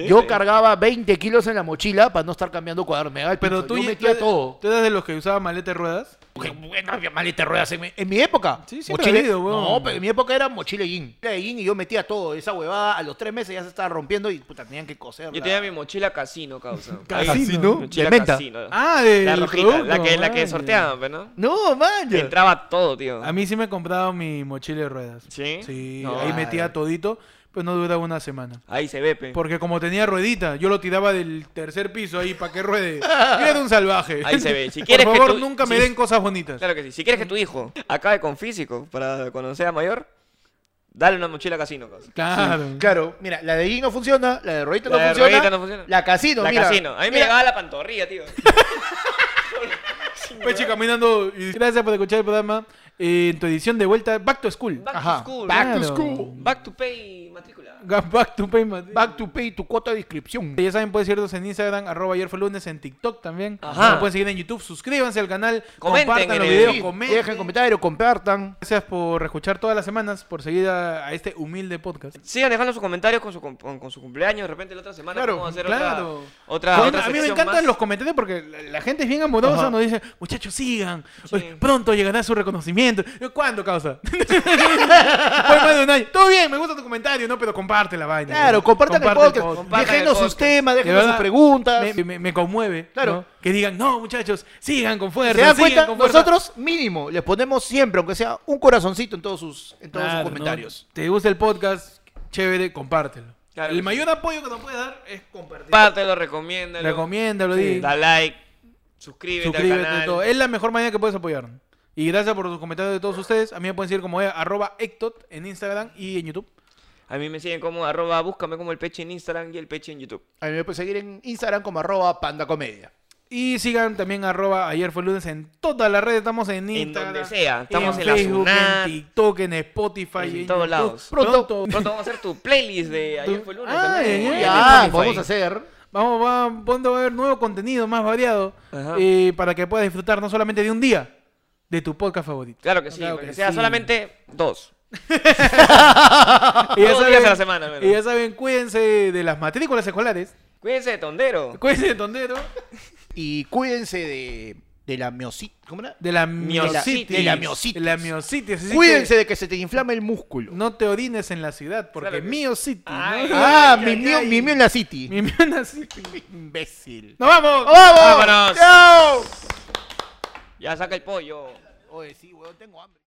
Speaker 2: Yo cargaba 20 kilos en la mochila para no estar cambiando cuadernos. Me daba el
Speaker 3: Pero
Speaker 2: pincho.
Speaker 3: tú,
Speaker 2: yo
Speaker 3: ya-
Speaker 2: metía
Speaker 3: tú-
Speaker 2: todo.
Speaker 3: ¿Tú eras de los que usaba maleta de ruedas?
Speaker 2: Porque, Bueno, había maleta de este ruedas en mi, en mi época.
Speaker 3: Sí, siempre ha habido, weón.
Speaker 2: No, pero en mi época era mochila de jean. Mochila de jean y yo metía todo. Esa huevada a los tres meses ya se estaba rompiendo y puta, tenían que coser.
Speaker 1: Yo tenía mi mochila casino, causa.
Speaker 3: ¿Casino?
Speaker 1: Ahí, Mochila
Speaker 2: ¿De menta?
Speaker 1: casino.
Speaker 3: Ah, de
Speaker 1: la
Speaker 3: del
Speaker 1: rojita, la
Speaker 3: producto,
Speaker 1: que, la
Speaker 3: maña.
Speaker 1: que sorteaban, pues, ¿no?
Speaker 2: No, man.
Speaker 1: Que Entraba todo, tío.
Speaker 3: A mí sí me he comprado mi mochila de ruedas.
Speaker 1: ¿Sí?
Speaker 3: Sí,
Speaker 1: No.
Speaker 3: ahí metía todito, pues no duraba una semana.
Speaker 1: Ahí se ve, pe.
Speaker 3: Porque como tenía ruedita, yo lo tiraba del tercer piso ahí para que ruede. Yo era un salvaje.
Speaker 1: Ahí se ve. Si
Speaker 3: Por
Speaker 1: quieres que
Speaker 3: favor,
Speaker 1: tú-
Speaker 3: nunca me
Speaker 1: si-
Speaker 3: den cosas bonitas.
Speaker 1: Claro que sí. Si quieres que tu hijo acabe con físico para cuando sea mayor, dale una mochila casino, causa.
Speaker 3: Claro.
Speaker 2: Claro, mira, la de jean no funciona, la de ruedita,
Speaker 1: La
Speaker 2: no,
Speaker 1: de
Speaker 2: funciona,
Speaker 1: ruedita no funciona.
Speaker 2: La casino,
Speaker 1: la
Speaker 2: mira.
Speaker 1: casino. A mí me
Speaker 2: Mira,
Speaker 1: llegaba la pantorrilla, tío.
Speaker 3: Pues, Peche caminando. y- Gracias por escuchar el programa. eh, en tu edición de vuelta Back to School.
Speaker 1: Back
Speaker 2: Ajá.
Speaker 1: to school.
Speaker 2: Back
Speaker 1: Back,
Speaker 2: to
Speaker 3: Claro.
Speaker 2: school.
Speaker 1: to pay matrícula.
Speaker 3: Back to Payment.
Speaker 2: Back to pay tu cuota de inscripción.
Speaker 3: Ya saben, pueden seguirnos en Instagram, arroba ayer fue lunes, en TikTok también.
Speaker 1: Ajá.
Speaker 3: Nos pueden seguir en YouTube, suscríbanse al canal,
Speaker 1: Comenten
Speaker 3: compartan
Speaker 1: en
Speaker 3: los
Speaker 1: el-
Speaker 3: videos,
Speaker 2: Sí,
Speaker 3: comenten.
Speaker 2: Dejen comentarios, compartan.
Speaker 3: Gracias por escuchar todas las semanas, por seguir a, a este humilde podcast.
Speaker 1: Sigan dejando sus comentarios con su, cum- con, con su cumpleaños. De repente la otra semana
Speaker 3: Claro,
Speaker 1: vamos a hacer
Speaker 3: claro.
Speaker 1: otra,
Speaker 3: Con-
Speaker 1: otra, otra
Speaker 3: a mí me
Speaker 1: sección
Speaker 3: encantan
Speaker 1: más.
Speaker 3: los comentarios porque la, la gente es bien amorosa,
Speaker 2: Ajá.
Speaker 3: nos dice, muchachos, sigan,
Speaker 1: Sí.
Speaker 3: Oye, pronto llegará su reconocimiento. Yo, ¿Cuándo, causa? Fue más de un año. Todo bien, me gusta tu comentario, ¿no? Pero comparte la vaina.
Speaker 2: Claro, compartan el
Speaker 3: Comparte
Speaker 2: podcast.
Speaker 1: Compartan el
Speaker 2: Déjenos sus
Speaker 1: podcast.
Speaker 2: temas,
Speaker 3: De
Speaker 2: déjenos sus
Speaker 3: verdad,
Speaker 2: preguntas.
Speaker 3: Me, me- me conmueve.
Speaker 2: Claro.
Speaker 3: ¿no? Que digan, no, muchachos, sigan con fuerza.
Speaker 2: ¿Se dan
Speaker 3: sigan
Speaker 2: cuenta?
Speaker 3: con fuerza".
Speaker 2: Nosotros mínimo les ponemos siempre, aunque sea un corazoncito en todos sus, en todos
Speaker 3: Claro,
Speaker 2: sus comentarios.
Speaker 3: ¿no? ¿Te gusta el podcast? Chévere, compártelo.
Speaker 1: Claro que
Speaker 3: el
Speaker 1: sí.
Speaker 3: mayor apoyo que nos puede dar es compartir.
Speaker 1: Compártelo, recomiéndalo.
Speaker 3: Recomiéndalo, di.
Speaker 1: Da like. Suscríbete, al
Speaker 3: Suscríbete
Speaker 1: canal.
Speaker 3: todo. Es la mejor manera que puedes apoyarnos. Y gracias por sus comentarios de todos ustedes. A mí me pueden seguir como eh, arroba Ectot en Instagram y en YouTube.
Speaker 1: A mí me siguen como arroba, búscame como el peche en Instagram y el peche en YouTube.
Speaker 2: A mí me pueden seguir en Instagram como arroba pandacomedia.
Speaker 3: Y sigan también arroba ayer fue lunes en todas las redes. Estamos en
Speaker 1: En
Speaker 3: Instagram.
Speaker 1: donde sea. Estamos en la
Speaker 3: Facebook,
Speaker 1: Sunat,
Speaker 3: en TikTok, en Spotify.
Speaker 1: en
Speaker 3: YouTube.
Speaker 1: todos lados.
Speaker 3: Pronto.
Speaker 1: Pronto vamos a hacer tu playlist de ayer fue lunes.
Speaker 3: Ah,
Speaker 1: también.
Speaker 3: ya,
Speaker 1: en
Speaker 2: Ya,
Speaker 1: Spotify.
Speaker 2: vamos a hacer.
Speaker 3: Vamos, va- pronto va a haber nuevo contenido más variado.
Speaker 1: Ajá.
Speaker 3: eh, para que puedas disfrutar no solamente de un día, de tu podcast favorito.
Speaker 1: Claro que sí,
Speaker 3: Claro
Speaker 1: porque
Speaker 3: que
Speaker 1: sea
Speaker 3: sí.
Speaker 1: solamente dos.
Speaker 3: Y ya,
Speaker 1: Dos
Speaker 3: saben,
Speaker 1: días a la semana, al menos.
Speaker 3: y ya saben, cuídense de las matrículas escolares.
Speaker 1: Cuídense de tondero.
Speaker 3: Cuídense de Tondero.
Speaker 2: Y cuídense de, de la miositis. ¿Cómo era?
Speaker 3: De la
Speaker 1: Miositis.
Speaker 3: miositis.
Speaker 2: De la miositis.
Speaker 3: De la miositis. Así
Speaker 2: Cuídense
Speaker 3: que
Speaker 2: de que se te inflame el músculo.
Speaker 3: No te orines en la ciudad, porque
Speaker 1: Claro que-
Speaker 3: miositis. ¿no?
Speaker 1: Ay,
Speaker 2: ah, mi
Speaker 1: ay,
Speaker 2: mío,
Speaker 1: ay.
Speaker 2: mi mío en la city.
Speaker 3: Mi miositis.
Speaker 2: Imbécil.
Speaker 3: ¡Nos vamos!
Speaker 2: ¡Vamos!
Speaker 1: Vámonos.
Speaker 2: ¡Chao!
Speaker 1: Ya saca el pollo.
Speaker 2: Oye, sí, weón, tengo hambre.